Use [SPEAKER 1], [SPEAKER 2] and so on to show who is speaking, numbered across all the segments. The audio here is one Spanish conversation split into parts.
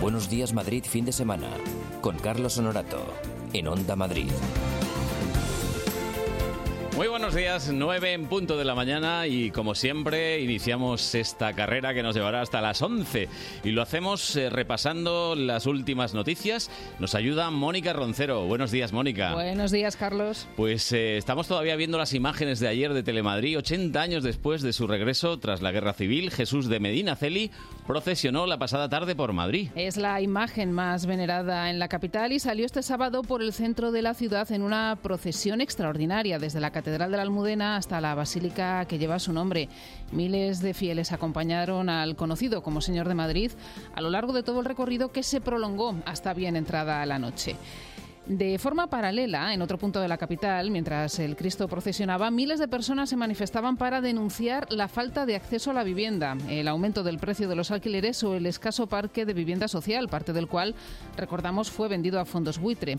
[SPEAKER 1] Buenos días Madrid fin de semana con Carlos Honorato en Onda Madrid.
[SPEAKER 2] Muy buenos días, 9 en punto de la mañana y como siempre iniciamos esta carrera que nos llevará hasta las 11 y lo hacemos eh, repasando las últimas noticias. Nos ayuda Mónica Roncero. Buenos días Mónica.
[SPEAKER 3] Buenos días, Carlos.
[SPEAKER 2] Pues eh, estamos todavía viendo las imágenes de ayer de Telemadrid, 80 años después de su regreso tras la Guerra Civil, Jesús de Medina Celi procesionó la pasada tarde por Madrid.
[SPEAKER 3] Es la imagen más venerada en la capital y salió este sábado por el centro de la ciudad en una procesión extraordinaria desde la Catedral de la Almudena hasta la basílica que lleva su nombre. Miles de fieles acompañaron al conocido como Señor de Madrid a lo largo de todo el recorrido que se prolongó hasta bien entrada la noche. De forma paralela, en otro punto de la capital, mientras el Cristo procesionaba, miles de personas se manifestaban para denunciar la falta de acceso a la vivienda, el aumento del precio de los alquileres o el escaso parque de vivienda social, parte del cual, recordamos, fue vendido a fondos buitre.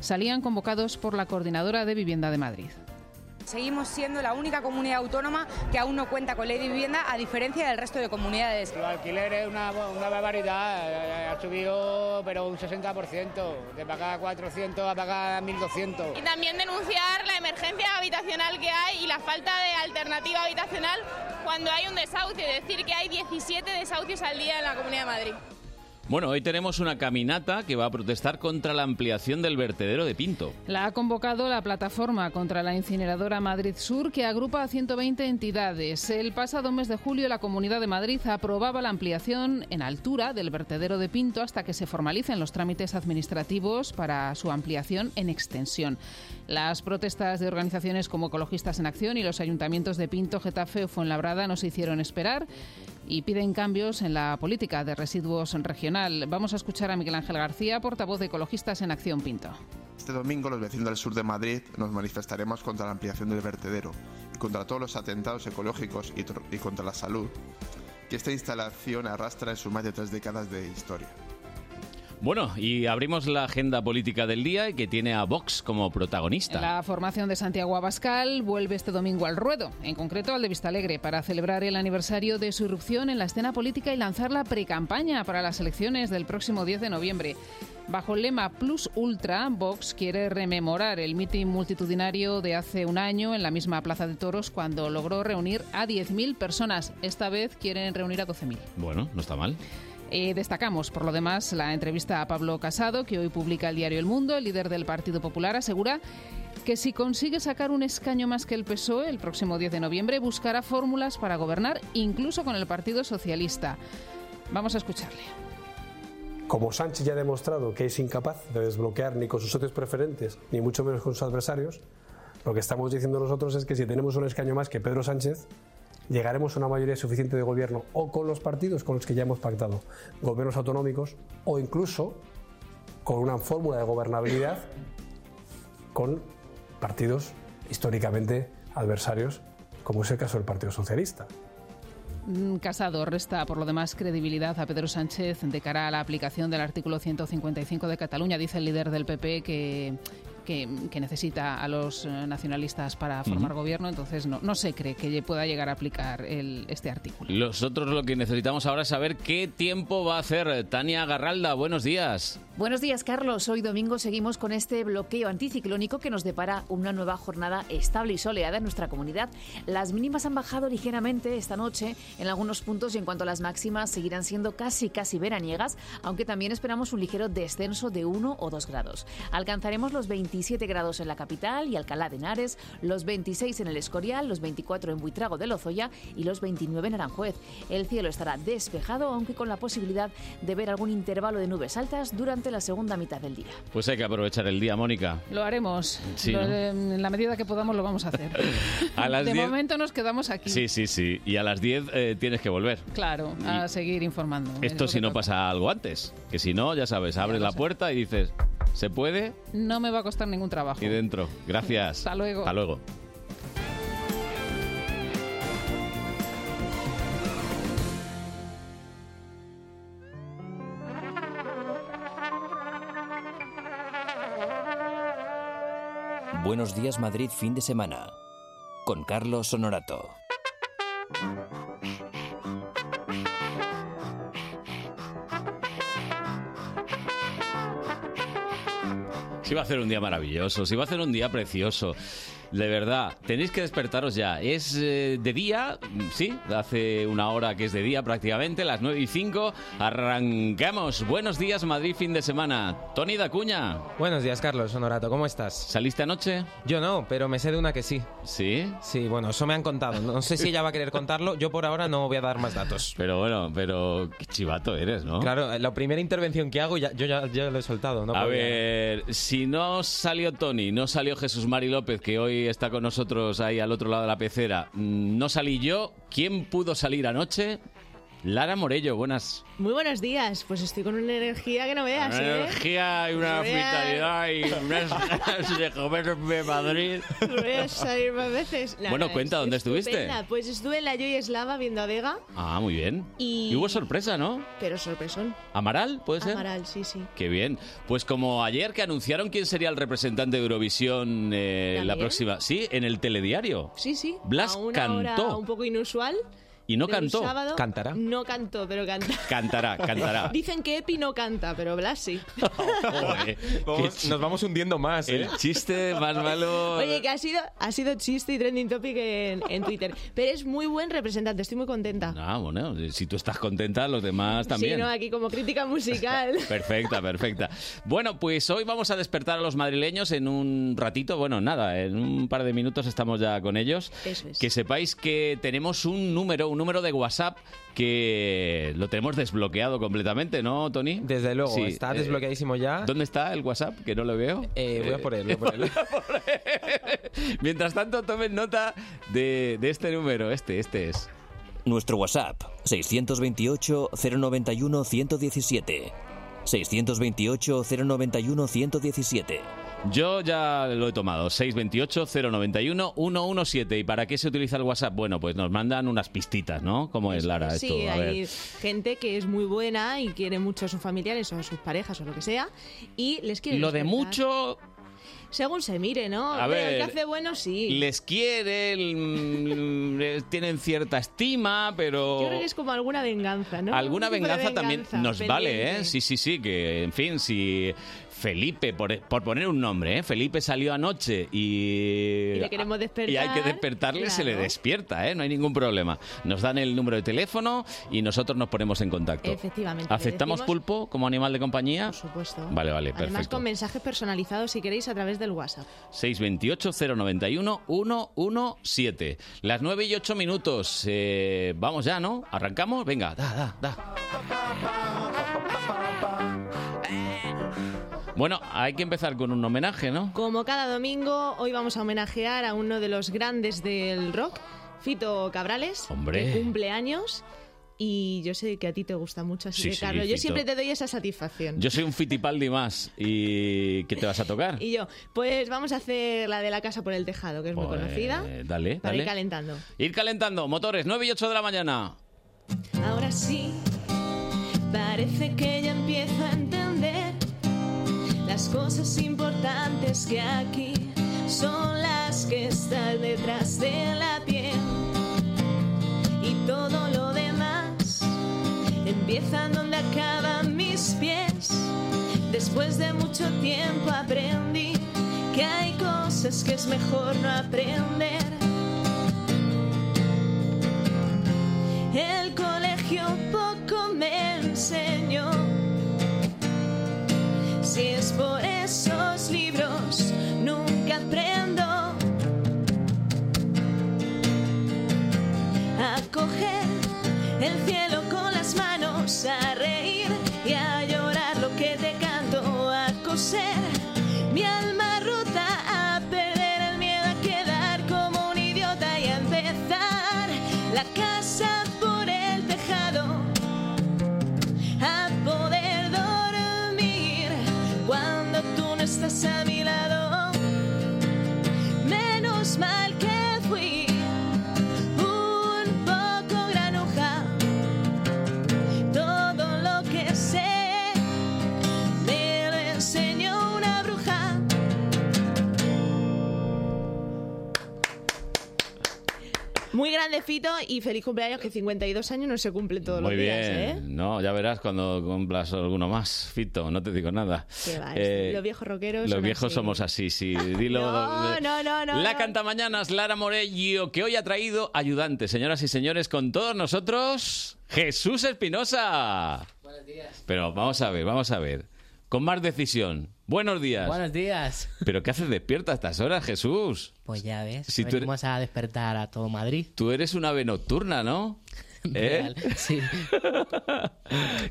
[SPEAKER 3] Salían convocados por la Coordinadora de Vivienda de Madrid.
[SPEAKER 4] Seguimos siendo la única comunidad autónoma que aún no cuenta con ley de vivienda, a diferencia del resto de comunidades.
[SPEAKER 5] Los alquileres es una, una barbaridad, eh, ha subido pero un 60%, de pagar 400 a pagar 1200.
[SPEAKER 6] Y también denunciar la emergencia habitacional que hay y la falta de alternativa habitacional cuando hay un desahucio, es decir, que hay 17 desahucios al día en la Comunidad de Madrid.
[SPEAKER 2] Bueno, hoy tenemos una caminata que va a protestar contra la ampliación del vertedero de Pinto.
[SPEAKER 3] La ha convocado la plataforma contra la incineradora Madrid Sur, que agrupa a 120 entidades. El pasado mes de julio, la Comunidad de Madrid aprobaba la ampliación en altura del vertedero de Pinto hasta que se formalicen los trámites administrativos para su ampliación en extensión. Las protestas de organizaciones como Ecologistas en Acción y los ayuntamientos de Pinto, Getafe o Fuenlabrada no se hicieron esperar y piden cambios en la política de residuos regional. Vamos a escuchar a Miguel Ángel García, portavoz de Ecologistas en Acción Pinto.
[SPEAKER 7] Este domingo los vecinos del sur de Madrid nos manifestaremos contra la ampliación del vertedero y contra todos los atentados ecológicos y, tro- y contra la salud que esta instalación arrastra en sus más de tres décadas de historia.
[SPEAKER 2] Bueno, y abrimos la agenda política del día y que tiene a Vox como protagonista.
[SPEAKER 3] La formación de Santiago Abascal vuelve este domingo al ruedo, en concreto al de Vistalegre, para celebrar el aniversario de su irrupción en la escena política y lanzar la precampaña para las elecciones del próximo 10 de noviembre. Bajo el lema Plus Ultra, Vox quiere rememorar el mitin multitudinario de hace un año en la misma Plaza de Toros cuando logró reunir a 10.000 personas. Esta vez quieren reunir a 12.000.
[SPEAKER 2] Bueno, no está mal.
[SPEAKER 3] Eh, destacamos, por lo demás, la entrevista a Pablo Casado, que hoy publica el diario El Mundo, el líder del Partido Popular, asegura que si consigue sacar un escaño más que el PSOE E, el próximo 10 de noviembre, buscará fórmulas para gobernar incluso con el Partido Socialista. Vamos a escucharle.
[SPEAKER 8] Como Sánchez ya ha demostrado que es incapaz de desbloquear ni con sus socios preferentes, ni mucho menos con sus adversarios, lo que estamos diciendo nosotros es que si tenemos un escaño más que Pedro Sánchez, llegaremos a una mayoría suficiente de gobierno o con los partidos con los que ya hemos pactado, gobiernos autonómicos o incluso con una fórmula de gobernabilidad con partidos históricamente adversarios, como es el caso del Partido Socialista.
[SPEAKER 3] Mm, Casado resta, por lo demás, credibilidad a Pedro Sánchez de cara a la aplicación del artículo 155 de Cataluña, dice el líder del PP que, que- que necesita a los eh, nacionalistas para formar gobierno, entonces no, no se cree que pueda llegar a aplicar el- este artículo.
[SPEAKER 2] Nosotros lo que necesitamos ahora es saber qué tiempo va a hacer Tania Garralda. Buenos días.
[SPEAKER 9] Buenos días, Carlos. Hoy domingo seguimos con este bloqueo anticiclónico que nos depara una nueva jornada estable y soleada en nuestra comunidad. Las mínimas han bajado ligeramente esta noche en algunos puntos y en cuanto a las máximas seguirán siendo casi casi veraniegas, aunque también esperamos un ligero descenso de 1 o 2 grados. Alcanzaremos los 27 grados en la capital y Alcalá de Henares, los 26 en el Escorial, los 24 en Buitrago de Lozoya y los 29 en Aranjuez. El cielo estará despejado, aunque con la posibilidad de ver algún intervalo de nubes altas durante la segunda mitad del día.
[SPEAKER 2] Pues hay que aprovechar el día, Mónica.
[SPEAKER 3] Lo haremos.
[SPEAKER 2] Sí,
[SPEAKER 3] Lo- em,
[SPEAKER 2] ¿no?
[SPEAKER 3] En la medida que podamos lo vamos a hacer.
[SPEAKER 2] A las
[SPEAKER 3] de
[SPEAKER 2] 10
[SPEAKER 3] momento nos quedamos aquí.
[SPEAKER 2] Sí, sí, sí. Y a las 10 eh, tienes que volver.
[SPEAKER 3] Claro, a seguir informando.
[SPEAKER 2] Esto si no pasa algo antes. Que si no, ya sabes, abres la puerta y dices, ¿se puede?
[SPEAKER 3] No me va a costar ningún trabajo.
[SPEAKER 2] Y dentro. Gracias.
[SPEAKER 3] Hasta luego.
[SPEAKER 2] Hasta luego.
[SPEAKER 1] Buenos días Madrid fin de semana con Carlos Honorato.
[SPEAKER 2] Si va a hacer un día maravilloso, si va a hacer un día precioso. De verdad, tenéis que despertaros ya. Es eh, de día, sí, hace una hora que es de día prácticamente, las 9 y 5. Arrancamos. Buenos días, Madrid, fin de semana. Tony Dacuña.
[SPEAKER 10] Buenos días, Carlos Honorato, ¿cómo estás?
[SPEAKER 2] ¿Saliste anoche?
[SPEAKER 10] Yo no, pero me sé de una que sí.
[SPEAKER 2] ¿Sí?
[SPEAKER 10] Sí, bueno, eso me han contado. No sé si ella va a querer contarlo. Yo por ahora no voy a dar más datos.
[SPEAKER 2] Pero bueno, pero qué chivato eres, ¿no?
[SPEAKER 10] Claro, la primera intervención que hago ya, yo ya, ya lo he soltado. No
[SPEAKER 2] a
[SPEAKER 10] podía. ¿eh?
[SPEAKER 2] ver, si no salió Tony, no salió Jesús Mari López, que hoy está con nosotros ahí al otro lado de la pecera, mm, no salí yo, ¿quién pudo salir anoche? Lara Morello, buenas.
[SPEAKER 11] Muy buenos días, pues estoy con una energía que no veas,
[SPEAKER 2] Una
[SPEAKER 11] ¿eh?
[SPEAKER 2] energía y una
[SPEAKER 11] Bien.
[SPEAKER 2] vitalidad y unas ganas de comerme Madrid.
[SPEAKER 11] Voy a salir más veces. No,
[SPEAKER 2] Bueno,
[SPEAKER 11] no,
[SPEAKER 2] cuenta,
[SPEAKER 11] es-
[SPEAKER 2] ¿dónde
[SPEAKER 11] es estupenda.
[SPEAKER 2] estuviste?
[SPEAKER 11] Pues estuve en la Joy Eslava viendo a Vega,
[SPEAKER 2] Ah, muy bien.
[SPEAKER 11] Y-
[SPEAKER 2] Y hubo sorpresa, ¿no?
[SPEAKER 11] pero sorpresón.
[SPEAKER 2] ¿Amaral, puede ser?
[SPEAKER 11] Amaral, sí, sí.
[SPEAKER 2] Qué bien. Pues como ayer que anunciaron quién sería el representante de Eurovisión eh, la
[SPEAKER 11] ¿También?
[SPEAKER 2] próxima... Sí, en el telediario.
[SPEAKER 11] Sí, sí.
[SPEAKER 2] Blas
[SPEAKER 11] a una hora
[SPEAKER 2] cantó.
[SPEAKER 11] un poco inusual.
[SPEAKER 2] Y no
[SPEAKER 11] de un
[SPEAKER 2] cantó.
[SPEAKER 11] sábado.
[SPEAKER 2] Cantará.
[SPEAKER 11] No cantó, pero canta.
[SPEAKER 2] Cantará, cantará.
[SPEAKER 11] Dicen que Epi no canta, pero Blas sí.
[SPEAKER 10] Vamos- nos vamos hundiendo más. ¿eh?
[SPEAKER 2] El chiste más malo.
[SPEAKER 11] Oye, que ha sido, ha sido chiste y trending topic en, en Twitter. Pero es muy buen representante, estoy muy contenta.
[SPEAKER 2] Ah, bueno, si tú estás contenta, los demás también.
[SPEAKER 11] Sí, no, aquí como crítica musical.
[SPEAKER 2] Perfecta, perfecta. Bueno, pues hoy vamos a despertar a los madrileños en un ratito. Bueno, nada, en un par de minutos estamos ya con ellos.
[SPEAKER 11] Eso es.
[SPEAKER 2] Que sepáis que tenemos un número, un número de WhatsApp que lo tenemos desbloqueado completamente, ¿no, Tony?
[SPEAKER 10] Desde luego,
[SPEAKER 2] Sí,
[SPEAKER 10] está
[SPEAKER 2] eh,
[SPEAKER 10] desbloqueadísimo ya.
[SPEAKER 2] ¿Dónde está el WhatsApp? Que no lo veo.
[SPEAKER 10] Eh, voy a por él, voy a por él.
[SPEAKER 2] Mientras tanto, tomen nota de, de este número. Este, este es.
[SPEAKER 1] Nuestro WhatsApp 628 091 117. 628 091 117.
[SPEAKER 2] Yo ya lo he tomado, 628-091-117. ¿Y para qué se utiliza el WhatsApp? Bueno, pues nos mandan unas pistitas, ¿no? ¿Cómo es, Lara?
[SPEAKER 11] sí,
[SPEAKER 2] esto? A
[SPEAKER 11] hay
[SPEAKER 2] ver.
[SPEAKER 11] gente que es muy buena y quiere mucho a sus familiares o a sus parejas o lo que sea y les quiere.
[SPEAKER 2] Lo de mucho...
[SPEAKER 11] Según se mire, ¿no?
[SPEAKER 2] A
[SPEAKER 11] Pero el
[SPEAKER 2] ver,
[SPEAKER 11] que hace bueno, sí.
[SPEAKER 2] Les quieren, les eh, tienen cierta estima, pero...
[SPEAKER 11] Yo creo que es como alguna venganza, ¿no?
[SPEAKER 2] Alguna
[SPEAKER 11] Un tipo de
[SPEAKER 2] venganza, también nos
[SPEAKER 11] pendiente.
[SPEAKER 2] vale, ¿eh? Sí, sí, sí, que en fin, si Felipe, por, por poner un nombre, ¿eh? Felipe salió anoche y...
[SPEAKER 11] Y le queremos despertar,
[SPEAKER 2] Y hay que despertarle, se le
[SPEAKER 11] claro.
[SPEAKER 2] despierta, ¿eh? No hay ningún problema. Nos dan el número de teléfono y nosotros nos ponemos en contacto.
[SPEAKER 11] Efectivamente.
[SPEAKER 2] ¿Aceptamos
[SPEAKER 11] le decimos-
[SPEAKER 2] pulpo como animal de compañía?
[SPEAKER 11] Por supuesto.
[SPEAKER 2] Vale, vale,
[SPEAKER 11] Además,
[SPEAKER 2] perfecto.
[SPEAKER 11] con mensajes personalizados, si queréis, a través del WhatsApp.
[SPEAKER 2] 628-091-117. Las 9 y 8 minutos. Eh, vamos ya, ¿no? ¿Arrancamos? Venga, da, da, da. Bueno, hay que empezar con un homenaje, ¿no?
[SPEAKER 11] Como cada domingo, hoy vamos a homenajear a uno de los grandes del rock, Fito Cabrales.
[SPEAKER 2] Hombre.
[SPEAKER 11] Que cumple años. Y yo sé que a ti te gusta mucho, así
[SPEAKER 2] Sí,
[SPEAKER 11] que,
[SPEAKER 2] sí,
[SPEAKER 11] Carlos, yo
[SPEAKER 2] Fito.
[SPEAKER 11] siempre te doy esa satisfacción.
[SPEAKER 2] Yo soy un fitipaldi más. ¿Y qué te vas a tocar?
[SPEAKER 11] Y yo, pues vamos a hacer la de la casa por el tejado, que es muy
[SPEAKER 2] Pues,
[SPEAKER 11] conocida.
[SPEAKER 2] dale,
[SPEAKER 11] Para ir
[SPEAKER 2] dale.
[SPEAKER 11] calentando.
[SPEAKER 2] Ir calentando, motores, 9 y 8 de la mañana.
[SPEAKER 11] Ahora sí, parece que ya empiezo a entender las cosas importantes que aquí son las que están detrás de la piel. Y todo lo demás empieza donde acaban mis pies. Después de mucho tiempo aprendí que hay cosas que es mejor no aprender. El colegio poco me enseñó. Si es por esos libros, nunca aprendo a coger el cielo con las manos, a reír y a llorar lo que te canto, a coser mi alma rota, a perder el miedo, a quedar como un idiota y a empezar la casa por el tejado a poder dormir cuando tú no estás a mi lado. Menos mal que fui un poco granuja. Todo lo que sé me lo enseñó una bruja.
[SPEAKER 12] muy grandecito y feliz cumpleaños, que 52 años no se cumplen todos
[SPEAKER 2] Muy
[SPEAKER 12] los días.
[SPEAKER 2] bien.
[SPEAKER 12] ¿eh?
[SPEAKER 2] No, ya verás cuando cumplas alguno más, Fito, no te digo nada.
[SPEAKER 12] Qué va,
[SPEAKER 2] Eh,
[SPEAKER 12] los viejos rockeros.
[SPEAKER 2] Los
[SPEAKER 12] son
[SPEAKER 2] viejos
[SPEAKER 12] así.
[SPEAKER 2] somos así, sí. Dilo.
[SPEAKER 12] No, no, no, no.
[SPEAKER 2] La
[SPEAKER 12] no.
[SPEAKER 2] cantamañanas Lara Morello, que hoy ha traído ayudantes, señoras y señores, con todos nosotros, Jesús Espinosa. Buenos días. Pero vamos a ver, vamos a ver. Con más decisión. Buenos días.
[SPEAKER 6] Buenos días.
[SPEAKER 2] ¿Pero qué haces despierta a estas horas, Jesús?
[SPEAKER 6] Pues ya ves,
[SPEAKER 2] Si tú eres-
[SPEAKER 6] venimos a despertar a todo Madrid.
[SPEAKER 2] Tú eres una ave nocturna, ¿no? ¿Eh?
[SPEAKER 6] Real, Sí,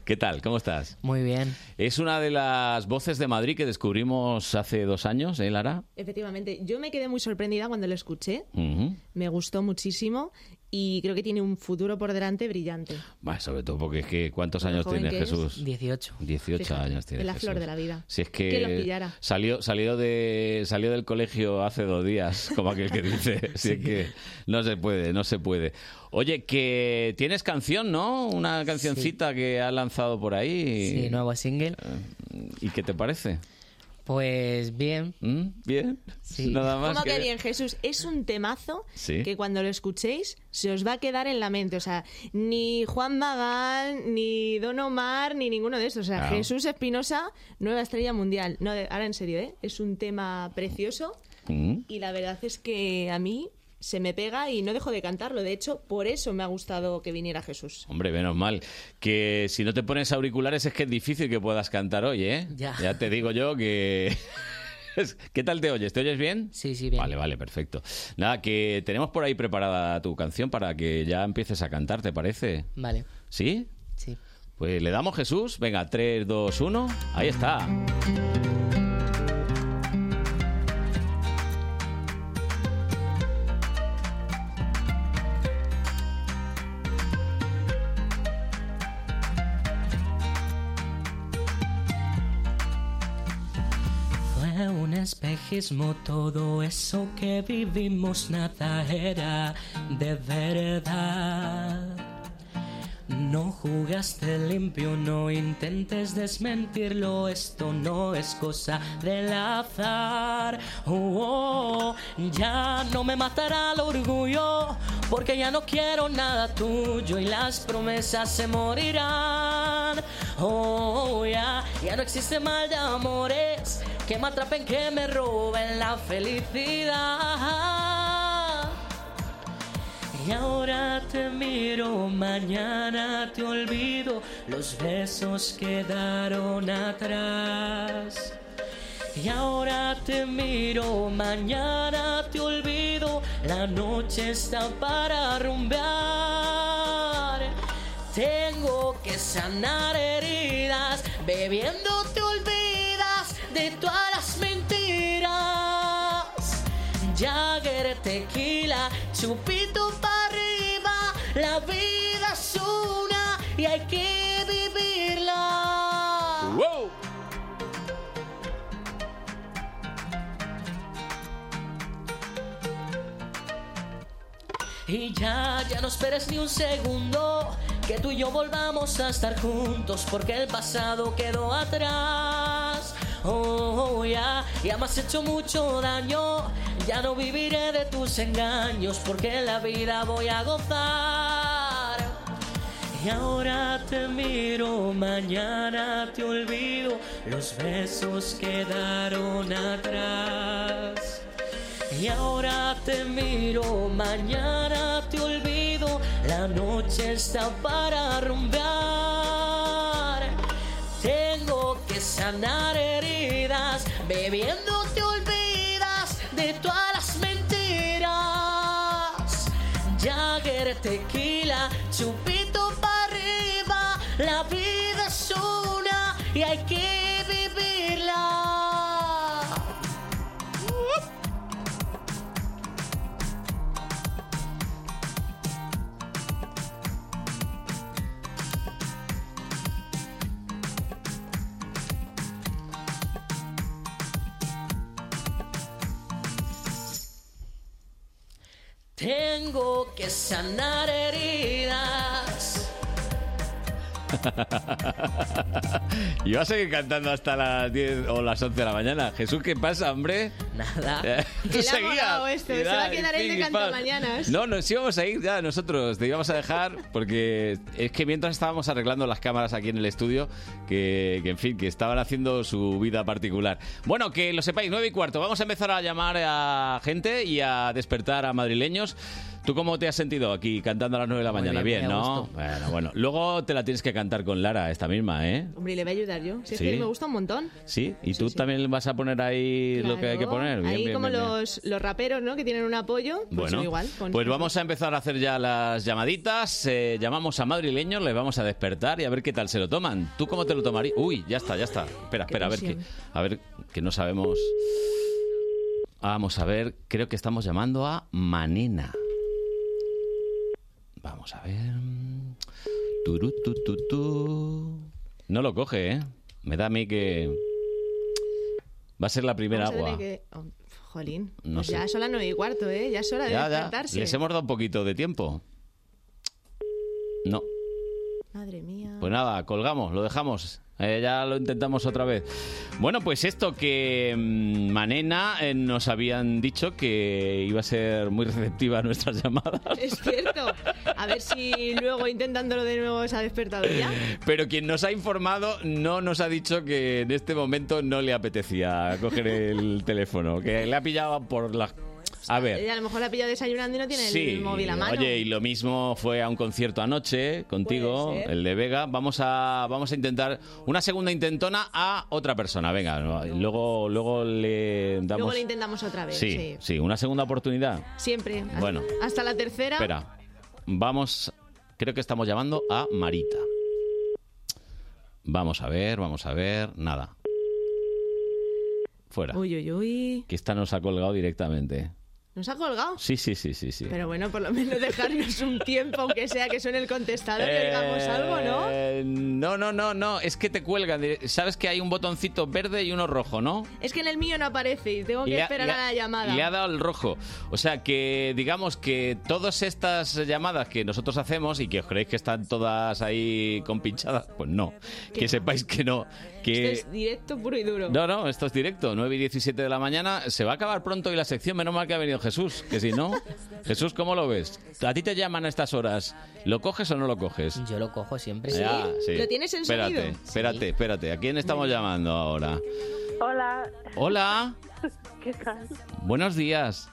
[SPEAKER 2] ¿Qué tal? ¿Cómo estás?
[SPEAKER 6] muy bien.
[SPEAKER 2] Es una de las voces de Madrid que descubrimos hace dos años, ¿eh, Lara?
[SPEAKER 12] Efectivamente, yo me quedé muy sorprendida cuando lo escuché.
[SPEAKER 2] Ujú.
[SPEAKER 12] Me gustó muchísimo y creo que tiene un futuro por delante brillante.
[SPEAKER 2] Bueno, sobre todo porque es que ¿cuántos
[SPEAKER 12] Con lo
[SPEAKER 2] años
[SPEAKER 12] joven
[SPEAKER 2] tiene
[SPEAKER 12] que es.
[SPEAKER 2] Jesús?
[SPEAKER 6] 18.
[SPEAKER 2] 18
[SPEAKER 12] Fíjate,
[SPEAKER 2] años tiene
[SPEAKER 12] es la
[SPEAKER 2] Jesús.
[SPEAKER 12] flor de la vida.
[SPEAKER 2] Si es
[SPEAKER 12] Que lo
[SPEAKER 2] que
[SPEAKER 12] pillara.
[SPEAKER 2] salió, salió, de, salió del colegio hace dos días, como aquel que dice. Si es que no se puede, no se puede. Oye, que tienes canción, ¿no? Una cancioncita que has lanzado por ahí. Eh,
[SPEAKER 6] Sí, nuevo single.
[SPEAKER 2] ¿Y qué te parece? ¿Mm?
[SPEAKER 6] Pues bien.
[SPEAKER 2] Bien. Nada más.
[SPEAKER 12] ¿Cómo que, bien, Jesús? Es un temazo
[SPEAKER 2] Sí.
[SPEAKER 12] que cuando lo escuchéis se os va a quedar en la mente. O sea, ni Juan Magán, ni Don Omar, ni ninguno de estos. O sea,
[SPEAKER 2] Claro.
[SPEAKER 12] Jesús Espinosa, nueva estrella mundial. No, de- ahora en serio, ¿eh? Es un tema precioso
[SPEAKER 2] Mm.
[SPEAKER 12] y la verdad es que a mí se me pega y no dejo de cantarlo. De hecho, por eso me ha gustado que viniera Jesús.
[SPEAKER 2] Hombre, menos mal. Que si no te pones auriculares es que es difícil que puedas cantar hoy, ¿eh?
[SPEAKER 6] Ya.
[SPEAKER 2] te digo yo que... ¿Qué tal te oyes? ¿Te oyes bien?
[SPEAKER 6] Sí, sí, bien.
[SPEAKER 2] Vale, vale, perfecto. Nada, que tenemos por ahí preparada tu canción para que ya empieces a cantar, ¿te parece?
[SPEAKER 6] Vale.
[SPEAKER 2] ¿Sí?
[SPEAKER 6] Sí.
[SPEAKER 2] Pues le damos Jesús. Venga, 3, 2, 1. Ahí está.
[SPEAKER 13] Fue un espejismo todo eso que vivimos, nada era de verdad. No jugaste limpio, no intentes desmentirlo, esto no es cosa del azar. Oh, oh, oh, ya no me matará el orgullo, porque ya no quiero nada tuyo y las promesas se morirán. Oh, oh, ya, ya no existe mal de amores que me atrapen, que me roben la felicidad. Y ahora te miro, mañana te olvido, los besos quedaron atrás. Y ahora te miro, mañana te olvido, la noche está para rumbear. Tengo que sanar heridas, bebiendo te olvidas de todas las mentiras. Jagger, tequila, chupito para arriba. La vida es una y hay que vivirla.
[SPEAKER 2] ¡Wow!
[SPEAKER 13] Y ya, ya no esperes ni un segundo que tú y yo volvamos a estar juntos porque el pasado quedó atrás. Oh, oh, ya, ya me has hecho mucho daño. Ya no viviré de tus engaños porque la vida voy a gozar. Y ahora te miro, mañana te olvido, los besos quedaron atrás. Y ahora te miro, mañana te olvido, la noche está para rumbear. Tengo que sanar heridas, bebiendo te olvidas de todas las mentiras. Jagger, tequila, chupito para arriba, la vida es una y hay que vivirla. Tengo que sanar heridas.
[SPEAKER 2] Y vas a seguir cantando hasta las 10 o las 11 de la mañana. Jesús, ¿qué pasa, hombre?
[SPEAKER 13] Nada.
[SPEAKER 2] Tú
[SPEAKER 12] El ha molado
[SPEAKER 2] seguías.
[SPEAKER 12] esto,
[SPEAKER 2] Y
[SPEAKER 12] este, se va
[SPEAKER 2] nada,
[SPEAKER 12] a quedar
[SPEAKER 2] y
[SPEAKER 12] el de
[SPEAKER 2] pim, y pam.
[SPEAKER 12] cantamañanas.
[SPEAKER 2] No, nos íbamos a ir ya nosotros. Te íbamos a dejar porque es que mientras estábamos arreglando las cámaras aquí en el estudio, que, que, en fin, que estaban haciendo su vida particular. Bueno, que lo sepáis, 9 y cuarto. Vamos a empezar a llamar a gente y a despertar a madrileños. ¿Tú cómo te has sentido aquí cantando a las 9 de la mañana?
[SPEAKER 13] bien,
[SPEAKER 2] Bien,
[SPEAKER 13] muy a
[SPEAKER 2] ¿no?
[SPEAKER 13] gusto.
[SPEAKER 2] Bueno, bueno. Luego te la tienes que cantar con Lara, esta misma, ¿eh?
[SPEAKER 12] Hombre, le voy a ayudar yo. Si es
[SPEAKER 2] Sí.
[SPEAKER 12] que me gusta un montón.
[SPEAKER 2] Sí, y tú también vas a poner ahí lo que hay que
[SPEAKER 12] Claro,
[SPEAKER 2] poner. Bien,
[SPEAKER 12] Ahí
[SPEAKER 2] bien,
[SPEAKER 12] como
[SPEAKER 2] bien, bien.
[SPEAKER 12] Los, los raperos, ¿no? Que tienen un apoyo. Pues
[SPEAKER 2] Bueno,
[SPEAKER 12] son igual. con-
[SPEAKER 2] pues vamos a empezar a hacer ya las llamaditas. eh, llamamos a madrileños, les vamos a despertar y a ver qué tal se lo toman. ¿Tú cómo te lo tomarías? Uy, ya está, ya está. Espera,
[SPEAKER 14] Qué
[SPEAKER 2] espera, a ver, que,
[SPEAKER 14] tensión.
[SPEAKER 2] a ver que no sabemos. Vamos a ver, creo que estamos llamando a Manena. Vamos a ver. Turú, tu, tu, tu. No lo coge, ¿eh? Me da a mí que. Va a ser la primera
[SPEAKER 12] vamos a tener
[SPEAKER 2] agua.
[SPEAKER 12] que- oh, jolín.
[SPEAKER 2] No
[SPEAKER 12] pues
[SPEAKER 2] sé.
[SPEAKER 12] ya son las nueve y cuarto, ¿eh? Ya es hora de
[SPEAKER 2] Ya, ya.
[SPEAKER 12] despertarse.
[SPEAKER 2] Les hemos dado un poquito de tiempo. No.
[SPEAKER 12] Madre mía.
[SPEAKER 2] Pues nada, colgamos, lo dejamos. Eh, ya lo intentamos otra vez. Bueno, pues esto que mm, Manena eh, nos habían dicho que iba a ser muy receptiva a nuestras llamadas.
[SPEAKER 12] Es cierto. A ver si luego intentándolo de nuevo se ha despertado ya.
[SPEAKER 2] Pero quien nos ha informado no nos ha dicho que en este momento no le apetecía coger el teléfono, que le ha pillado por las... A ver.
[SPEAKER 12] Ella a lo mejor la ha pillado desayunando y no tiene el móvil a mano.
[SPEAKER 2] Oye, y lo mismo fue a un concierto anoche contigo,
[SPEAKER 12] Puede ser.
[SPEAKER 2] el de Vega. Vamos a, vamos a intentar una segunda intentona a otra persona. Venga, no, luego, luego le damos.
[SPEAKER 12] Luego lo intentamos otra vez.
[SPEAKER 2] sí, sí,
[SPEAKER 12] sí.
[SPEAKER 2] una segunda oportunidad.
[SPEAKER 12] Siempre. Hasta-
[SPEAKER 2] Bueno.
[SPEAKER 12] Hasta la tercera.
[SPEAKER 2] Espera, vamos. Creo que estamos llamando a Marita. Vamos a ver, vamos a ver. Nada. Fuera.
[SPEAKER 12] Uy, uy, uy.
[SPEAKER 2] Que esta nos ha colgado directamente.
[SPEAKER 12] Nos ha colgado.
[SPEAKER 2] Sí, sí, sí, sí, sí.
[SPEAKER 12] Pero bueno, por lo menos dejarnos un tiempo, aunque sea que suene el contestador y oigamos
[SPEAKER 2] Eh,
[SPEAKER 12] algo, ¿no?
[SPEAKER 2] No, no, no, no. Es que te cuelgan. dire- Sabes que hay un botoncito verde y uno rojo, ¿no?
[SPEAKER 12] Es que en el mío no aparece y tengo
[SPEAKER 2] Y
[SPEAKER 12] que
[SPEAKER 2] le ha-
[SPEAKER 12] esperar
[SPEAKER 2] le
[SPEAKER 12] a
[SPEAKER 2] ha-
[SPEAKER 12] la llamada.
[SPEAKER 2] Le ha dado el rojo. O sea que digamos que todas estas llamadas que nosotros hacemos y que os creéis que están todas ahí compinchadas, pues no. Que sepáis que no. Que...
[SPEAKER 12] Esto es directo, puro y duro.
[SPEAKER 2] No, no, esto es directo, 9 y 17 de la mañana. Se va a acabar pronto y la sección, menos mal que ha venido Jesús, que si no, Jesús, ¿cómo lo ves? ¿A ti te llaman a estas horas? ¿Lo coges o no lo coges?
[SPEAKER 6] Yo lo cojo siempre.
[SPEAKER 2] Ya, sí.
[SPEAKER 6] ¿Lo tienes en
[SPEAKER 2] espérate,
[SPEAKER 6] sonido?
[SPEAKER 2] Espérate, espérate. ¿A quién estamos llamando ahora?
[SPEAKER 15] Hola.
[SPEAKER 2] Hola,
[SPEAKER 15] ¿Qué tal?
[SPEAKER 2] buenos días.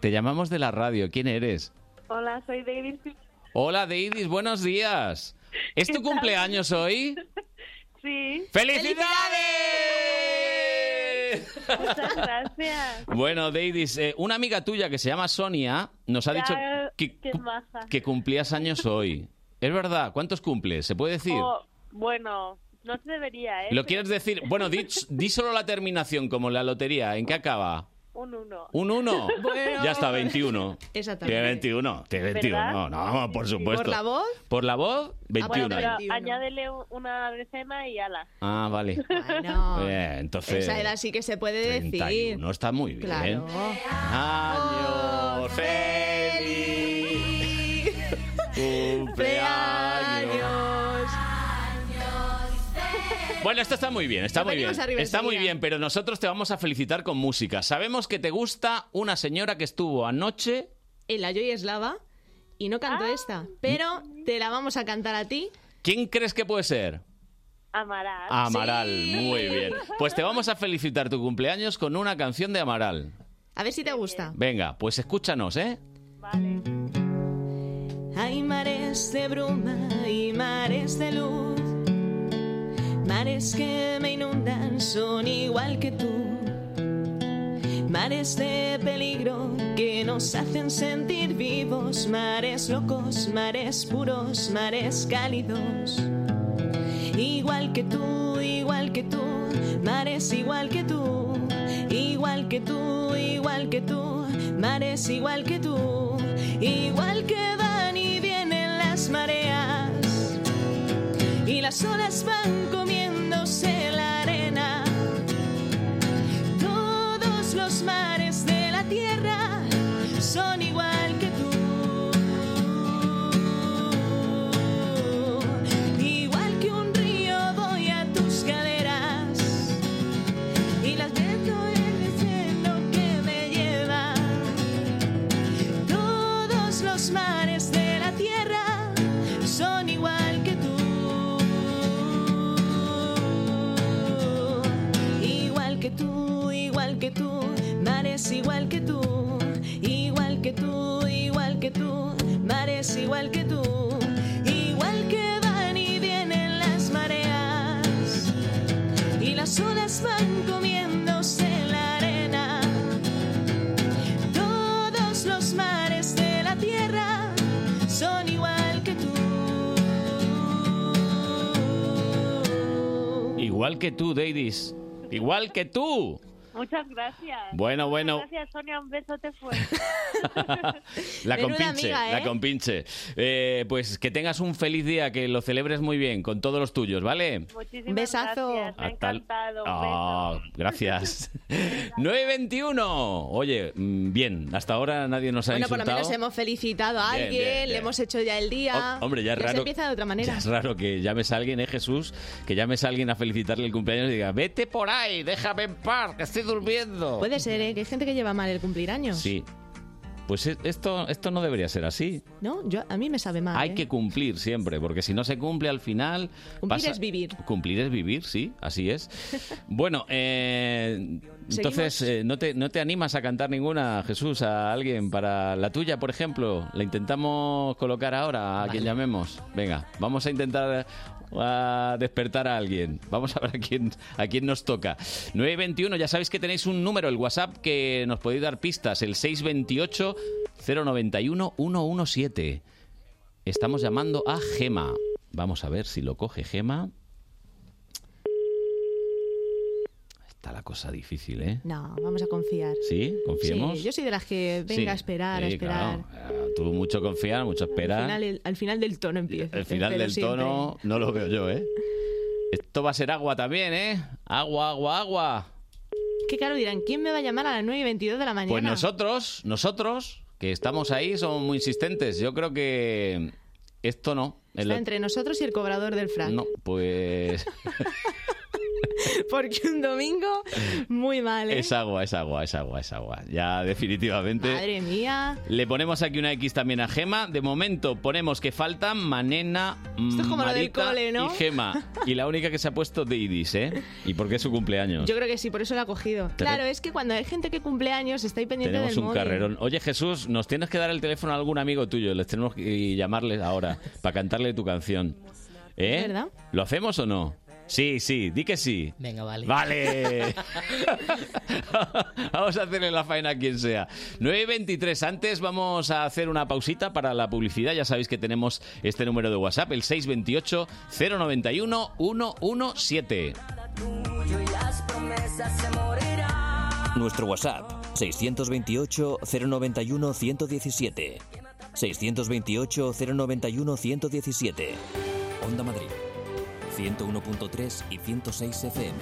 [SPEAKER 2] Te llamamos de la radio. ¿Quién eres?
[SPEAKER 15] Hola, soy David.
[SPEAKER 2] Hola, Deidis, buenos días. ¿Es tu cumpleaños hoy?
[SPEAKER 15] Sí.
[SPEAKER 2] ¡Felicidades!
[SPEAKER 15] Muchas gracias.
[SPEAKER 2] Bueno, Deidis, eh, una amiga tuya que se llama Sonia nos ha dicho
[SPEAKER 15] Ya,
[SPEAKER 2] que,
[SPEAKER 15] qué maja.
[SPEAKER 2] que cumplías años hoy. Es verdad, ¿cuántos cumples? ¿Se puede decir?
[SPEAKER 15] Oh, bueno, no se debería, ¿eh?
[SPEAKER 2] ¿Lo quieres decir? Bueno, di, di solo la terminación, como la lotería. ¿En qué acaba?
[SPEAKER 15] Un uno.
[SPEAKER 2] ¿Un 1?
[SPEAKER 15] Bueno.
[SPEAKER 2] Ya está, 21. Tiene
[SPEAKER 12] Exactamente.
[SPEAKER 2] 21, tiene
[SPEAKER 15] ¿Verdad?
[SPEAKER 2] 21. No, por supuesto.
[SPEAKER 15] ¿Por la voz? Ah,
[SPEAKER 2] Por la voz,
[SPEAKER 12] Ah,
[SPEAKER 15] Bueno,
[SPEAKER 2] 21.
[SPEAKER 15] pero añádele u- una decena y ala.
[SPEAKER 2] Ah, vale.
[SPEAKER 15] Ah,
[SPEAKER 12] Bueno,
[SPEAKER 2] Bien, entonces...
[SPEAKER 12] esa edad sí que se puede decir.
[SPEAKER 2] 31, está muy bien.
[SPEAKER 12] Claro.
[SPEAKER 15] Oh,
[SPEAKER 2] Año feliz.
[SPEAKER 12] Cumpleaños.
[SPEAKER 2] Bueno, esto está muy bien, está
[SPEAKER 12] Nos
[SPEAKER 2] muy bien.
[SPEAKER 12] venimos arriba
[SPEAKER 2] Está muy
[SPEAKER 12] enseguida.
[SPEAKER 2] bien, pero nosotros te vamos a felicitar con música. Sabemos que te gusta una señora que estuvo anoche.
[SPEAKER 12] El la Joy Eslava y no canto esta, pero te la vamos a cantar a ti.
[SPEAKER 2] ¿Quién crees que puede ser?
[SPEAKER 15] Amaral.
[SPEAKER 2] Ah, Amaral, muy bien. Pues te vamos a felicitar tu cumpleaños con una canción de Amaral.
[SPEAKER 12] A ver si te gusta.
[SPEAKER 2] Venga, pues escúchanos, ¿eh?
[SPEAKER 11] Hay mares de bruma y mares de luz, mares que me inundan son igual que tú, mares de peligro que nos hacen sentir vivos, mares locos, mares puros, mares cálidos, igual que tú, igual que tú, mares igual que tú, igual que tú, igual que tú, mares igual que tú, igual que van y vienen las mareas y las olas van comiéndose la arena. Todos los mares de la tierra son igual que tú. igual que tú, mares igual que tú, igual que tú, igual que tú, mares igual que tú, igual que van y vienen las mareas y las olas van comiéndose la arena. Todos los mares de la tierra son igual que tú.
[SPEAKER 2] Igual que tú, Davis. Igual que tú.
[SPEAKER 16] Muchas gracias.
[SPEAKER 2] Bueno, bueno.
[SPEAKER 16] Gracias, Sonia. Un besote fuerte.
[SPEAKER 2] La
[SPEAKER 16] Menuda
[SPEAKER 2] compinche,
[SPEAKER 16] amiga, ¿eh?
[SPEAKER 2] la compinche. Eh, pues que tengas un feliz día, que lo celebres muy bien con todos los tuyos, ¿vale?
[SPEAKER 16] Muchísimas Besazo. gracias. Me ha
[SPEAKER 2] Hasta-
[SPEAKER 16] encantado. Un
[SPEAKER 2] Ah, gracias. 9.21. Oye, mm, bien, hasta ahora nadie nos ha
[SPEAKER 12] Bueno, por lo
[SPEAKER 2] insultado.
[SPEAKER 12] menos hemos felicitado a
[SPEAKER 2] Bien,
[SPEAKER 12] alguien,
[SPEAKER 2] bien, bien.
[SPEAKER 12] le hemos hecho ya el día.
[SPEAKER 2] Ho- hombre, ya es
[SPEAKER 12] Ya se
[SPEAKER 2] raro-
[SPEAKER 12] empieza de otra manera.
[SPEAKER 2] Ya es raro que llames a alguien, ¿eh, Jesús? Que llames a alguien a felicitarle el cumpleaños y diga, vete por ahí, déjame en paz, que estoy durmiendo.
[SPEAKER 12] Puede ser, ¿eh? Que hay gente que lleva mal el cumplir años.
[SPEAKER 2] Sí. Pues e- esto, esto no debería ser así.
[SPEAKER 12] ¿No? Yo, a mí me sabe mal.
[SPEAKER 2] Hay
[SPEAKER 12] ¿eh?
[SPEAKER 2] que cumplir siempre, porque si no se cumple al final...
[SPEAKER 12] Cumplir
[SPEAKER 2] pasa-
[SPEAKER 12] es vivir.
[SPEAKER 2] Cumplir es vivir, sí, así es. Bueno, eh, entonces, eh, ¿no, te, ¿no te animas a cantar ninguna, Jesús, a alguien para la tuya, por ejemplo? La intentamos colocar ahora, a quien llamemos. Venga, vamos a intentar eh, a despertar a alguien. Vamos a ver a quién, a quién nos toca. 921, ya sabéis que tenéis un número, el WhatsApp, que nos podéis dar pistas, el 628 091 117. Estamos llamando a Gema. Vamos a ver si lo coge Gema. Está la cosa difícil, ¿eh?
[SPEAKER 12] No, vamos a confiar.
[SPEAKER 2] ¿Sí? ¿Confiemos?
[SPEAKER 12] Sí, yo soy de las que venga a
[SPEAKER 2] Sí,
[SPEAKER 12] esperar, a
[SPEAKER 2] sí,
[SPEAKER 12] esperar.
[SPEAKER 2] claro. Eh, Tú mucho confiar, mucho
[SPEAKER 12] Al,
[SPEAKER 2] esperar.
[SPEAKER 12] final,
[SPEAKER 2] El
[SPEAKER 12] el- al final del tono empieza.
[SPEAKER 2] final, del tono no lo veo yo, ¿eh? Esto va a ser agua también, ¿eh? Agua, agua, agua.
[SPEAKER 12] Qué claro, dirán, ¿quién me va a llamar a las 9 y 22 de la mañana?
[SPEAKER 2] Pues nosotros, nosotros, que estamos ahí, somos muy insistentes. Yo creo que esto no. El
[SPEAKER 12] Está
[SPEAKER 2] ot-
[SPEAKER 12] entre nosotros y el cobrador del frac.
[SPEAKER 2] No, pues
[SPEAKER 12] Porque un domingo, muy mal, ¿eh?
[SPEAKER 2] es agua, es agua, es agua, es agua. Ya definitivamente.
[SPEAKER 12] Madre mía.
[SPEAKER 2] Le ponemos aquí una X también a Gema. De momento ponemos que faltan Manena,
[SPEAKER 12] Esto es como lo del
[SPEAKER 2] Marita
[SPEAKER 12] cole, ¿no?
[SPEAKER 2] y Gema. Y la única que se ha puesto de Idis, ¿eh? Y porque es su cumpleaños.
[SPEAKER 12] Yo creo que sí, por eso lo ha cogido. Claro, es que cuando hay gente que cumple años, está ahí pendiente
[SPEAKER 2] Tenemos
[SPEAKER 12] del
[SPEAKER 2] un
[SPEAKER 12] móvil.
[SPEAKER 2] carrerón. Oye Jesús, nos tienes que dar el teléfono a algún amigo tuyo. Les tenemos que llamarles ahora para cantarle tu canción. ¿Eh?
[SPEAKER 12] ¿Verdad?
[SPEAKER 2] ¿Lo hacemos o no? Sí, sí, di que sí.
[SPEAKER 17] Venga, vale.
[SPEAKER 2] Vale. vamos a hacerle la faena a quien sea. 9.23. Antes vamos a hacer una pausita para la publicidad. Ya sabéis que tenemos este número de WhatsApp, el 628-091-117.
[SPEAKER 13] tuyo y las promesas se morirán.
[SPEAKER 1] Nuestro WhatsApp 628 091 117. 628 091 117. Onda Madrid 101.3 y 106 FM.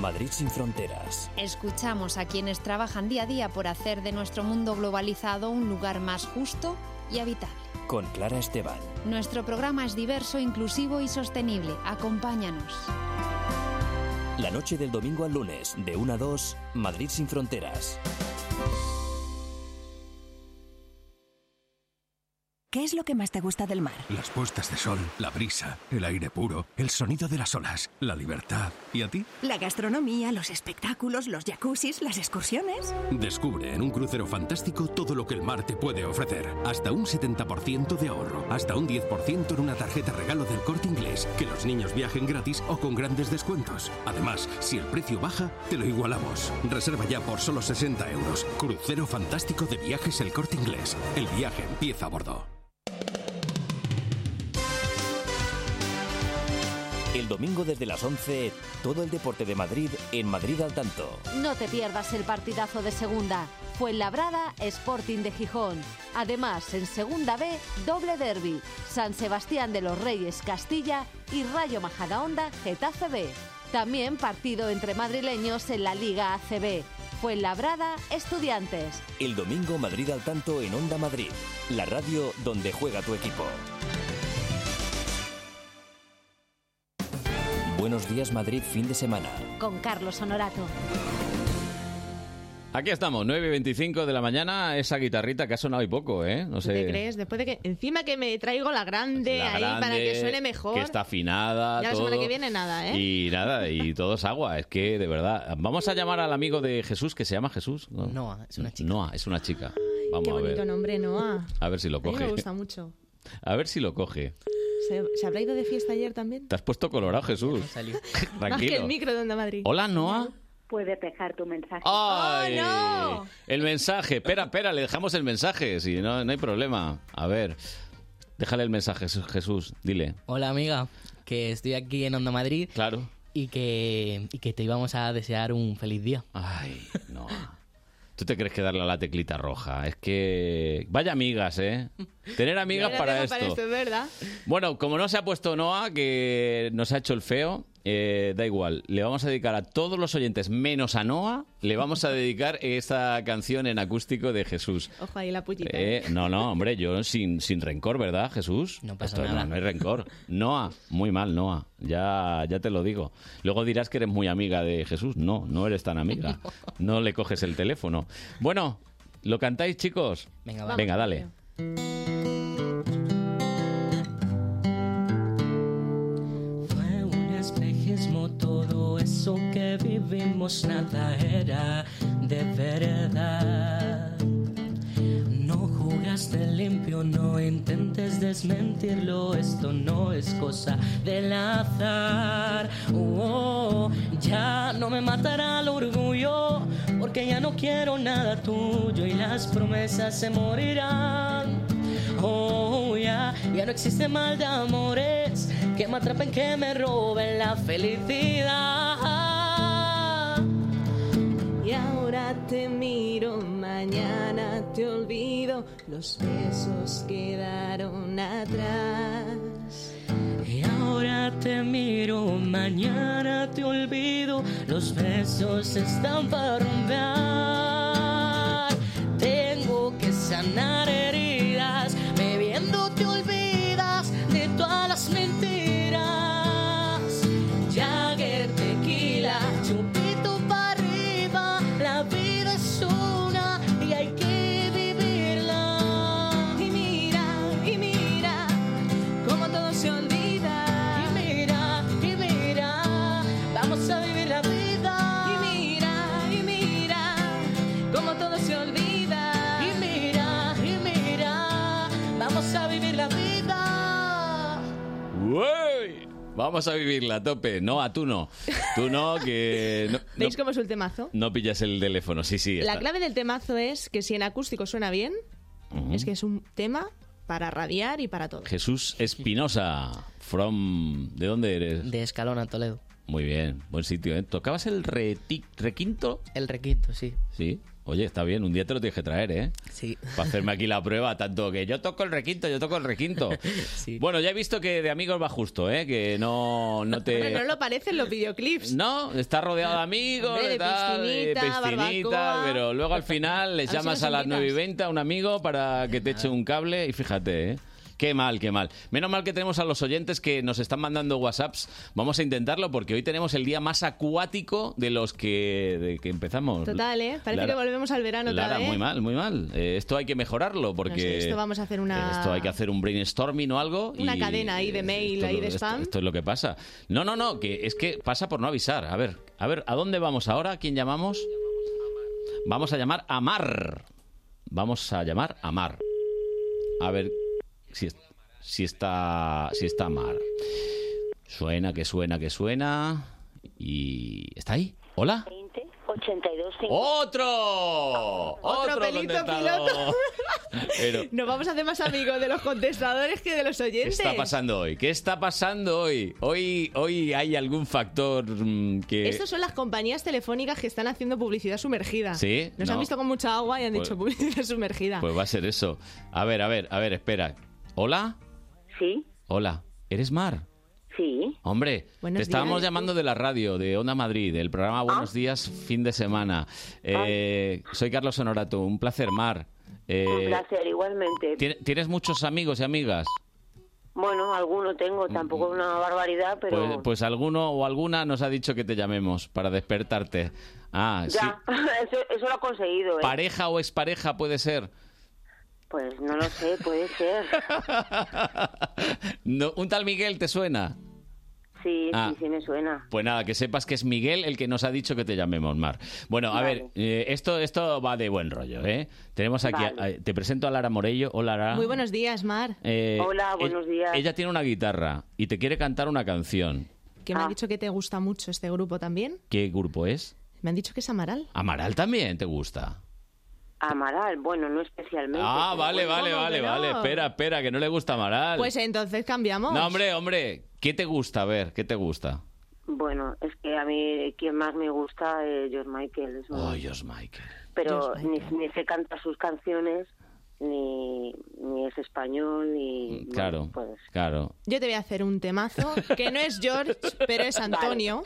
[SPEAKER 1] Madrid sin fronteras.
[SPEAKER 18] Escuchamos a quienes trabajan día a día por hacer de nuestro mundo globalizado un lugar más justo y habitable.
[SPEAKER 1] Con Clara Esteban.
[SPEAKER 18] Nuestro programa es diverso, inclusivo y sostenible. Acompáñanos.
[SPEAKER 1] La noche del domingo al lunes, de 1 a 2, Madrid sin fronteras.
[SPEAKER 19] ¿Qué es lo que más te gusta del mar?
[SPEAKER 20] Las puestas de sol, la brisa, el aire puro, el sonido de las olas, la libertad. ¿Y a ti?
[SPEAKER 19] La gastronomía, los espectáculos, los jacuzzis, las excursiones.
[SPEAKER 20] Descubre en un crucero fantástico todo lo que el mar te puede ofrecer. Hasta un 70% de ahorro, hasta un 10% en una tarjeta regalo del corte inglés. Que los niños viajen gratis o con grandes descuentos. Además, si el precio baja, te lo igualamos. Reserva ya por solo 60 euros. Crucero fantástico de viajes el corte inglés. El viaje empieza a bordo.
[SPEAKER 1] El domingo desde las 11, todo el deporte de Madrid en Madrid al tanto.
[SPEAKER 9] No te pierdas el partidazo de segunda. Fuenlabrada, Sporting de Gijón. Además, en segunda B, doble derby. San Sebastián de los Reyes, Castilla y Rayo Majadahonda, Getafe B. También partido entre madrileños en la Liga ACB. Fuenlabrada, Estudiantes.
[SPEAKER 1] El domingo Madrid al tanto en Onda Madrid, la radio donde juega tu equipo. Buenos días Madrid fin de semana.
[SPEAKER 9] Con Carlos Honorato.
[SPEAKER 2] Aquí estamos, 9 y 25 de la mañana, esa guitarrita que ha sonado y poco, ¿eh? No sé.
[SPEAKER 12] ¿Te crees? Después de que. Encima que me traigo la grande
[SPEAKER 2] La
[SPEAKER 12] ahí para
[SPEAKER 2] grande,
[SPEAKER 12] que suene mejor.
[SPEAKER 2] Que está afinada.
[SPEAKER 12] ya la semana
[SPEAKER 2] todo.
[SPEAKER 12] que viene nada, ¿eh?
[SPEAKER 2] Y nada, y todo es agua, es que de verdad. Vamos a llamar al amigo de Jesús, que se llama Jesús. No, Noa, es una chica. Noa, es una chica. Vamos
[SPEAKER 12] Qué
[SPEAKER 2] a
[SPEAKER 12] bonito
[SPEAKER 2] ver.
[SPEAKER 12] nombre, Noah.
[SPEAKER 2] A ver si lo
[SPEAKER 12] A mí me
[SPEAKER 2] coge.
[SPEAKER 12] gusta mucho.
[SPEAKER 2] A ver si lo coge.
[SPEAKER 12] ¿Se, se habrá ido de fiesta ayer también?
[SPEAKER 2] Te has puesto colorado, Jesús.
[SPEAKER 12] Más que el
[SPEAKER 2] Tranquilo.
[SPEAKER 12] micro de Onda Madrid.
[SPEAKER 2] Hola, Noa.
[SPEAKER 21] Puede dejar tu mensaje.
[SPEAKER 12] Oh,
[SPEAKER 2] ¡Ay! El mensaje. Espera, espera, le dejamos el mensaje. Si no, no hay problema. A ver. Déjale el mensaje, Jesús- Jesús. Dile.
[SPEAKER 6] Hola amiga, que estoy aquí en Onda Madrid.
[SPEAKER 2] Claro.
[SPEAKER 6] Y que, y que te íbamos a desear un feliz día.
[SPEAKER 2] Ay, no. ¿Tú te crees que darle a la teclita roja? Es que. Vaya amigas, ¿eh? Tener amigas
[SPEAKER 12] Yo la
[SPEAKER 2] para
[SPEAKER 12] tengo
[SPEAKER 2] esto.
[SPEAKER 12] para esto, ¿eh? es verdad.
[SPEAKER 2] Bueno, como no se ha puesto Noah, que nos ha hecho el feo, eh, da igual. Le vamos a dedicar a todos los oyentes, menos a Noah, le vamos a dedicar esta canción en acústico de Jesús.
[SPEAKER 12] Ojo ahí la pullita.
[SPEAKER 2] Eh, no, no, hombre, yo sin, sin rencor, ¿verdad, Jesús? No
[SPEAKER 6] pasa
[SPEAKER 2] Esto,
[SPEAKER 6] nada.
[SPEAKER 2] No, no hay rencor. Noah, muy mal, Noah. Ya, ya te lo digo. Luego dirás que eres muy amiga de Jesús. No, no eres tan amiga. No le coges el teléfono. Bueno, ¿lo cantáis, chicos?
[SPEAKER 6] Venga, vale.
[SPEAKER 2] Venga,
[SPEAKER 6] Vamos,
[SPEAKER 2] dale.
[SPEAKER 13] Fue un espejismo todo eso que vivimos, nada era de verdad. No jugaste limpio, no intentes desmentirlo, esto no es cosa del azar. Oh, ya no me matará el orgullo, porque ya no quiero nada tuyo y las promesas se morirán. Oh, ya, ya no existe mal de amores que me atrapen, que me roben la felicidad.
[SPEAKER 12] Y ahora te miro, mañana te olvido, los besos quedaron atrás.
[SPEAKER 13] Y ahora te miro, mañana te olvido, los besos están para rumbear. Tengo que sanar heridas, bebiendo te olvidas de todas las mentiras. Jagger, tequila, chupito para arriba, la vida es una y hay que vivirla. Y mira, y mira, como todo se olvida. Y mira, y mira, vamos a vivir la vida. Y mira, y mira, como todo se olvida. Y mira, y mira, vamos a vivir la vida.
[SPEAKER 2] ¡Uey! Vamos a vivirla a tope. Noah, tú no. Tú no, que. No, no-
[SPEAKER 12] ¿Veis cómo es el temazo?
[SPEAKER 2] no pillas el teléfono. Sí, sí.
[SPEAKER 12] La
[SPEAKER 2] está.
[SPEAKER 12] clave del temazo es que si en acústico suena bien,
[SPEAKER 2] Ujú.
[SPEAKER 12] es que es un tema para radiar y para todo.
[SPEAKER 2] Jesús Espinosa, from... ¿De dónde eres?
[SPEAKER 6] De Escalona, Toledo.
[SPEAKER 2] Muy bien, buen sitio, ¿eh? ¿Tocabas el reti- requinto?
[SPEAKER 6] El requinto, sí.
[SPEAKER 2] Sí. Oye, está bien, un día te lo tienes que traer, ¿eh?
[SPEAKER 6] Sí.
[SPEAKER 2] Para hacerme aquí la prueba, tanto que yo toco el requinto, yo toco el requinto. Bueno, ya he visto que de amigos va justo, ¿eh? Que no, no te...
[SPEAKER 12] Pero no lo parecen los videoclips.
[SPEAKER 2] Eh, No, está rodeado de amigos,
[SPEAKER 12] Hombre, de
[SPEAKER 2] tal, de
[SPEAKER 12] piscinita,
[SPEAKER 2] piscinita,
[SPEAKER 12] barbacoa.
[SPEAKER 2] pero luego al final le
[SPEAKER 12] A ver si
[SPEAKER 2] llamas
[SPEAKER 12] nos
[SPEAKER 2] a las
[SPEAKER 12] invitas.
[SPEAKER 2] 9 y 20 a un amigo para que te eche un cable y fíjate, ¿eh? Qué mal, qué mal. Menos mal que tenemos a los oyentes que nos están mandando WhatsApps. Vamos a intentarlo porque hoy tenemos el día más acuático de los que, de que empezamos.
[SPEAKER 12] Total, ¿eh? Parece
[SPEAKER 2] Lara-
[SPEAKER 12] que volvemos al verano otra
[SPEAKER 2] Lara,
[SPEAKER 12] vez.
[SPEAKER 2] muy mal, muy mal. Eh, esto hay que mejorarlo
[SPEAKER 12] No
[SPEAKER 2] porque...
[SPEAKER 12] sé, esto vamos a hacer una,
[SPEAKER 2] Esto hay que hacer un brainstorming o algo. y-
[SPEAKER 12] una cadena ahí de mail,
[SPEAKER 2] esto
[SPEAKER 12] ahí
[SPEAKER 2] lo-
[SPEAKER 12] de
[SPEAKER 2] esto-
[SPEAKER 12] spam.
[SPEAKER 2] Esto, es lo que pasa. No, no, no, que es que pasa por no avisar. A ver, a ver, ¿a dónde vamos ahora? ¿A quién llamamos? Vamos a llamar a Mar. Vamos a llamar a Mar. A ver si, es- si está si está Mar. Suena, que suena, que suena. ¿Y está ahí? ¿Hola?
[SPEAKER 21] 82,
[SPEAKER 2] ¡Otro!
[SPEAKER 12] Otro pelito
[SPEAKER 2] contestador!
[SPEAKER 12] piloto.
[SPEAKER 2] Pero,
[SPEAKER 12] Nos vamos a hacer más amigos de los contestadores que de los
[SPEAKER 2] ¿Qué
[SPEAKER 12] oyentes.
[SPEAKER 2] está pasando hoy? ¿Qué está pasando hoy? Hoy, hoy hay algún factor mm, que.
[SPEAKER 12] Estas son las compañías telefónicas que están haciendo publicidad sumergida.
[SPEAKER 2] ¿Sí?
[SPEAKER 12] Nos
[SPEAKER 2] No.
[SPEAKER 12] han visto con mucha agua y han
[SPEAKER 2] Pues-
[SPEAKER 12] dicho publicidad sumergida.
[SPEAKER 2] Pues va a ser eso. A ver, a ver, a ver, espera. ¿Hola?
[SPEAKER 21] Sí.
[SPEAKER 2] Hola. ¿Eres Mar?
[SPEAKER 21] Sí.
[SPEAKER 2] Hombre,
[SPEAKER 21] Buenos
[SPEAKER 2] te estábamos
[SPEAKER 21] días.
[SPEAKER 2] llamando de la radio, de Onda Madrid, del programa Buenos Días, fin de semana. Eh, soy Carlos Honorato, un placer, Mar. Eh,
[SPEAKER 21] Un placer, igualmente.
[SPEAKER 2] ¿tien- ¿Tienes muchos amigos y amigas?
[SPEAKER 15] Bueno, alguno
[SPEAKER 2] Mm,
[SPEAKER 15] tengo, tampoco es una barbaridad, pero
[SPEAKER 2] Pues, pues alguno o alguna nos ha dicho que te llamemos para despertarte. Ah, sí.
[SPEAKER 15] ya, eso, eso lo ha conseguido. ¿eh?
[SPEAKER 12] Pues-
[SPEAKER 2] ¿Pareja o expareja puede ser?
[SPEAKER 15] Pues no lo sé, puede ser.
[SPEAKER 2] No, ¿Un tal Miguel te suena?
[SPEAKER 15] Sí,
[SPEAKER 2] Ah.
[SPEAKER 15] sí, sí me suena.
[SPEAKER 2] Pues nada, que sepas que es Miguel el que nos ha dicho que te llamemos, Mar. Bueno, a ver, eh, esto, esto va de buen rollo, ¿eh? Tenemos aquí, a- a- te presento a Lara Morello. Hola, Lara.
[SPEAKER 12] Muy buenos días, Mar.
[SPEAKER 2] Ah. Eh, e- Ella tiene una guitarra y te quiere cantar una canción.
[SPEAKER 12] Que
[SPEAKER 21] Ah.
[SPEAKER 12] me han dicho que te gusta mucho este grupo también.
[SPEAKER 2] ¿Qué grupo es?
[SPEAKER 12] Me han dicho que es Amaral.
[SPEAKER 2] Amaral también te gusta.
[SPEAKER 15] Amaral, Ah, bueno, no especialmente.
[SPEAKER 2] Ah,
[SPEAKER 15] pero
[SPEAKER 2] vale,
[SPEAKER 15] bueno.
[SPEAKER 2] vale, vale,
[SPEAKER 12] no?
[SPEAKER 2] vale. Espera, espera, que no le gusta Amaral.
[SPEAKER 12] Pues entonces cambiamos.
[SPEAKER 2] no, hombre, hombre. ¿Qué te gusta? A ver, ¿qué te gusta?
[SPEAKER 15] Bueno, es que a mí quien más me gusta es George Michael. es un-
[SPEAKER 2] Oh, Dios Michael.
[SPEAKER 15] Pero ni, ni se canta sus canciones, ni, ni es español, ni...
[SPEAKER 2] Mm,
[SPEAKER 15] pues
[SPEAKER 2] Claro, claro.
[SPEAKER 12] Yo te voy a hacer un temazo que no es George, pero es Antonio.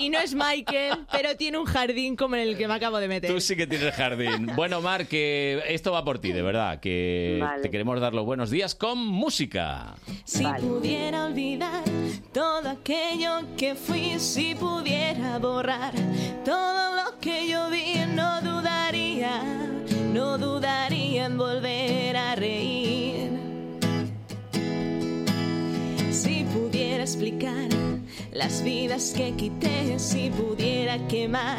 [SPEAKER 12] Y no es Michael, pero tiene un jardín como el que me acabo de meter.
[SPEAKER 2] Tú sí que tienes jardín. Bueno, Mar, que esto va por ti, de verdad. Que
[SPEAKER 12] Vale.
[SPEAKER 2] te queremos dar los buenos días con música.
[SPEAKER 11] Si pudiera olvidar todo aquello que fui, si pudiera borrar todo lo que yo vi, no dudaría, no dudaría en volver a reír. Si pudiera explicar las vidas que quité, si pudiera quemar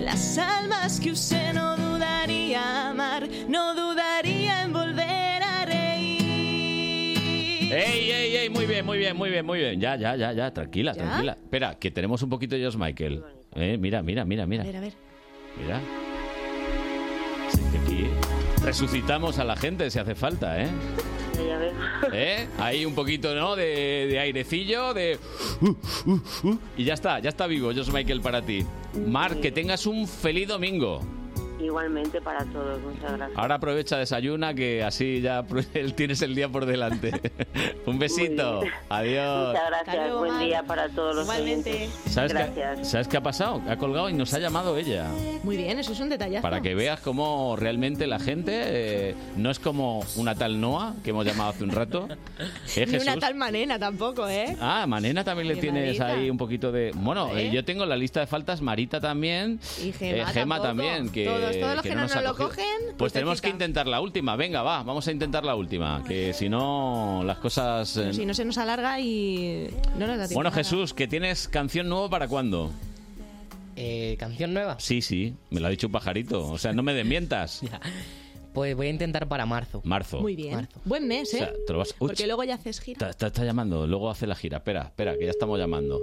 [SPEAKER 11] las almas que usé, no dudaría amar, no dudaría en volver a reír.
[SPEAKER 2] ¡Ey, ey, ey! Muy bien, muy bien, muy bien, muy bien. Ya, ya, ya, ya. Tranquila, tranquila. Espera, que tenemos un poquito de George Michael. Eh, mira, mira, mira, mira.
[SPEAKER 11] A ver, a ver.
[SPEAKER 2] Mira. Sí, que aquí resucitamos a la gente si hace falta, ¿eh?
[SPEAKER 15] Ya veo.
[SPEAKER 2] ¿Eh? Ahí un poquito, ¿no? De, de airecillo, de... uh, uh, uh, y ya está, ya está vivo, George Michael, para ti. Mar, que tengas un feliz domingo.
[SPEAKER 15] Igualmente para todos, muchas gracias.
[SPEAKER 2] Ahora aprovecha, desayuna, que así ya tienes el día por delante. un besito. Adiós.
[SPEAKER 15] Muchas gracias, buen día para todos los
[SPEAKER 12] Igualmente.
[SPEAKER 15] oyentes.
[SPEAKER 2] ¿Sabes
[SPEAKER 15] gracias.
[SPEAKER 2] qué, ¿Sabes qué ha pasado? Ha colgado y nos ha llamado ella.
[SPEAKER 12] Muy bien, eso es un detallazo.
[SPEAKER 2] Para que veas cómo realmente la gente eh, no es como una tal Noa, que hemos llamado hace un rato. Es
[SPEAKER 12] Ni una
[SPEAKER 2] Jesús.
[SPEAKER 12] tal manena tampoco, ¿eh?
[SPEAKER 2] Ah, Manena también le
[SPEAKER 12] Y
[SPEAKER 2] tienes
[SPEAKER 12] Marita.
[SPEAKER 2] ahí un poquito de... Bueno,
[SPEAKER 12] ¿Eh?
[SPEAKER 2] eh, yo tengo la lista de faltas, Marita también,
[SPEAKER 12] Y Gema,
[SPEAKER 2] eh, Gema
[SPEAKER 12] tampoco.
[SPEAKER 2] también, que,
[SPEAKER 12] todos, todos los que, no
[SPEAKER 2] nos
[SPEAKER 12] nos
[SPEAKER 2] ha
[SPEAKER 12] lo
[SPEAKER 2] cogido.
[SPEAKER 12] cogen.
[SPEAKER 2] Pues tenemos que intentar la última, venga, va, vamos a intentar la última, que si no las cosas... eh,
[SPEAKER 12] pues Si no se nos alarga y no nos da tiempo.
[SPEAKER 2] Bueno, Jesús, que tienes canción nueva para cuándo?
[SPEAKER 6] Eh, ¿Canción nueva?
[SPEAKER 2] Sí, sí, me lo ha dicho un pajarito, o sea, no me desmientas.
[SPEAKER 6] Pues voy a intentar para marzo.
[SPEAKER 2] Marzo.
[SPEAKER 12] Muy bien. Buen mes,
[SPEAKER 2] O
[SPEAKER 12] ¿eh?
[SPEAKER 2] sea, te lo vas- Uy,
[SPEAKER 12] Porque luego ya haces gira.
[SPEAKER 2] Está, está- está llamando, luego hace la gira. Espera, espera, que ya estamos llamando.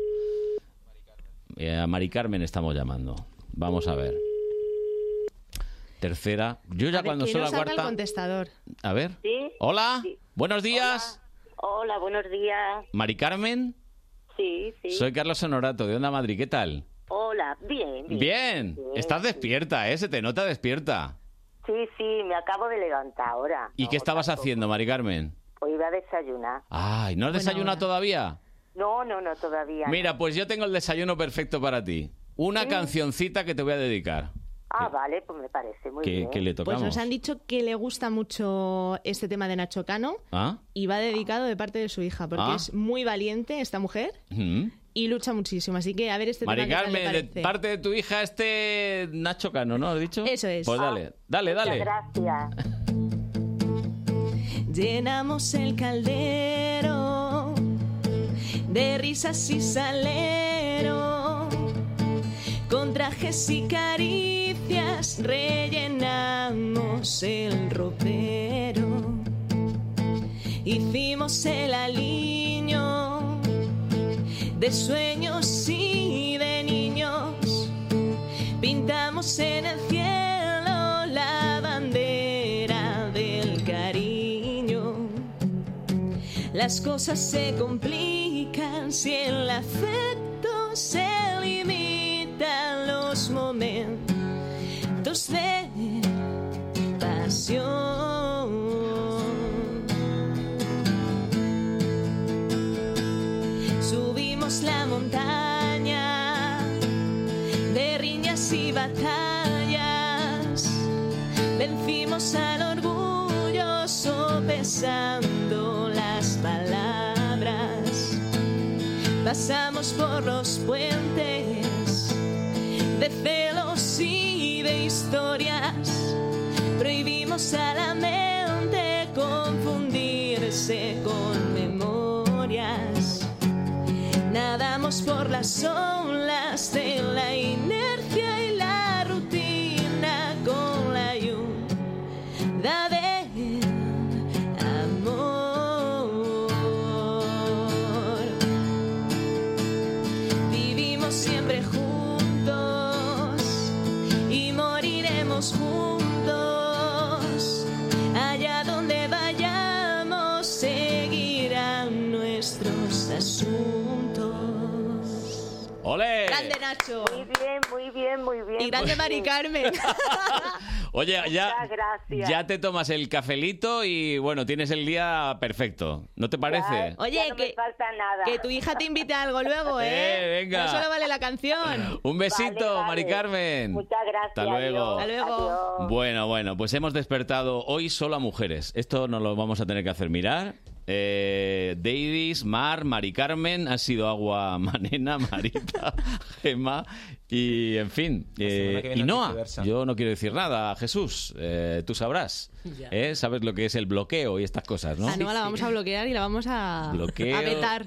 [SPEAKER 2] Eh, a Mari Carmen estamos llamando. Vamos a ver. Tercera. Yo ya
[SPEAKER 12] A ver,
[SPEAKER 2] cuando
[SPEAKER 12] que
[SPEAKER 2] soy
[SPEAKER 12] no
[SPEAKER 2] la
[SPEAKER 12] salga el
[SPEAKER 2] cuarta.
[SPEAKER 12] contestador.
[SPEAKER 2] A ver.
[SPEAKER 15] ¿Sí?
[SPEAKER 2] Hola. Buenos días.
[SPEAKER 15] Hola, buenos días.
[SPEAKER 2] Mari Carmen.
[SPEAKER 15] Sí, sí.
[SPEAKER 2] Soy Carlos Sonorato de Onda Madrid. ¿Qué tal?
[SPEAKER 15] Hola, bien, bien.
[SPEAKER 2] Bien. Estás despierta, ¿eh? Se te nota despierta.
[SPEAKER 15] Sí, sí, me acabo de levantar ahora.
[SPEAKER 2] ¿Y qué estabas haciendo, Mari Carmen?
[SPEAKER 15] Hoy iba a desayunar.
[SPEAKER 2] Ay, ¿no has desayunado todavía?
[SPEAKER 15] No, no, no, todavía. no.
[SPEAKER 2] Mira, pues yo tengo el desayuno perfecto para ti. Una
[SPEAKER 12] Mm.
[SPEAKER 15] Sí.
[SPEAKER 2] cancioncita que te voy a dedicar.
[SPEAKER 15] Ah, vale, pues me parece muy
[SPEAKER 2] ¿Qué-
[SPEAKER 15] bien.
[SPEAKER 2] qué le
[SPEAKER 12] Pues
[SPEAKER 2] tocamos?
[SPEAKER 12] nos han dicho que le gusta mucho este tema de Nacho Cano
[SPEAKER 2] ¿Ah?
[SPEAKER 12] y va dedicado de parte de su hija, porque
[SPEAKER 2] Ah.
[SPEAKER 12] es muy valiente esta mujer
[SPEAKER 2] Mm.
[SPEAKER 12] y lucha muchísimo. Así que a ver este
[SPEAKER 2] Mari
[SPEAKER 12] tema. ¿qué tal le
[SPEAKER 2] Carmen, de
[SPEAKER 12] parece?
[SPEAKER 2] parte de tu hija, este Nacho Cano, ¿no? ¿Has dicho?
[SPEAKER 12] Eso es.
[SPEAKER 2] Pues dale, dale,
[SPEAKER 11] Muchas
[SPEAKER 2] dale.
[SPEAKER 15] Ah. Gracias.
[SPEAKER 11] Llenamos el caldero de risas y salero, con trajes y caricias rellenamos el ropero. Hicimos el aliño de sueños y de niños. Pintamos en el cielo la bandera del cariño. Las cosas se complican si el afecto se limita a los momentos de pasión. Subimos la montaña de riñas y batallas. Vencimos al orgullo sopesando las balas. pasamos por los puentes de celos y de historias. Prohibimos a la mente confundirse con memorias. Nadamos por las olas de la inercia y la rutina con la ayuda del amor. Vivimos siempre juntos y moriremos juntos. Allá donde vayamos seguirán nuestros asuntos.
[SPEAKER 2] ¡Ole!
[SPEAKER 12] Grande Nacho. Muy
[SPEAKER 15] bien, muy bien, muy bien.
[SPEAKER 12] Y grande
[SPEAKER 2] muy
[SPEAKER 12] Mari
[SPEAKER 2] bien.
[SPEAKER 12] Carmen.
[SPEAKER 2] Oye, ya,
[SPEAKER 15] Muchas gracias.
[SPEAKER 2] ya te tomas el cafelito y bueno, tienes el día perfecto. ¿No te parece?
[SPEAKER 12] Oye, que, que tu hija te invite a algo luego,
[SPEAKER 2] Eh,
[SPEAKER 12] ¿eh?
[SPEAKER 2] venga.
[SPEAKER 12] No solo vale la canción.
[SPEAKER 2] Un besito, Mari Carmen.
[SPEAKER 15] gracias.
[SPEAKER 2] Hasta luego.
[SPEAKER 12] Hasta luego.
[SPEAKER 2] Bueno, bueno, pues hemos despertado hoy solo a mujeres. Esto nos lo vamos a tener que hacer mirar. Eh, Davis, Mar, Mari Carmen, ha sido Agua Manena, Marita, Gemma y en fin. eh,
[SPEAKER 10] que viene
[SPEAKER 2] y Noa,
[SPEAKER 10] viceversa.
[SPEAKER 2] yo no quiero decir nada, Jesús, eh, tú sabrás.
[SPEAKER 12] Ya.
[SPEAKER 2] ¿eh? Sabes lo que es el bloqueo y estas cosas, ¿no?
[SPEAKER 12] Ah, no, la vamos a bloquear y la vamos a,
[SPEAKER 2] Bloqueo.
[SPEAKER 12] a vetar.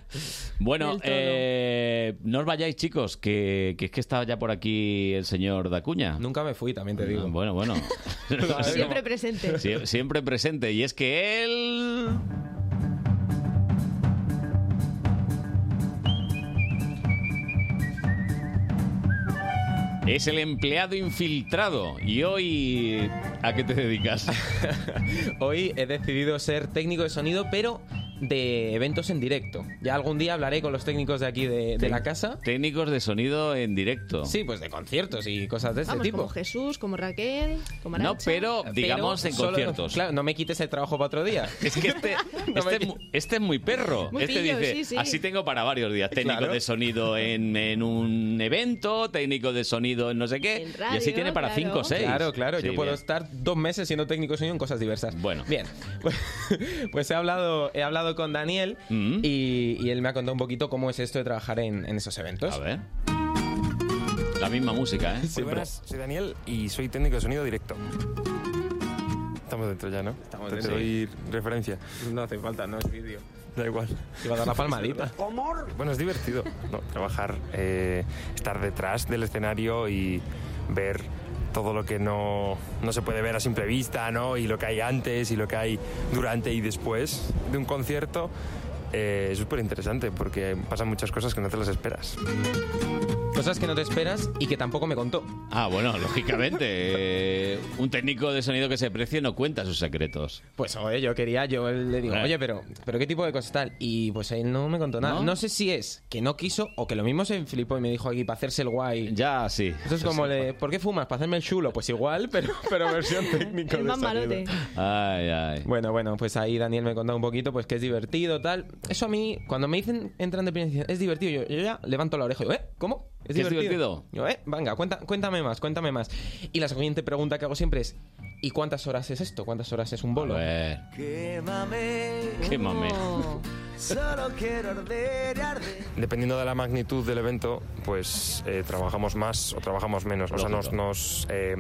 [SPEAKER 2] Bueno,
[SPEAKER 12] Del todo.
[SPEAKER 2] eh, no os vayáis, chicos, que, que es que estaba ya por aquí el señor Dacuña. Nunca me fui, también te digo. Bueno, bueno.
[SPEAKER 12] Siempre presente.
[SPEAKER 2] Sie- siempre presente. Y es que él. Es el empleado infiltrado. Y hoy. ¿A qué te dedicas?
[SPEAKER 10] Hoy he decidido ser técnico de sonido, pero de eventos en directo. Ya algún día hablaré con los técnicos de aquí de, de la casa.
[SPEAKER 2] Técnicos de sonido en directo.
[SPEAKER 10] Sí, pues de conciertos y cosas de ese
[SPEAKER 12] Vamos,
[SPEAKER 10] tipo.
[SPEAKER 12] como Jesús, como Raquel, como
[SPEAKER 10] No,
[SPEAKER 12] Arancha.
[SPEAKER 10] pero
[SPEAKER 2] digamos en
[SPEAKER 10] solo-
[SPEAKER 2] conciertos.
[SPEAKER 10] claro, no me quites el trabajo para otro día.
[SPEAKER 2] Es que este, este, es mu- este es muy perro.
[SPEAKER 10] Muy
[SPEAKER 2] este
[SPEAKER 10] pillo,
[SPEAKER 2] dice,
[SPEAKER 10] sí, sí.
[SPEAKER 2] así tengo para varios días. Técnico
[SPEAKER 10] Claro.
[SPEAKER 2] de sonido en, en un evento, técnico de sonido en no sé qué. y así tiene para cinco o seis.
[SPEAKER 10] Claro, claro.
[SPEAKER 2] Sí,
[SPEAKER 10] yo puedo
[SPEAKER 2] bien.
[SPEAKER 10] estar dos meses siendo técnico de sonido en cosas diversas. Bueno. Bien. Pues, pues he hablado, he hablado con Daniel
[SPEAKER 2] Mm.
[SPEAKER 10] y, y él me ha contado un poquito cómo es esto de trabajar en, en esos eventos. A
[SPEAKER 2] ver. La misma música, ¿eh?
[SPEAKER 22] Muy buenas, soy Daniel y soy técnico de sonido directo. Estamos dentro ya, ¿no? Estamos Te
[SPEAKER 10] dentro.
[SPEAKER 22] doy referencia.
[SPEAKER 10] No hace falta, no es vídeo.
[SPEAKER 22] Da igual.
[SPEAKER 10] Iba a dar la palmadita.
[SPEAKER 22] Bueno, es divertido, ¿no? Trabajar, eh, estar detrás del escenario y ver todo lo que no, no se puede ver a simple vista, ¿no? Y lo que hay antes y lo que hay durante y después de un concierto. eh, es súper interesante porque pasan muchas cosas que no te las esperas.
[SPEAKER 10] Cosas que no te esperas y que tampoco me contó.
[SPEAKER 2] Ah, bueno, lógicamente. eh, un técnico de sonido que se precie no cuenta sus secretos.
[SPEAKER 10] Pues oye, yo quería, yo le digo,
[SPEAKER 2] Claro.
[SPEAKER 10] oye, pero, pero ¿qué tipo de cosas tal? Y pues él no me contó nada.
[SPEAKER 2] ¿No?
[SPEAKER 10] ¿No? sé si es que no quiso o que lo mismo se flipó y me dijo aquí para hacerse el guay.
[SPEAKER 2] Ya, sí.
[SPEAKER 10] Eso es como, le, ¿por qué fumas? ¿Para hacerme el chulo? Pues igual, pero, pero versión técnico
[SPEAKER 12] El
[SPEAKER 10] de
[SPEAKER 12] más malote.
[SPEAKER 10] sonido. Bueno, bueno, pues ahí Daniel me contaba un poquito, pues que es divertido, tal. Eso a mí, cuando me dicen, entran de primera y dicen, es divertido, yo, yo ya levanto la oreja y digo, ¿eh? ¿Cómo?
[SPEAKER 2] ¿Que es divertido?
[SPEAKER 10] Yo, eh, venga, cuenta- cuéntame más, cuéntame más. Y la siguiente pregunta que hago siempre es, ¿y cuántas horas es esto? ¿Cuántas horas es un bolo?
[SPEAKER 14] Quémame.
[SPEAKER 10] Quémame.
[SPEAKER 14] Solo quiero arder y arder.
[SPEAKER 22] Dependiendo de la magnitud del evento, pues eh, trabajamos más o trabajamos menos. O sea, nos,
[SPEAKER 14] Lógico.
[SPEAKER 22] nos, eh,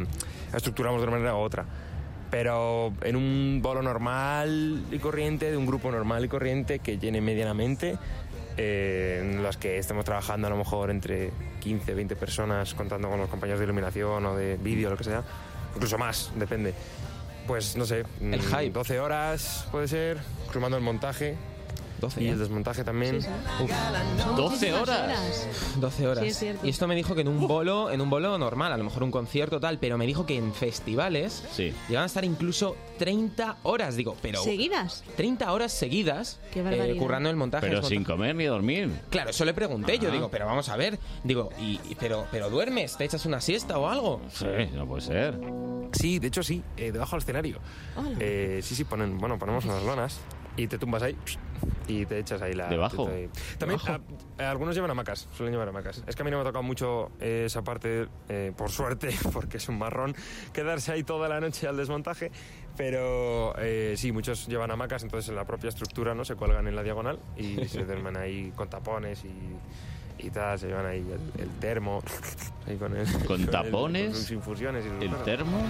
[SPEAKER 22] estructuramos de una manera u otra. Pero en un bolo normal y corriente, de un grupo normal y corriente que llene medianamente, eh, en las que estemos trabajando a lo mejor entre 15, 20 personas, contando con los compañeros de iluminación o de vídeo, lo que sea, incluso más, depende. Pues no sé,
[SPEAKER 10] El
[SPEAKER 22] mm,
[SPEAKER 10] hype.
[SPEAKER 22] 12 horas puede ser, sumando el montaje. y
[SPEAKER 10] ya.
[SPEAKER 22] el desmontaje también.
[SPEAKER 10] Sí,
[SPEAKER 22] Uf.
[SPEAKER 12] Son
[SPEAKER 10] 12
[SPEAKER 12] muchísimas
[SPEAKER 10] horas. 12 horas.
[SPEAKER 12] Sí, es cierto.
[SPEAKER 10] y esto me dijo que en un bolo, en un bolo normal, a lo mejor un concierto tal, pero me dijo que en festivales llegan a estar incluso 30 horas, digo, pero
[SPEAKER 12] Seguidas.
[SPEAKER 10] 30 horas seguidas
[SPEAKER 12] Qué barbaridad.
[SPEAKER 10] Eh, currando el montaje.
[SPEAKER 2] Pero sin
[SPEAKER 10] comer
[SPEAKER 2] ni dormir.
[SPEAKER 10] Claro, eso le pregunté, yo
[SPEAKER 2] Ah.
[SPEAKER 10] digo, pero vamos a ver, digo, y, y- pero pero duermes, te echas una siesta o algo.
[SPEAKER 2] Sí, no puede ser.
[SPEAKER 22] Eh, Sí, de hecho sí, eh, debajo del escenario. Eh, sí, sí, ponen, bueno, ponemos unas lonas y te tumbas ahí y te echas ahí la...
[SPEAKER 2] Debajo.
[SPEAKER 22] teta ahí. También a- a- algunos llevan hamacas, suelen llevar hamacas. Es que a mí no me ha tocado mucho eh, esa parte, eh, por suerte, porque es un marrón quedarse ahí toda la noche al desmontaje, pero eh, sí, muchos llevan hamacas, entonces en la propia estructura no se cuelgan en la diagonal y se duermen ahí con tapones y, y tal, se llevan ahí el, el termo. ahí con, el-
[SPEAKER 2] Con
[SPEAKER 22] el-
[SPEAKER 2] tapones,
[SPEAKER 22] con sus pues infusiones y sus
[SPEAKER 2] el
[SPEAKER 22] cosas.
[SPEAKER 2] termo.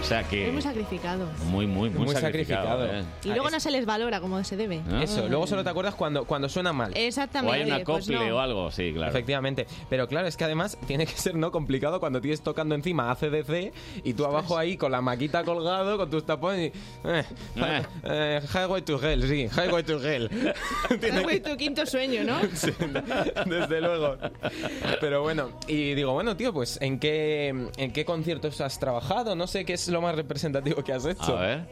[SPEAKER 2] O sea que...
[SPEAKER 12] Muy sacrificados.
[SPEAKER 2] Muy, muy, muy,
[SPEAKER 10] Muy
[SPEAKER 2] sacrificado.
[SPEAKER 10] sacrificado.
[SPEAKER 2] ¿eh?
[SPEAKER 12] Y luego no se les valora como se debe.
[SPEAKER 10] Ah, Eso, luego solo te acuerdas cuando, cuando suena mal.
[SPEAKER 12] Exactamente, O hay un pues acople no. o
[SPEAKER 2] algo, sí, claro.
[SPEAKER 10] Efectivamente. Pero claro, es que además tiene que ser no complicado cuando tienes tocando encima ACDC y tú abajo ahí con la maquita colgado, con tus tapones y... eh,
[SPEAKER 2] Eh.
[SPEAKER 10] eh, highway to Hell, sí, Highway to Hell.
[SPEAKER 12] Es muy Ah, tu quinto sueño, ¿no?
[SPEAKER 10] Sí, desde luego. Pero bueno, y digo, bueno, tío, pues ¿en qué, ¿en qué conciertos has trabajado? No sé qué es lo más representativo que has hecho.
[SPEAKER 2] A ver.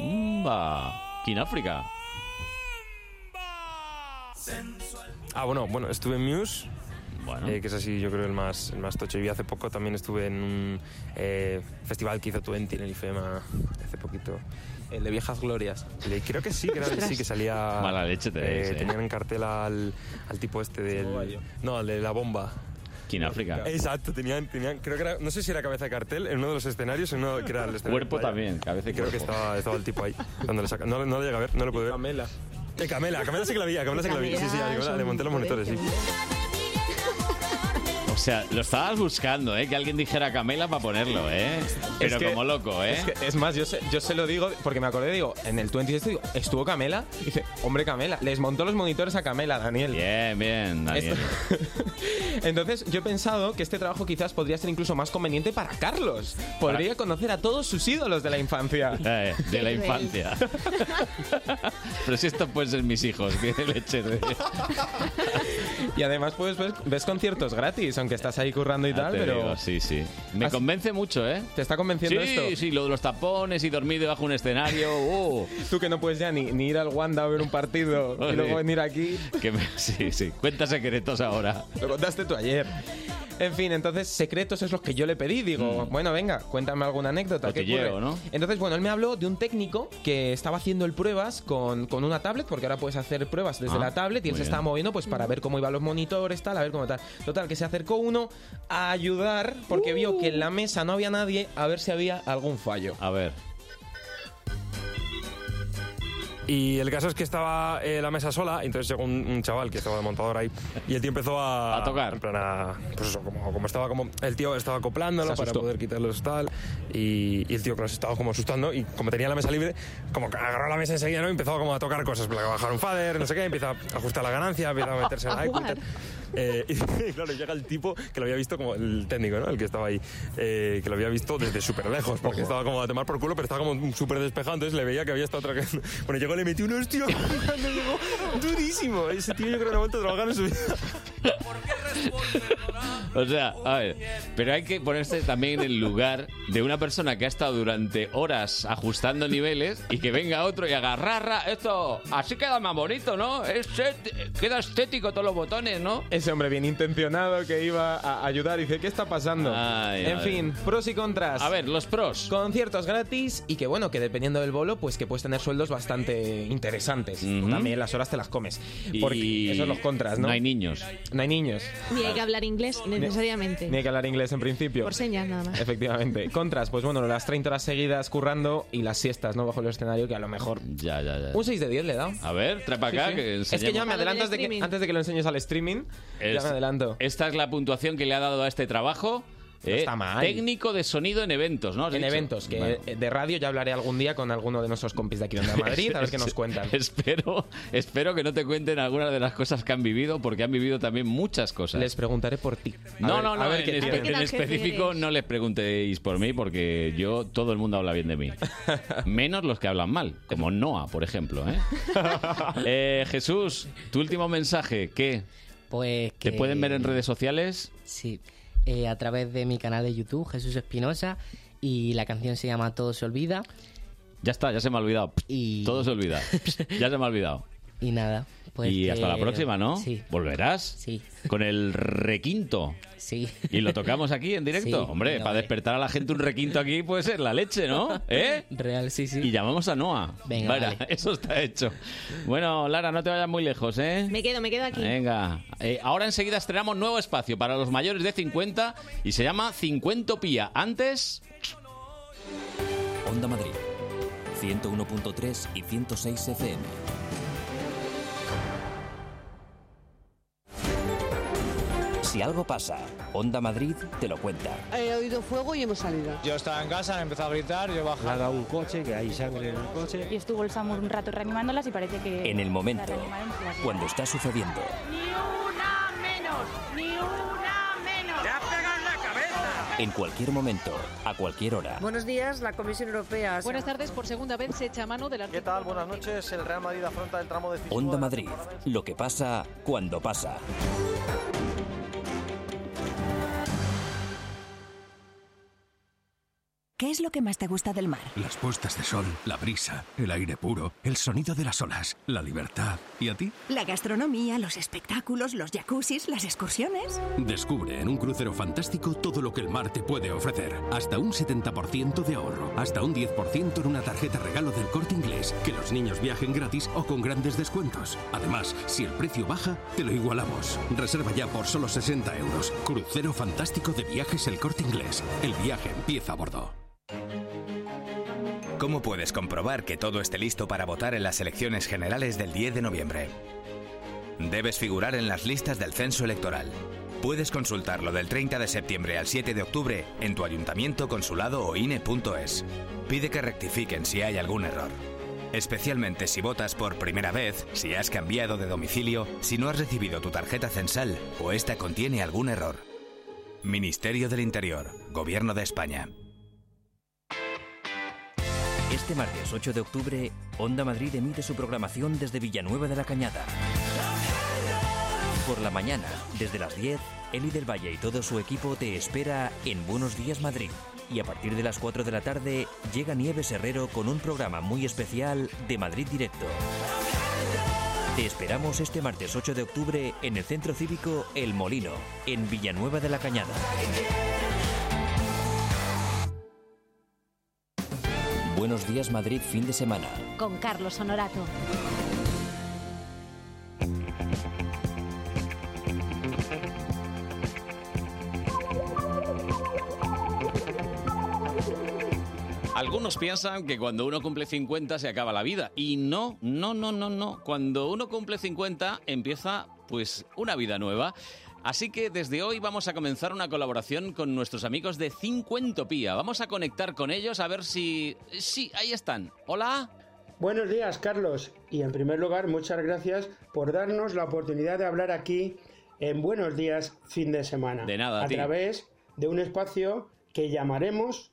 [SPEAKER 2] Mba. King África.
[SPEAKER 22] Ah, bueno, bueno, estuve en Muse. eh, que es así, yo creo, el más, el más tocho. Y hace poco también estuve en un eh, festival que hizo Twenty en el IFEMA hace poquito.
[SPEAKER 10] El de Viejas Glorias.
[SPEAKER 22] creo que sí, creo que sí, que salía.
[SPEAKER 10] Ah,
[SPEAKER 2] Mala leche te
[SPEAKER 22] eh,
[SPEAKER 2] des, eh.
[SPEAKER 22] Tenían en cartel al, al tipo este del. No, al de la bomba.
[SPEAKER 2] King África.
[SPEAKER 22] Exacto, tenían, tenían, creo que era, no sé si era cabeza de cartel en uno de los escenarios, en uno que era el escenario.
[SPEAKER 2] Cuerpo también, cabeza y
[SPEAKER 22] Creo que
[SPEAKER 2] cuerpo.
[SPEAKER 22] estaba, estaba el tipo ahí, dándole saca. No, no le llegué a ver, no lo pude ver. Camela. Camela, Camela sí que la vi, a Camela sí que la vi. Sí, sí, a Camela le monté los monitores, sí.
[SPEAKER 2] O sea, lo estabas buscando, ¿eh? Que alguien dijera Camela para ponerlo, ¿eh? Pero
[SPEAKER 10] que-
[SPEAKER 2] como loco, ¿eh?
[SPEAKER 10] Es, que- es más, yo se, yo se lo digo porque me acordé, digo, en el 20 este, digo, ¿estuvo Camela? Y dice, hombre, Camela. Les montó los monitores a Camela, Daniel.
[SPEAKER 2] Bien, bien, Daniel.
[SPEAKER 10] Entonces, yo he pensado que este trabajo quizás podría ser incluso más conveniente para Carlos. Podría conocer a todos sus ídolos de la infancia.
[SPEAKER 2] Eh, de la infancia. Pero si esto pueden ser mis hijos, que leche. de-
[SPEAKER 10] Y además, pues, ves, ves conciertos gratis, aunque estás ahí currando y
[SPEAKER 2] Ya
[SPEAKER 10] tal,
[SPEAKER 2] te
[SPEAKER 10] pero...
[SPEAKER 2] digo, sí, sí. Me convence mucho, ¿eh?
[SPEAKER 10] ¿Te está convenciendo
[SPEAKER 2] sí,
[SPEAKER 10] esto?
[SPEAKER 2] Sí, lo de los tapones y dormir debajo de un escenario. ¡uh!
[SPEAKER 10] Tú que no puedes ya ni, ni ir al Wanda a ver un partido y luego venir aquí.
[SPEAKER 2] Que me- sí, sí. Cuenta secretos ahora.
[SPEAKER 10] Lo contaste tú ayer. En fin, entonces secretos es los que yo le pedí.
[SPEAKER 2] Mm.
[SPEAKER 10] Digo, bueno, venga, cuéntame alguna anécdota. ¿qué
[SPEAKER 2] Cotilleo,
[SPEAKER 10] ocurre?
[SPEAKER 2] ¿no?
[SPEAKER 10] Entonces, bueno, él me habló de un técnico que estaba haciendo el pruebas con, con una tablet, porque ahora puedes hacer pruebas desde
[SPEAKER 2] Ah,
[SPEAKER 10] la tablet y él
[SPEAKER 2] muy
[SPEAKER 10] se
[SPEAKER 2] bien.
[SPEAKER 10] estaba moviendo pues para ver cómo iban los monitores, tal, a ver cómo tal. Total, que se acercó uno a ayudar porque vio que en la mesa no había nadie a ver si había algún fallo.
[SPEAKER 2] Uh. A ver.
[SPEAKER 22] Y el caso es que estaba eh, la mesa sola, y entonces llegó un, un chaval que estaba de montador ahí, y el tío empezó a.
[SPEAKER 2] A tocar.
[SPEAKER 22] En plan, a- pues eso, como, como estaba como. El tío estaba acoplándolo
[SPEAKER 2] Se
[SPEAKER 22] para
[SPEAKER 2] asustó.
[SPEAKER 22] poder quitarlos tal, y, y el tío que nos estaba como asustando, y como tenía la mesa libre, como que agarró la mesa enseguida, ¿no? Y empezó como a tocar cosas, en plan, a bajar un fader, no sé qué, empieza a ajustar la ganancia, empieza a meterse en
[SPEAKER 3] A
[SPEAKER 22] el iPhone,
[SPEAKER 3] jugar.
[SPEAKER 22] tal. Eh, y claro, llega el tipo que lo había visto como el técnico, ¿no? El que estaba ahí, eh, que lo había visto desde súper lejos, porque estaba como a tomar por culo, pero estaba como súper despejado, entonces le veía que había estado tragando. Bueno, llegó y le metió un hostia, le llegó durísimo. Ese tío yo creo que no ha vuelto a trabajar en su vida.
[SPEAKER 2] O sea, a ver, pero hay que ponerse también en el lugar de una persona que ha estado durante horas ajustando niveles y que venga otro y agarrarra, esto así queda más bonito, ¿no? Es et- queda estético todos los botones, ¿no?
[SPEAKER 10] Ese hombre bien intencionado que iba a ayudar y dice, ¿qué está pasando?
[SPEAKER 2] Ay,
[SPEAKER 10] en
[SPEAKER 2] a ver.
[SPEAKER 10] fin, pros y contras.
[SPEAKER 2] A ver, los pros.
[SPEAKER 10] Conciertos gratis y que bueno, que dependiendo del bolo, pues que puedes tener sueldos bastante interesantes. También las horas te las comes. Porque esos son los contras, ¿no?
[SPEAKER 2] no hay niños.
[SPEAKER 10] No hay niños.
[SPEAKER 12] Ni hay que hablar inglés necesariamente.
[SPEAKER 10] Ni hay que hablar inglés en principio.
[SPEAKER 12] Por señas nada más.
[SPEAKER 10] Efectivamente. Contras, pues bueno, las 30 horas seguidas currando y las siestas, ¿no? Bajo el escenario, que a lo mejor.
[SPEAKER 2] Ya, ya, ya.
[SPEAKER 10] Un 6 de 10 le he dado.
[SPEAKER 2] A ver, trae para
[SPEAKER 10] Sí,
[SPEAKER 2] acá
[SPEAKER 10] sí.
[SPEAKER 2] que
[SPEAKER 10] Es que ya me
[SPEAKER 2] enseñamos.
[SPEAKER 10] adelanto de que- antes de que lo enseñes al streaming.
[SPEAKER 2] Es-
[SPEAKER 10] ya me adelanto.
[SPEAKER 2] Esta es la puntuación que le ha dado a este trabajo. eh,
[SPEAKER 10] está mal.
[SPEAKER 2] Técnico de sonido en eventos, ¿no? Has
[SPEAKER 10] En
[SPEAKER 2] dicho.
[SPEAKER 10] eventos, que
[SPEAKER 2] Vale.
[SPEAKER 10] eh, de radio ya hablaré algún día con alguno de nuestros compis de aquí de Onda Madrid, a ver qué nos cuentan.
[SPEAKER 2] Espero, espero que no te cuenten algunas de las cosas que han vivido, porque han vivido también muchas cosas.
[SPEAKER 10] Les preguntaré por ti. A
[SPEAKER 2] No,
[SPEAKER 10] ver-
[SPEAKER 2] no, no,
[SPEAKER 10] a ver
[SPEAKER 2] en,
[SPEAKER 10] qué
[SPEAKER 2] espe-
[SPEAKER 10] tienen.
[SPEAKER 2] en específico no les preguntéis por mí, porque yo, todo el mundo habla bien de mí. Menos los que hablan mal, como Noah, por ejemplo. ¿eh? Eh, Jesús, tu último mensaje, ¿qué?
[SPEAKER 6] Pues que...
[SPEAKER 2] ¿Te pueden ver en redes sociales?
[SPEAKER 6] Sí, eh, a través de mi canal de YouTube, Jesús Espinosa, y la canción se llama Todo se olvida.
[SPEAKER 2] Ya está, ya se me ha olvidado. Todo se olvida. ya se me ha olvidado.
[SPEAKER 6] Y nada, pues.
[SPEAKER 2] y
[SPEAKER 6] que-
[SPEAKER 2] hasta la próxima, ¿no?
[SPEAKER 6] Sí.
[SPEAKER 2] ¿Volverás? Sí. Con el requinto.
[SPEAKER 6] Sí.
[SPEAKER 2] Y lo tocamos aquí en directo.
[SPEAKER 6] Sí,
[SPEAKER 2] Hombre,
[SPEAKER 6] venga,
[SPEAKER 2] para
[SPEAKER 6] vale.
[SPEAKER 2] despertar a la gente un requinto aquí puede ser la leche, ¿no? ¿Eh?
[SPEAKER 6] Real, sí, sí.
[SPEAKER 2] Y llamamos a Noah.
[SPEAKER 6] Venga,
[SPEAKER 2] Vaya,
[SPEAKER 6] vale.
[SPEAKER 2] eso está hecho. Bueno, Lara, no te vayas muy lejos, ¿eh?
[SPEAKER 12] Me quedo, me quedo aquí.
[SPEAKER 2] Venga, Eh, ahora enseguida estrenamos nuevo espacio para los mayores de 50 y se llama 50 Pía. Antes,
[SPEAKER 1] Onda Madrid, 101.3 y 106 FM. Si algo pasa, Onda Madrid te lo cuenta.
[SPEAKER 3] He oído fuego y hemos salido.
[SPEAKER 16] Yo estaba en casa, empezó a gritar, yo bajé.
[SPEAKER 1] Nada un coche, que hay sangre en el coche.
[SPEAKER 23] Y estuvo el SAMUR un rato reanimándolas y parece que...
[SPEAKER 1] En el momento,
[SPEAKER 23] la reanimaron, pues, las-
[SPEAKER 1] cuando está sucediendo,
[SPEAKER 23] Ni una menos, ni una menos.
[SPEAKER 1] en cualquier momento, a cualquier hora.
[SPEAKER 24] Buenos días, la Comisión Europea.
[SPEAKER 25] Buenas tardes, por segunda vez se echa mano de la...
[SPEAKER 16] ¿Qué tal? Buenas noches. El Real Madrid afronta el tramo decisivo.
[SPEAKER 1] Onda Madrid, lo que pasa cuando pasa.
[SPEAKER 19] ¿Qué es lo que más te gusta del mar?
[SPEAKER 26] Las puestas de sol, la brisa, el aire puro, el sonido de las olas, la libertad. ¿Y a ti?
[SPEAKER 19] La gastronomía, los espectáculos, los jacuzzis, las excursiones.
[SPEAKER 26] Descubre en un crucero fantástico todo lo que el mar te puede ofrecer. Hasta un 70% de ahorro, hasta un 10% en una tarjeta regalo del corte inglés. Que los niños viajen gratis o con grandes descuentos. Además, si el precio baja, te lo igualamos. Reserva ya por solo 60 euros. Crucero fantástico de viajes el corte inglés. El viaje empieza a bordo.
[SPEAKER 27] ¿Cómo puedes comprobar que todo esté listo para votar en las elecciones generales del 10 de noviembre? Debes figurar en las listas del censo electoral. Puedes consultarlo del 30 de septiembre al 7 de octubre en tu ayuntamiento, consulado o INE.es. Pide que rectifiquen si hay algún error. Especialmente si votas por primera vez, si has cambiado de domicilio, si no has recibido tu tarjeta censal o esta contiene algún error. Ministerio del Interior, Gobierno de España.
[SPEAKER 1] Este martes 8 de octubre, Onda Madrid emite su programación desde Villanueva de la Cañada. Por la mañana, desde las 10, Eli del Valle y todo su equipo te espera en Buenos Días Madrid. Y a partir de las 4 de la tarde, llega Nieves Herrero con un programa muy especial de Madrid Directo. Te esperamos este martes 8 de octubre en el Centro Cívico El Molino, en Villanueva de la Cañada. Buenos días Madrid fin de semana.
[SPEAKER 28] Con Carlos Honorato.
[SPEAKER 2] algunos piensan que cuando uno cumple 50 se acaba la vida. Y no, no, no, no, no. Cuando uno cumple 50 empieza pues una vida nueva. Así que desde hoy vamos a comenzar una colaboración con nuestros amigos de Cincuentopía. Vamos a conectar con ellos a ver si... Sí, ahí están. Hola.
[SPEAKER 29] Buenos días, Carlos. Y en primer lugar, muchas gracias por darnos la oportunidad de hablar aquí en Buenos Días, fin de semana.
[SPEAKER 2] De nada, a
[SPEAKER 29] A
[SPEAKER 2] ti.
[SPEAKER 29] través de un espacio que llamaremos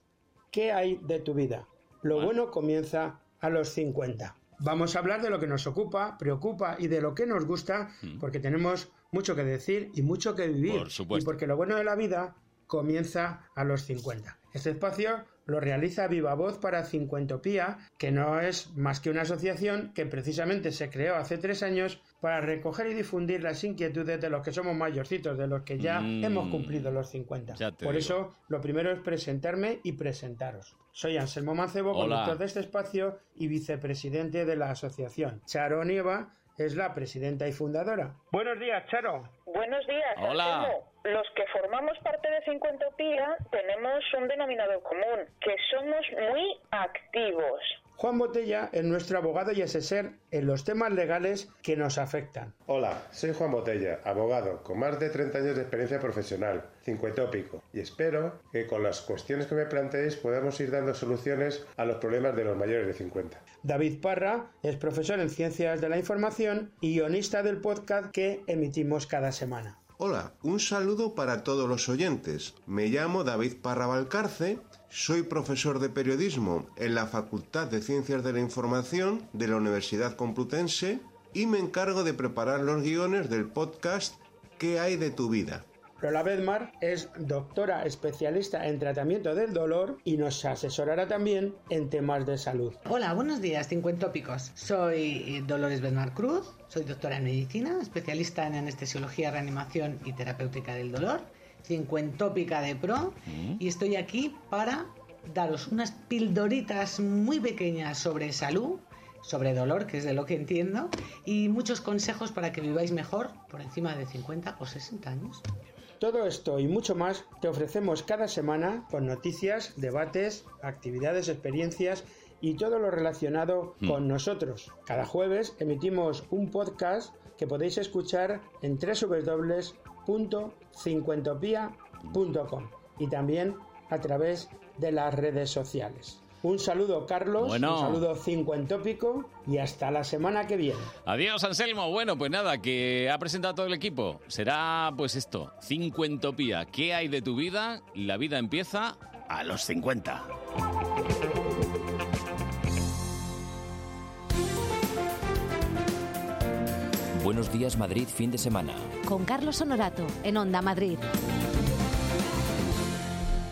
[SPEAKER 29] ¿Qué hay de tu vida? Lo bueno comienza a los 50. Vamos a hablar de lo que nos ocupa, preocupa y de lo que nos gusta,
[SPEAKER 2] Mm.
[SPEAKER 29] porque tenemos mucho que decir y mucho que vivir.
[SPEAKER 2] Por
[SPEAKER 29] Y
[SPEAKER 2] supuesto.
[SPEAKER 29] porque lo bueno de la vida comienza a los 50. Este espacio lo realiza Viva Voz para Cincuentopía, que no es más que una asociación que precisamente se creó hace tres años para recoger y difundir las inquietudes de los que somos mayorcitos, de los que ya
[SPEAKER 2] Mm.
[SPEAKER 29] hemos cumplido los 50.
[SPEAKER 2] Ya te
[SPEAKER 29] Por
[SPEAKER 2] digo.
[SPEAKER 29] eso, lo primero es presentarme y presentaros. Soy Anselmo Mancebo,
[SPEAKER 2] Hola.
[SPEAKER 29] conductor de este espacio y vicepresidente de la asociación. Charo Nieva es la presidenta y fundadora. Buenos días, Charo.
[SPEAKER 30] Buenos días.
[SPEAKER 29] Hola.
[SPEAKER 30] Anselmo. Los que formamos parte de 50 Pía tenemos un denominador común, que somos muy activos.
[SPEAKER 29] Juan Botella es nuestro abogado y asesor en los temas legales que nos afectan.
[SPEAKER 31] Hola, soy Juan Botella, abogado con más de 30 años de experiencia profesional, cincuetópico, y espero que con las cuestiones que me planteéis podamos ir dando soluciones a los problemas de los mayores de 50.
[SPEAKER 29] David Parra es profesor en Ciencias de la Información y guionista del podcast que emitimos cada semana.
[SPEAKER 32] Hola, un saludo para todos los oyentes. Me llamo David Parra Valcarce, soy profesor de periodismo en la Facultad de Ciencias de la Información de la Universidad Complutense y me encargo de preparar los guiones del podcast ¿Qué hay de tu vida?
[SPEAKER 29] Lola Bedmar es doctora especialista en tratamiento del dolor y nos asesorará también en temas de salud.
[SPEAKER 33] Hola, buenos días, 50 tópicos. Soy eh, Dolores Bernard Cruz, soy doctora en medicina, especialista en anestesiología, reanimación y terapéutica del dolor, cincuentópica de pro,
[SPEAKER 2] Mm.
[SPEAKER 33] y estoy aquí para daros unas pildoritas muy pequeñas sobre salud, sobre dolor, que es de lo que entiendo, y muchos consejos para que viváis mejor por encima de 50 o 60 años.
[SPEAKER 29] Todo esto y mucho más te ofrecemos cada semana con noticias, debates, actividades, experiencias y todo lo relacionado
[SPEAKER 10] Hmm.
[SPEAKER 9] Mm.
[SPEAKER 29] con nosotros. Cada jueves emitimos un podcast que podéis escuchar en www.cincuentopia.com y también a través de las redes sociales. Un saludo Carlos,
[SPEAKER 2] Bueno.
[SPEAKER 29] un saludo cincuentópico y hasta la semana que viene.
[SPEAKER 2] Adiós, Anselmo. Bueno, pues nada, que ha presentado todo el equipo. Será, pues esto, cincuentopía. ¿Qué hay de tu vida? La vida empieza a los 50.
[SPEAKER 1] Buenos días Madrid, fin de semana.
[SPEAKER 28] Con Carlos Honorato, en Onda Madrid.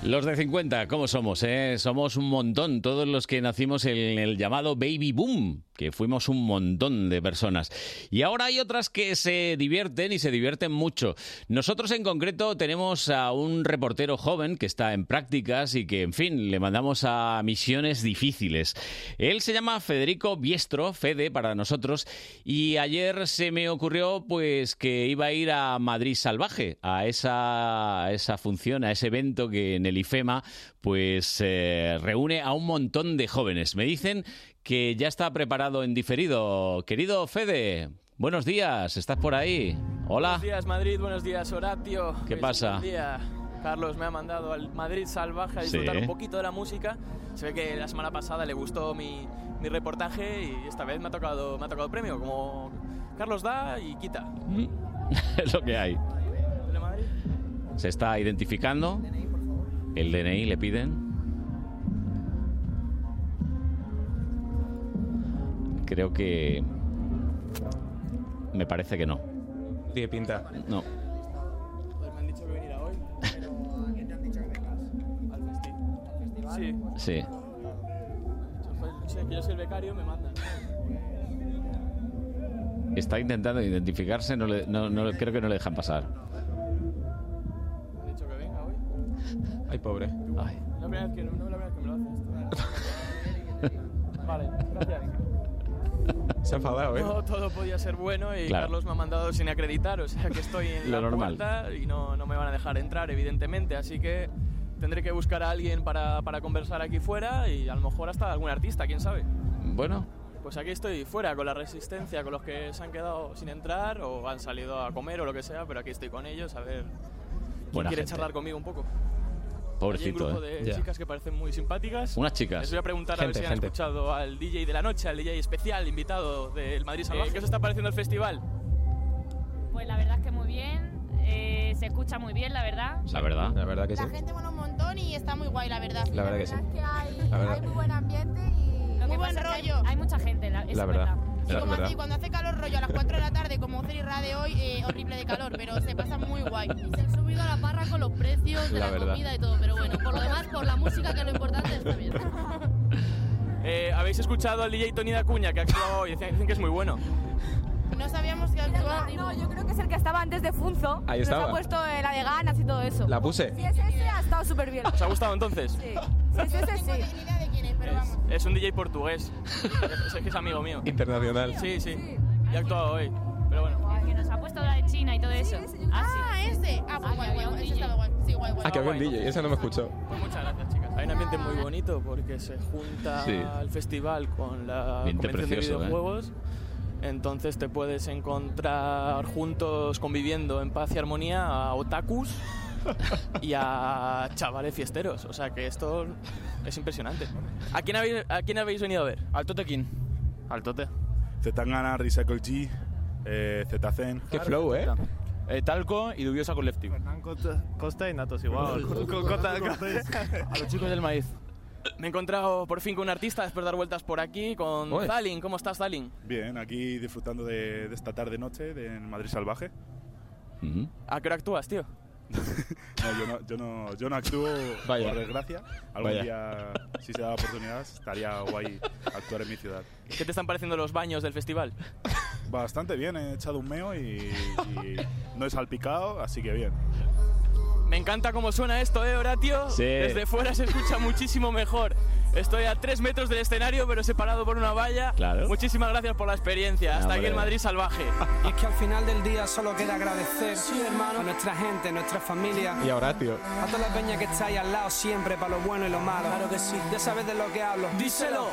[SPEAKER 2] Los de 50, ¿cómo somos? eh? Somos un montón, todos los que nacimos en el llamado baby boom, que fuimos un montón de personas. Y ahora hay otras que se divierten y se divierten mucho. Nosotros en concreto tenemos a un reportero joven que está en prácticas y que, en fin, le mandamos a misiones difíciles. Él se llama Federico Biestro, Fede para nosotros, y ayer se me ocurrió pues que iba a ir a Madrid Salvaje, a esa, a esa función, a ese evento que en el IFEMA pues eh, reúne a un montón de jóvenes. Me dicen que ya está preparado en diferido. Querido Fede, buenos días, ¿estás por ahí? Hola.
[SPEAKER 34] Buenos días, Madrid. Buenos días, Horatio.
[SPEAKER 2] ¿Qué
[SPEAKER 34] Es
[SPEAKER 2] pasa?
[SPEAKER 34] un día. Carlos me ha mandado al Madrid salvaje a disfrutar
[SPEAKER 2] Sí.
[SPEAKER 34] un poquito de la música. Se ve que la semana pasada le gustó mi, mi reportaje y esta vez me ha tocado, me ha tocado premio, como Carlos da y quita.
[SPEAKER 2] es lo que hay. Se está identificando. El DNI le piden. Creo que... Me parece que no.
[SPEAKER 10] Tiene pinta.
[SPEAKER 2] No.
[SPEAKER 34] me han dicho que viniera hoy. ¿A quién te han dicho que vengas? Al festival. ¿Al festival? Sí. Pues,
[SPEAKER 2] Sí.
[SPEAKER 34] Sí, que yo soy el becario, me mandan.
[SPEAKER 2] Está intentando identificarse, no le- no- no- creo que no le dejan pasar.
[SPEAKER 34] Me han dicho que venga hoy.
[SPEAKER 10] Ay, pobre.
[SPEAKER 34] La primera vez que no, no es la primera vez que me lo haces. vale, gracias.
[SPEAKER 10] Se ha enfadado, ¿eh?
[SPEAKER 34] No, todo podía ser bueno y
[SPEAKER 10] Claro.
[SPEAKER 34] Carlos me ha mandado sin acreditar, o sea que estoy en
[SPEAKER 10] Lo
[SPEAKER 34] la
[SPEAKER 10] normal.
[SPEAKER 34] puerta y no, no me van a dejar entrar, evidentemente, así que tendré que buscar a alguien para, para conversar aquí fuera y a lo mejor hasta algún artista, quién sabe.
[SPEAKER 2] Bueno,
[SPEAKER 34] Pues aquí estoy fuera con la resistencia, con los que se han quedado sin entrar o han salido a comer o lo que sea, pero aquí estoy con ellos a ver quién
[SPEAKER 2] Buena
[SPEAKER 34] quiere
[SPEAKER 2] gente.
[SPEAKER 34] charlar conmigo un poco. Hay un
[SPEAKER 2] pobrecito,
[SPEAKER 34] grupo
[SPEAKER 2] ¿eh?
[SPEAKER 34] de chicas que parecen muy simpáticas.
[SPEAKER 2] Unas chicas.
[SPEAKER 34] Les voy a preguntar
[SPEAKER 2] Gente,
[SPEAKER 34] a ver si
[SPEAKER 2] gente.
[SPEAKER 34] han escuchado al DJ de la noche, al DJ especial invitado del Madrid
[SPEAKER 2] Eh.
[SPEAKER 34] Salvaje. ¿Qué os está pareciendo el festival?
[SPEAKER 35] Pues la verdad es que muy bien, eh, se escucha muy bien, la verdad.
[SPEAKER 2] La verdad.
[SPEAKER 10] La verdad que sí.
[SPEAKER 35] gente mola un montón y está muy guay, la verdad.
[SPEAKER 10] La verdad que sí.
[SPEAKER 35] que hay,
[SPEAKER 10] La verdad. hay
[SPEAKER 35] muy buen ambiente y muy buen rollo. Hay, mucha gente, la, eso
[SPEAKER 10] La
[SPEAKER 35] es
[SPEAKER 10] verdad.
[SPEAKER 35] Y
[SPEAKER 10] La
[SPEAKER 35] como
[SPEAKER 10] verdad.
[SPEAKER 35] hace- y cuando hace calor rollo a las 4 de la tarde, como hace Ra de hoy, eh, horrible de calor, pero se pasa muy guay. Y se han subido a la parra con los precios
[SPEAKER 34] de La la verdad. comida
[SPEAKER 35] y todo, pero bueno, por lo demás, por la música, que es lo importante, está bien.
[SPEAKER 34] Eh, ¿Habéis escuchado al DJ Tony Dacuña que ha actuado hoy? Dicen, dicen que es muy bueno.
[SPEAKER 35] No sabíamos que actuaba. No, yo creo que es el que estaba antes de Funzo.
[SPEAKER 34] Ahí Nos ha estaba. puesto,
[SPEAKER 35] eh, la de ganas y todo eso.
[SPEAKER 34] La puse. Si
[SPEAKER 35] es ese, ha estado súper bien.
[SPEAKER 34] ¿Os ha gustado entonces?
[SPEAKER 35] Sí. Si es ese, sí. No tengo ni idea de quién es, pero vamos.
[SPEAKER 34] Es un DJ portugués. es, es que es amigo mío.
[SPEAKER 10] Internacional.
[SPEAKER 34] Sí, sí. Y ha actuado hoy. Pero bueno.
[SPEAKER 35] El que nos ha puesto la de China y todo eso. Ah, ese. Ah, pues guay, guay. Ese estaba guay. Sí, guay, guay.
[SPEAKER 10] Ah, que había un DJ, ese no me escuchó.
[SPEAKER 34] Pues muchas gracias, chicas. Hay un ambiente muy bonito porque se junta
[SPEAKER 10] Sí.
[SPEAKER 34] el festival con la
[SPEAKER 2] Ambiente
[SPEAKER 34] convención
[SPEAKER 2] precioso, ¿eh?
[SPEAKER 34] de videojuegos. Entonces te puedes encontrar juntos conviviendo en paz y armonía a otakus y a chavales fiesteros. O sea que esto es impresionante. ¿A quién habéis, a quién habéis venido a ver? Al Totequín. Al Tote.
[SPEAKER 35] Zetangana, Recycle G, eh, Zetacen.
[SPEAKER 10] Qué flow, ¿eh?
[SPEAKER 35] Talco y Dubiosa Collective.
[SPEAKER 34] Costa y Natos igual. A los chicos del maíz. Me he encontrado por fin con un artista después de dar vueltas por aquí con
[SPEAKER 35] Oye.
[SPEAKER 34] Zalin. ¿Cómo estás, Zalin?
[SPEAKER 35] Bien, aquí disfrutando de, de esta tarde-noche de en Madrid Salvaje.
[SPEAKER 34] ¿A qué hora actúas, tío?
[SPEAKER 9] No, yo, no, yo, no, yo no actúo,
[SPEAKER 2] Vaya.
[SPEAKER 9] por desgracia. Algún
[SPEAKER 2] Vaya.
[SPEAKER 9] día, si se da la oportunidad, estaría guay actuar en mi ciudad.
[SPEAKER 34] ¿Qué te están pareciendo los baños del festival?
[SPEAKER 9] Bastante bien, he echado un meo y, y no he salpicado, así que bien.
[SPEAKER 34] Me encanta cómo suena esto, ¿eh, Horatio?
[SPEAKER 9] Sí.
[SPEAKER 34] Desde fuera se escucha muchísimo mejor. Estoy a tres metros del escenario, pero separado por una valla.
[SPEAKER 2] Claro.
[SPEAKER 34] Muchísimas gracias por la experiencia.
[SPEAKER 15] Ah,
[SPEAKER 34] Hasta aquí
[SPEAKER 2] Hombre.
[SPEAKER 34] el Madrid salvaje.
[SPEAKER 8] Y es que al final del día solo queda agradecer a nuestra gente, a nuestra familia,
[SPEAKER 10] Y ahora, tío.
[SPEAKER 8] a toda la peña que está ahí al lado siempre para lo bueno y lo malo. Claro que sí. Ya sabes de lo que hablo. Díselo.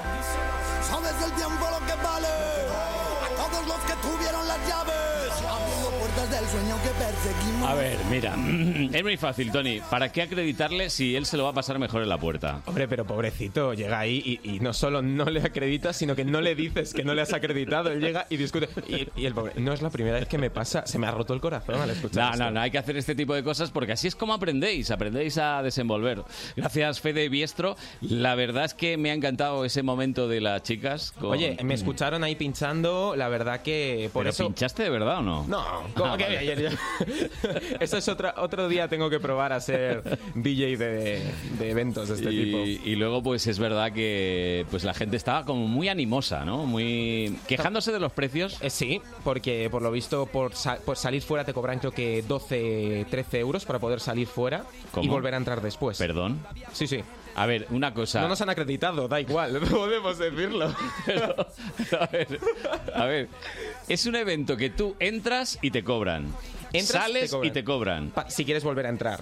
[SPEAKER 21] ¿Sabes el tiempo lo que vale? A todos los que tuvieron las llaves, abriendo puertas del sueño que perseguimos.
[SPEAKER 2] A ver, mira, es muy fácil, Tony. ¿Para qué acreditarle si él se lo va a pasar mejor en la puerta?
[SPEAKER 10] Hombre, pero pobrecito, llega ahí y, y no solo no le acreditas, sino que no le dices que no le has acreditado. Él llega y discute. Y, y el pobre, no es la primera vez que me pasa, se me ha roto el corazón al escuchar.
[SPEAKER 2] No, no, no, hay que hacer este tipo de cosas porque así es como aprendéis, aprendéis a desenvolver. Gracias, Fede Biestro. La verdad es que me ha encantado ese momento de las chicas. con-
[SPEAKER 10] Oye, me escucharon ahí pinchando, la verdad que por
[SPEAKER 2] ¿Pero
[SPEAKER 10] eso...
[SPEAKER 2] pinchaste de verdad o no?
[SPEAKER 10] No, como
[SPEAKER 2] Ah,
[SPEAKER 10] que
[SPEAKER 2] vale.
[SPEAKER 10] ayer ya- Eso es otra, otro día tengo que probar a ser DJ de, de eventos de este
[SPEAKER 2] y,
[SPEAKER 10] tipo.
[SPEAKER 2] y luego, pues es verdad que pues la gente estaba como muy animosa, ¿no? Muy quejándose de los precios.
[SPEAKER 10] Eh, sí, porque por lo visto por, sa- por salir fuera te cobran creo que 12, 13 euros para poder salir fuera y
[SPEAKER 2] ¿Cómo?
[SPEAKER 10] volver a entrar después.
[SPEAKER 2] Perdón.
[SPEAKER 10] Sí, sí.
[SPEAKER 2] A ver, una cosa.
[SPEAKER 10] No nos han acreditado, da igual, podemos decirlo.
[SPEAKER 2] a, ver, a ver, es un evento que tú entras y te cobran.
[SPEAKER 10] Entras,
[SPEAKER 2] sales
[SPEAKER 10] te cobran.
[SPEAKER 2] y te cobran.
[SPEAKER 10] si quieres volver a entrar.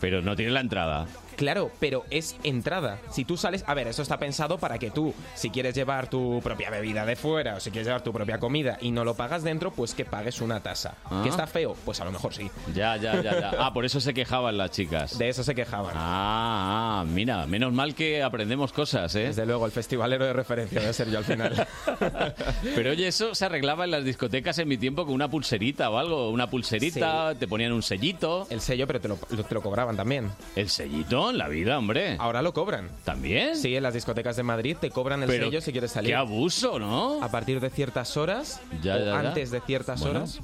[SPEAKER 2] Pero no tienes la entrada.
[SPEAKER 10] Claro, pero es entrada. Si tú sales, a ver, eso está pensado para que tú, si quieres llevar tu propia bebida de fuera o si quieres llevar tu propia comida y no lo pagas dentro, pues que pagues una tasa.
[SPEAKER 2] Ah.
[SPEAKER 10] ¿Que está feo? Pues a lo mejor sí.
[SPEAKER 2] Ya, ya, ya, ya. Ah, por eso se quejaban las chicas.
[SPEAKER 10] De eso se quejaban.
[SPEAKER 2] Ah, ah, mira, menos mal que aprendemos cosas, ¿eh?
[SPEAKER 10] Desde luego, el festivalero de referencia voy a ser yo al final.
[SPEAKER 2] Pero oye, eso se arreglaba en las discotecas en mi tiempo con una pulserita o algo. Una pulserita, te ponían un sellito.
[SPEAKER 10] El sello, pero te lo, te lo cobraban también.
[SPEAKER 2] ¿El sellito? En la vida, hombre.
[SPEAKER 10] Ahora lo cobran.
[SPEAKER 2] ¿También?
[SPEAKER 10] Sí, en las discotecas de Madrid te cobran el
[SPEAKER 2] Pero
[SPEAKER 10] sello si quieres salir.
[SPEAKER 2] qué abuso, ¿no?
[SPEAKER 10] A partir de ciertas horas
[SPEAKER 2] Ya,
[SPEAKER 10] o
[SPEAKER 2] ya, ya.
[SPEAKER 10] antes de ciertas
[SPEAKER 2] Bueno. ¿eh?
[SPEAKER 10] horas.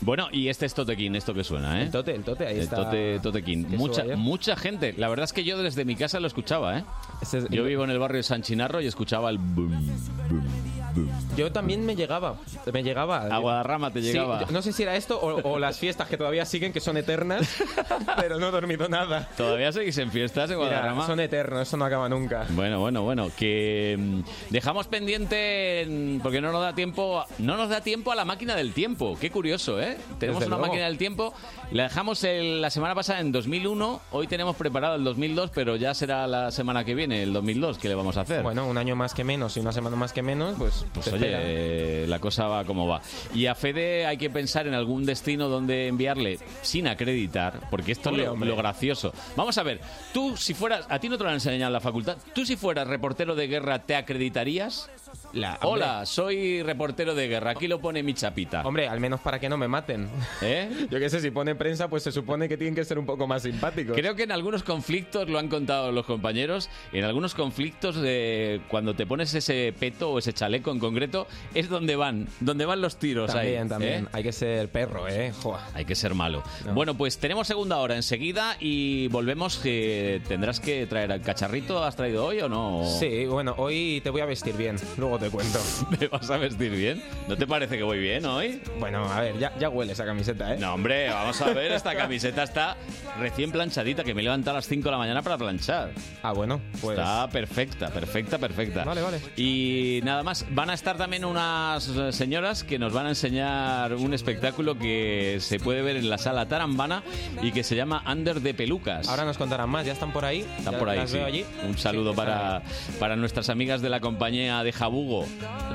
[SPEAKER 2] Bueno, y este es Totequín, esto que suena, ¿eh?
[SPEAKER 10] El tote, el tote, ahí
[SPEAKER 2] El
[SPEAKER 10] está.
[SPEAKER 2] tote, totequín.
[SPEAKER 10] Que
[SPEAKER 2] Mucha,
[SPEAKER 10] suba ayer.
[SPEAKER 2] mucha gente. La verdad es que yo desde mi casa lo escuchaba, ¿eh? Yo vivo en el barrio de San Chinarro y escuchaba el boom, boom, boom.
[SPEAKER 10] Yo también me llegaba, me llegaba.
[SPEAKER 2] A Guadarrama te
[SPEAKER 10] Sí,
[SPEAKER 2] llegaba.
[SPEAKER 10] yo- no sé si era esto o, o las fiestas que todavía siguen, que son eternas, pero no he dormido nada.
[SPEAKER 2] ¿Todavía seguís en fiestas en
[SPEAKER 10] Mira,
[SPEAKER 2] Guadarrama?
[SPEAKER 10] son eternos, eso no acaba nunca.
[SPEAKER 2] Bueno, bueno, bueno, que mm, dejamos pendiente mm, porque no nos da tiempo, no nos da tiempo a la máquina del tiempo. Qué curioso, ¿eh? Tenemos
[SPEAKER 10] Desde
[SPEAKER 2] una
[SPEAKER 10] luego.
[SPEAKER 2] máquina del tiempo, la dejamos el- la semana pasada en 2001, hoy tenemos preparado el 2002, pero ya será la semana que viene el 2002 que le vamos a hacer.
[SPEAKER 10] Bueno, un año más que menos y una semana más que menos, pues,
[SPEAKER 2] Pues
[SPEAKER 10] te
[SPEAKER 2] oye,
[SPEAKER 10] espera.
[SPEAKER 2] eh, la cosa va como va. Y a Fede hay que pensar en algún destino donde enviarle sin acreditar, porque esto es
[SPEAKER 10] Hombre,
[SPEAKER 2] lo,
[SPEAKER 10] hombre.
[SPEAKER 2] lo gracioso. Vamos a ver, tú si fueras, a ti no te lo han enseñado en la facultad, tú si fueras reportero de guerra, ¿te acreditarías?
[SPEAKER 10] hombre.
[SPEAKER 2] Hola, soy reportero de guerra, aquí lo pone mi chapita.
[SPEAKER 10] Hombre, al menos para que no me maten.
[SPEAKER 2] ¿Eh?
[SPEAKER 10] Yo qué sé, si pone prensa, pues se supone que tienen que ser un poco más simpáticos.
[SPEAKER 2] Creo que en algunos conflictos, lo han contado los compañeros, en algunos conflictos eh, cuando te pones ese peto o ese chaleco en concreto, es donde van, donde van los tiros ahí,
[SPEAKER 10] También, también.
[SPEAKER 2] ¿eh?
[SPEAKER 10] Hay que ser perro, ¿eh? Joa.
[SPEAKER 2] Hay que ser malo. Bueno, pues tenemos segunda hora enseguida y volvemos. que ¿Tendrás que traer el cacharrito? ¿Has traído hoy o no?
[SPEAKER 10] Sí, bueno, hoy te voy a vestir bien, luego te cuento.
[SPEAKER 2] ¿Me vas a vestir bien? ¿No te parece que voy bien hoy?
[SPEAKER 10] Bueno, a ver, ya, ya huele esa camiseta, ¿eh?
[SPEAKER 2] No, hombre, vamos a ver. Esta camiseta está recién planchadita, que me he levantado a las 5 de la mañana para planchar.
[SPEAKER 10] Ah, bueno, pues...
[SPEAKER 2] Está perfecta, perfecta, perfecta.
[SPEAKER 10] Vale, vale.
[SPEAKER 2] Y nada más, van a estar también unas eh, señoras que nos van a enseñar un espectáculo que se puede ver en la sala Tarambana y que se llama Under de Pelucas.
[SPEAKER 10] Ahora nos contarán más, ya están por ahí.
[SPEAKER 2] Están
[SPEAKER 10] ya
[SPEAKER 2] por ahí.
[SPEAKER 10] las
[SPEAKER 2] sí.
[SPEAKER 10] veo allí.
[SPEAKER 2] Un saludo para, para nuestras amigas de la compañía de Jabugo.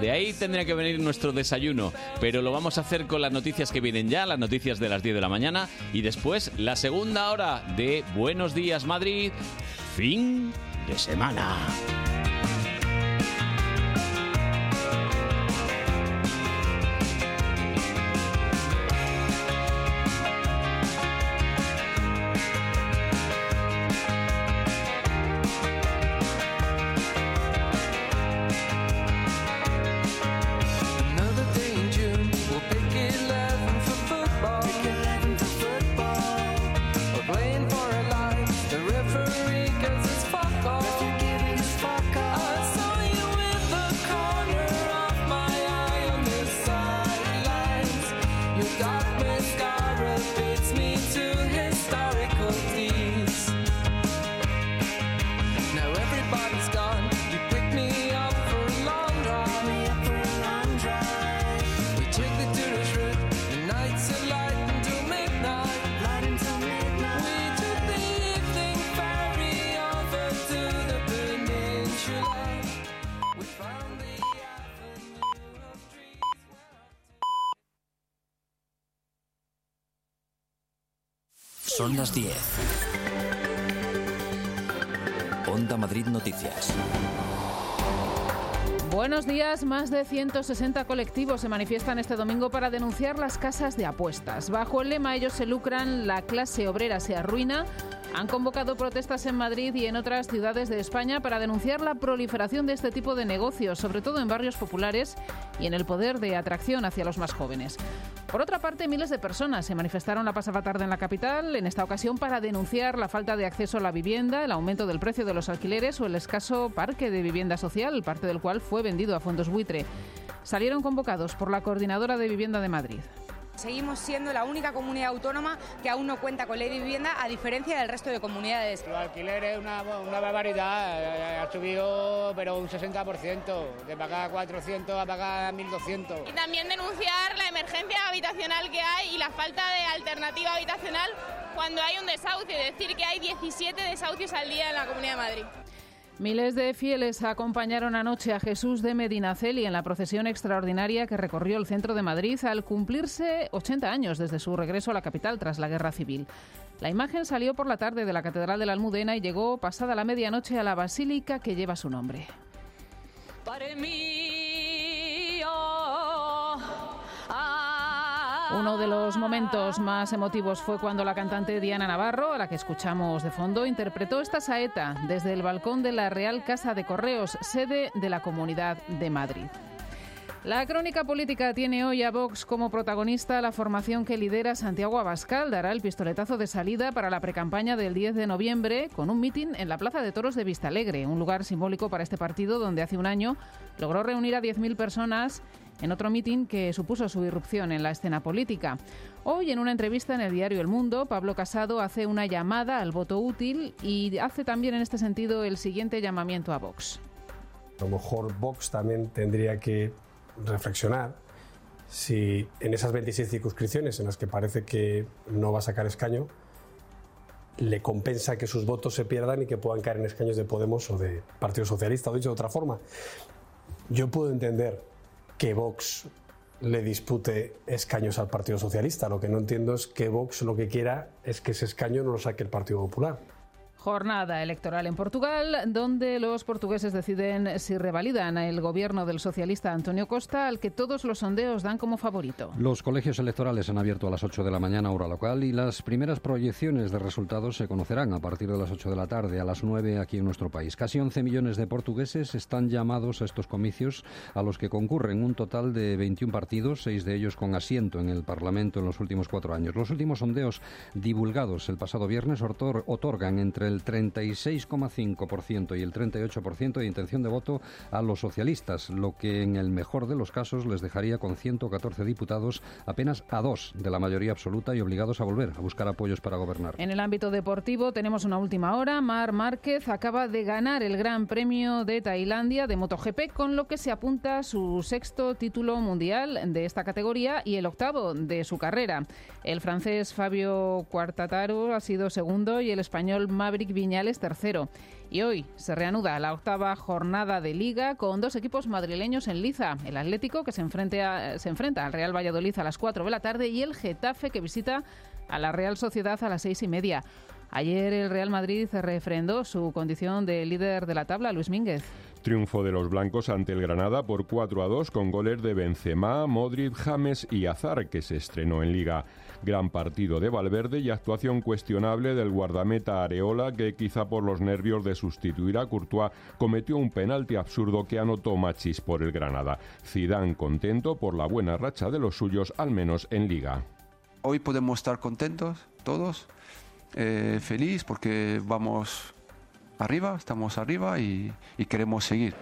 [SPEAKER 2] De ahí tendría que venir nuestro desayuno, pero lo vamos a hacer con las noticias que vienen ya, las noticias de las 10 de la mañana y después la segunda hora de Buenos Días Madrid, fin de semana.
[SPEAKER 11] Another day in June, we're picking 11 for football. Picking 11 for football.
[SPEAKER 1] Son las 10. Onda Madrid Noticias.
[SPEAKER 3] Buenos días. Más de 160 colectivos se manifiestan este domingo para denunciar las casas de apuestas. Bajo el lema Ellos se lucran, la clase obrera se arruina. Han convocado protestas en Madrid y en otras ciudades de España para denunciar la proliferación de este tipo de negocios, sobre todo en barrios populares y en el poder de atracción hacia los más jóvenes. Por otra parte, miles de personas se manifestaron la pasada tarde en la capital, en esta ocasión para denunciar la falta de acceso a la vivienda, el aumento del precio de los alquileres o el escaso parque de vivienda social, parte del cual fue vendido a fondos buitre. Salieron convocados por la Coordinadora de Vivienda de Madrid.
[SPEAKER 36] Seguimos siendo la única comunidad autónoma que aún no cuenta con ley de vivienda, a diferencia del resto de comunidades.
[SPEAKER 37] Los alquileres, una, una barbaridad, eh, ha subido pero un 60%, de pagar 400 a pagar 1200.
[SPEAKER 6] Y también denunciar la emergencia habitacional que hay y la falta de alternativa habitacional cuando hay un desahucio, es decir, que hay 17 desahucios al día en la Comunidad de Madrid.
[SPEAKER 3] Miles de fieles acompañaron anoche a Jesús de Medinaceli en la procesión extraordinaria que recorrió el centro de Madrid al cumplirse 80 años desde su regreso a la capital tras la guerra civil. La imagen salió por la tarde de la Catedral de la Almudena y llegó pasada la medianoche a la basílica que lleva su nombre. Uno de los momentos más emotivos fue cuando la cantante Diana Navarro, a la que escuchamos de fondo, interpretó esta saeta desde el balcón de la Real Casa de Correos, sede de la Comunidad de Madrid. La crónica política tiene hoy a Vox como protagonista la formación que lidera Santiago Abascal. Dará el pistoletazo de salida para la precampaña del 10 de noviembre con un mitin en la Plaza de Toros de Vistalegre, un lugar simbólico para este partido donde hace un año logró reunir a 10.000 personas en otro mitin que supuso su irrupción en la escena política. Hoy, en una entrevista en el diario El Mundo, Pablo Casado hace una llamada al voto útil y hace también en este sentido el siguiente llamamiento a Vox.
[SPEAKER 8] A lo mejor Vox también tendría que reflexionar si en esas 26 circunscripciones en las que parece que no va a sacar escaño, le compensa que sus votos se pierdan y que puedan caer en escaños de Podemos o de Partido Socialista, o dicho de otra forma. Yo puedo entender que Vox le dispute escaños al Partido Socialista. Lo que no entiendo es que Vox lo que quiera es que ese escaño no lo saque el Partido Popular.
[SPEAKER 3] Jornada electoral en Portugal, donde los portugueses deciden si revalidan el gobierno del socialista Antonio Costa, al que todos los sondeos dan como favorito.
[SPEAKER 15] Los colegios electorales han abierto a las 8 de la mañana hora local y las primeras proyecciones de resultados se conocerán a partir de las 8 de la tarde, a las 9 aquí en nuestro país. Casi 11 millones de portugueses están llamados a estos comicios a los que concurren un total de 21 partidos, seis de ellos con asiento en el Parlamento en los últimos cuatro años. Los últimos sondeos divulgados el pasado viernes otorgan entre el el 36,5% y el 38% de intención de voto a los socialistas, lo que en el mejor de los casos les dejaría con 114 diputados apenas a dos de la mayoría absoluta y obligados a volver a buscar apoyos para gobernar.
[SPEAKER 3] En el ámbito deportivo tenemos una última hora. Mar Márquez acaba de ganar el Gran Premio de Tailandia de MotoGP, con lo que se apunta su sexto título mundial de esta categoría y el octavo de su carrera. El francés Fabio Quartataro ha sido segundo y el español Maverick Viñales tercero. Y hoy se reanuda la octava jornada de liga con dos equipos madrileños en liza. El Atlético que se, enfrenta, se enfrenta al Real Valladolid a las 4 de la tarde y el Getafe que visita a la Real Sociedad a las seis y media. Ayer el Real Madrid refrendó su condición de líder de la tabla, Luis Mínguez.
[SPEAKER 38] Triunfo de los blancos ante el Granada por 4 a 2 con goles de Benzema, Modric, James y Azar, que se estrenó en Liga. Gran partido de Valverde y actuación cuestionable del guardameta Areola, que quizá por los nervios de sustituir a Courtois cometió un penalti absurdo que anotó Machis por el Granada. Zidane contento por la buena racha de los suyos, al menos en Liga.
[SPEAKER 39] Hoy podemos estar contentos todos, eh, feliz porque vamos arriba, estamos arriba y, y, queremos seguir.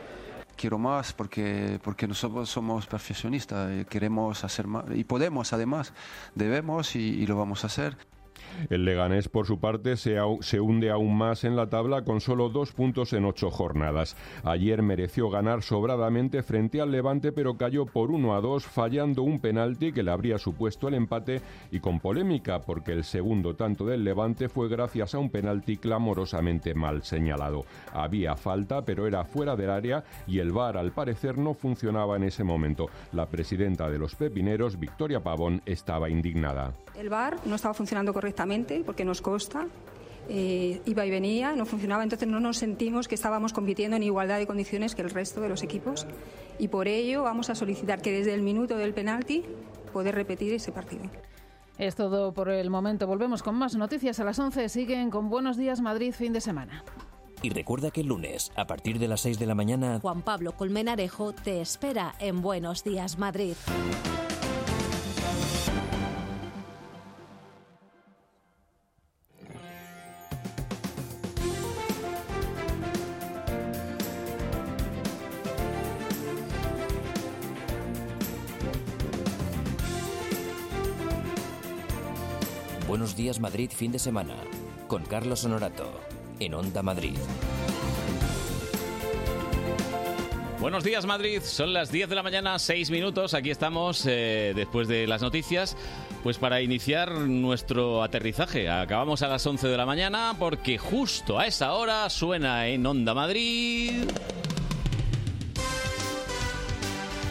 [SPEAKER 39] Quiero más porque, porque nosotros somos perfeccionistas, y queremos hacer más y podemos además, debemos y, y lo vamos a hacer.
[SPEAKER 38] El Leganés, por su parte, se, se, hunde aún más en la tabla con solo dos puntos en ocho jornadas. Ayer mereció ganar sobradamente frente al Levante, pero cayó por 1 a 2, fallando un penalti que le habría supuesto el empate y con polémica, porque el segundo tanto del Levante fue gracias a un penalti clamorosamente mal señalado. Había falta, pero era fuera del área y el VAR, al parecer, no funcionaba en ese momento. La presidenta de los Pepineros, Victoria Pavón, estaba indignada.
[SPEAKER 24] El VAR no estaba funcionando correctamente
[SPEAKER 19] correctamente, porque nos consta. eh, iba y venía, no funcionaba, entonces no nos sentimos que estábamos compitiendo en igualdad de condiciones que el resto de los equipos y por ello vamos a solicitar que desde el minuto del penalti poder repetir ese partido.
[SPEAKER 3] Es todo por el momento. Volvemos con más noticias a las 11. Siguen con Buenos Días Madrid fin de semana.
[SPEAKER 1] Y recuerda que el lunes, a partir de las 6 de la mañana,
[SPEAKER 28] Juan Pablo Colmenarejo te espera en Buenos Días Madrid.
[SPEAKER 1] Buenos Días Madrid fin de semana, con Carlos Honorato, en Onda Madrid.
[SPEAKER 2] Buenos días Madrid, son las 10 de la mañana, 6 minutos, aquí estamos eh, después de las noticias, pues para iniciar nuestro aterrizaje. Acabamos a las 11 de la mañana porque justo a esa hora suena en Onda Madrid.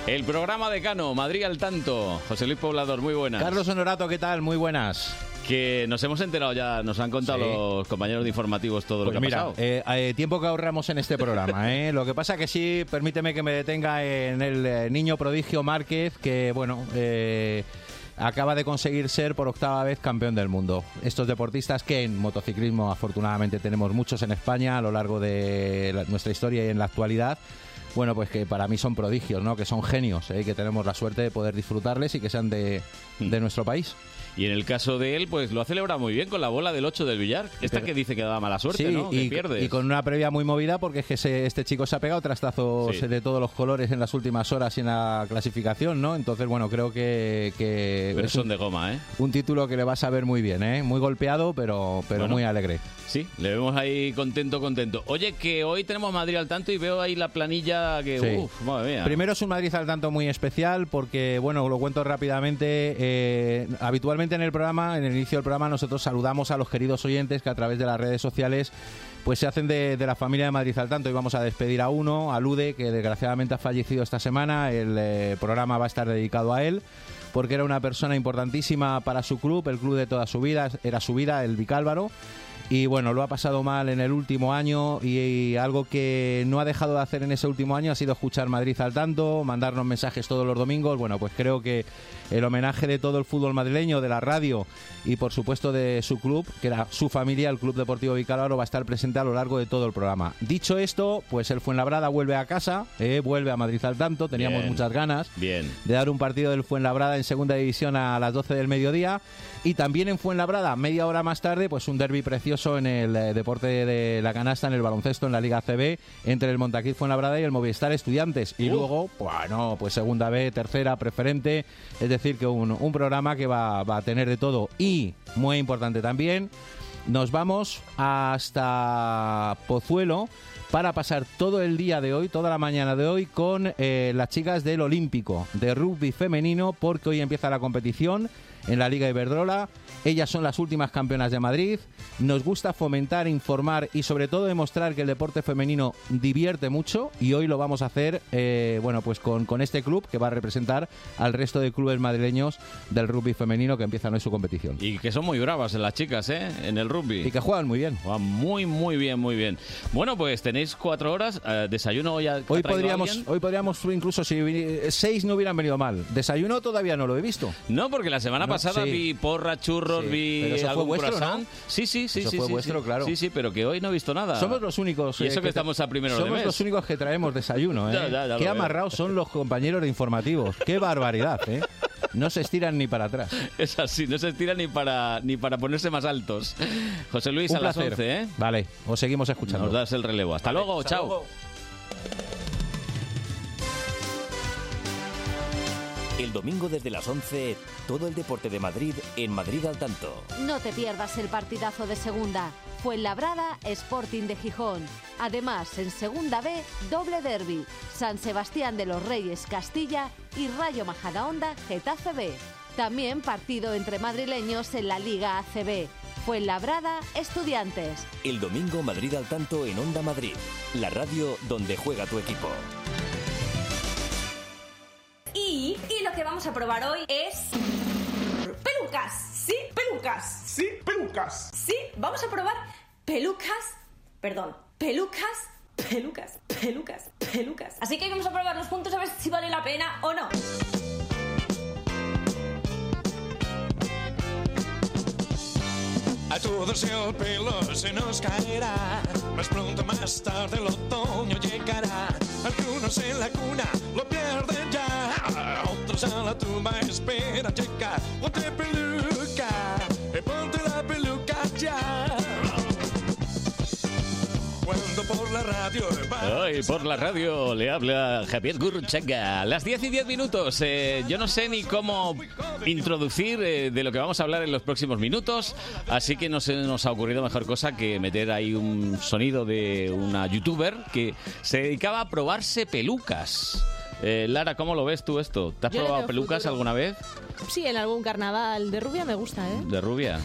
[SPEAKER 2] El programa de Cano, Madrid al tanto. José Luis Poblador, muy buenas.
[SPEAKER 26] Carlos Honorato, ¿qué tal? Muy buenas.
[SPEAKER 2] Que nos hemos enterado ya, nos han contado
[SPEAKER 26] Sí.
[SPEAKER 2] los compañeros de informativos todo
[SPEAKER 26] Pues
[SPEAKER 2] lo que ha
[SPEAKER 26] mira,
[SPEAKER 2] pasado.
[SPEAKER 26] eh, eh, tiempo que ahorramos en este programa. ¿eh? Lo que pasa que sí, permíteme que me detenga en el eh, niño prodigio Márquez, que bueno, eh, acaba de conseguir ser por octava vez campeón del mundo. Estos deportistas que en motociclismo afortunadamente tenemos muchos en España a lo largo de la- nuestra historia y en la actualidad. Bueno, pues que para mí son prodigios, ¿no? Que son genios, ¿eh? que tenemos la suerte de poder disfrutarles y que sean de, de
[SPEAKER 2] Mm.
[SPEAKER 26] nuestro país.
[SPEAKER 2] Y en el caso de él, pues lo ha celebrado muy bien con la bola del 8 del billar. Esta que dice que da mala suerte,
[SPEAKER 26] Sí,
[SPEAKER 2] ¿no? Que
[SPEAKER 26] y,
[SPEAKER 2] pierde.
[SPEAKER 26] y con una previa muy movida porque es que se- este chico se ha pegado trastazos
[SPEAKER 2] Sí.
[SPEAKER 26] de todos los colores en las últimas horas y en la clasificación, ¿no? Entonces, bueno, creo que, que
[SPEAKER 2] Pero
[SPEAKER 26] es un,
[SPEAKER 2] son de goma, ¿eh?
[SPEAKER 26] un título que le va a saber muy bien, ¿eh? Muy golpeado, pero, pero
[SPEAKER 2] Bueno.
[SPEAKER 26] muy alegre.
[SPEAKER 2] Sí, le vemos ahí contento, contento. Oye, que hoy tenemos Madrid al tanto y veo ahí la planilla que.
[SPEAKER 26] Sí.
[SPEAKER 2] Uf, madre mía.
[SPEAKER 26] Primero es un Madrid al tanto muy especial porque, bueno, lo cuento rápidamente. eh, habitualmente en el programa, en el inicio del programa, nosotros saludamos a los queridos oyentes que a través de las redes sociales pues se hacen de, de la familia de Madrid al tanto. Y vamos a despedir a uno, a Lude, que desgraciadamente ha fallecido esta semana. El eh, programa va a estar dedicado a él porque era una persona importantísima para su club, el club de toda su vida, era su vida, el Vicálvaro. Y bueno, lo ha pasado mal en el último año y, y algo que no ha dejado de hacer en ese último año ha sido escuchar Madrid al tanto, mandarnos mensajes todos los domingos. Bueno, pues creo que el homenaje de todo el fútbol madrileño, de la radio y por supuesto de su club, que era su familia, el Club Deportivo Vicálvaro, va a estar presente a lo largo de todo el programa. Dicho esto, pues el Fuenlabrada vuelve a casa, eh, vuelve a Madrid al tanto, teníamos
[SPEAKER 2] Bien.
[SPEAKER 26] muchas ganas
[SPEAKER 2] Bien.
[SPEAKER 26] de dar un partido del Fuenlabrada en segunda división a las 12 del mediodía. Y también en Fuenlabrada, media hora más tarde, pues un derby precioso en el eh, deporte de la canasta, en el baloncesto, en la Liga CB, entre el Montaquí Fuenlabrada y el Movistar Estudiantes. Y luego, bueno, pues segunda B, tercera, preferente. Es decir, que un, un programa que va, va a tener de todo. Y, muy importante también, nos vamos hasta Pozuelo para pasar todo el día de hoy, toda la mañana de hoy, con eh, las chicas del Olímpico de rugby femenino, porque hoy empieza la competición en la Liga Iberdrola. Ellas son las últimas campeonas de Madrid. Nos gusta fomentar, informar y sobre todo demostrar que el deporte femenino divierte mucho y hoy lo vamos a hacer eh, bueno, pues con, con este club que va a representar al resto de clubes madrileños del rugby femenino que empiezan hoy su competición.
[SPEAKER 2] Y que son muy bravas las chicas, ¿eh? En el rugby.
[SPEAKER 26] Y que juegan muy bien.
[SPEAKER 2] Juegan muy, muy bien, muy bien. Bueno, pues tenéis cuatro horas. eh, desayuno hoy.
[SPEAKER 26] Hoy podríamos, hoy podríamos, incluso si vi- seis no hubieran venido mal. Desayuno todavía no lo he visto.
[SPEAKER 2] No, porque la semana
[SPEAKER 26] No,
[SPEAKER 2] pasada
[SPEAKER 26] sí.
[SPEAKER 2] vi porra, churros,
[SPEAKER 26] Sí,
[SPEAKER 2] vi
[SPEAKER 26] pero eso fue
[SPEAKER 2] algún
[SPEAKER 26] vuestro,
[SPEAKER 2] croissant.
[SPEAKER 26] ¿no?
[SPEAKER 2] Sí, sí, sí.
[SPEAKER 26] Eso
[SPEAKER 2] sí,
[SPEAKER 26] fue
[SPEAKER 2] sí,
[SPEAKER 26] vuestro,
[SPEAKER 2] sí.
[SPEAKER 26] claro.
[SPEAKER 2] Sí, sí, pero que hoy no he visto nada.
[SPEAKER 26] Somos los únicos.
[SPEAKER 2] Ah. Y
[SPEAKER 26] eh,
[SPEAKER 2] eso que
[SPEAKER 26] te-
[SPEAKER 2] estamos a primero de
[SPEAKER 26] Somos
[SPEAKER 2] mes.
[SPEAKER 26] los únicos que traemos desayuno, ¿eh?
[SPEAKER 2] Ya, ya, ya
[SPEAKER 26] Qué
[SPEAKER 2] lo
[SPEAKER 26] amarrados son los compañeros de informativos. Qué barbaridad, ¿eh? No se estiran ni para atrás.
[SPEAKER 2] Es así, no se estira ni para, ni para ponerse más altos. José Luis,
[SPEAKER 26] Un
[SPEAKER 2] a las
[SPEAKER 26] placer.
[SPEAKER 2] 11, ¿eh?
[SPEAKER 26] Vale, os seguimos escuchando.
[SPEAKER 2] Nos das el relevo. Hasta luego, chao.
[SPEAKER 1] El domingo desde las 11, todo el deporte de Madrid en Madrid al tanto.
[SPEAKER 28] No te pierdas el partidazo de segunda. Fuenlabrada, Sporting de Gijón. Además, en segunda B, doble derby. San Sebastián de los Reyes, Castilla y Rayo Majadahonda, Getafe B. También partido entre madrileños en la Liga ACB. Fuenlabrada, Estudiantes.
[SPEAKER 1] El domingo Madrid al tanto en Onda Madrid, la radio donde juega tu equipo.
[SPEAKER 16] Y, y lo que vamos a probar hoy es pelucas, ¿sí? Pelucas.
[SPEAKER 33] Sí, pelucas. Sí, vamos a probar pelucas. Perdón, pelucas, pelucas, pelucas, pelucas. Así que vamos a probarlos juntos a ver si vale la pena o no.
[SPEAKER 16] A todos el pelo se nos caerá, más pronto más tarde el otoño llegará. Algunos en la cuna lo pierden ya, otros a la tumba esperan llegar. Ponte peluca, eh, ponte la peluca ya. Cuando por la radio va
[SPEAKER 2] Hoy por la radio le habla Javier Gurchaga. Las 10 y 10 minutos. Eh, yo no sé ni cómo introducir eh, de lo que vamos a hablar en los próximos minutos, así que no se nos ha ocurrido mejor cosa que meter ahí un sonido de una youtuber que se dedicaba a probarse pelucas. Eh, Lara, ¿cómo lo ves tú esto? ¿Te has
[SPEAKER 23] Yo le
[SPEAKER 2] probado
[SPEAKER 23] veo
[SPEAKER 2] pelucas
[SPEAKER 23] futuro.
[SPEAKER 2] alguna vez?
[SPEAKER 23] Sí, en algún carnaval de rubia me gusta, ¿eh?
[SPEAKER 2] ¿De rubia?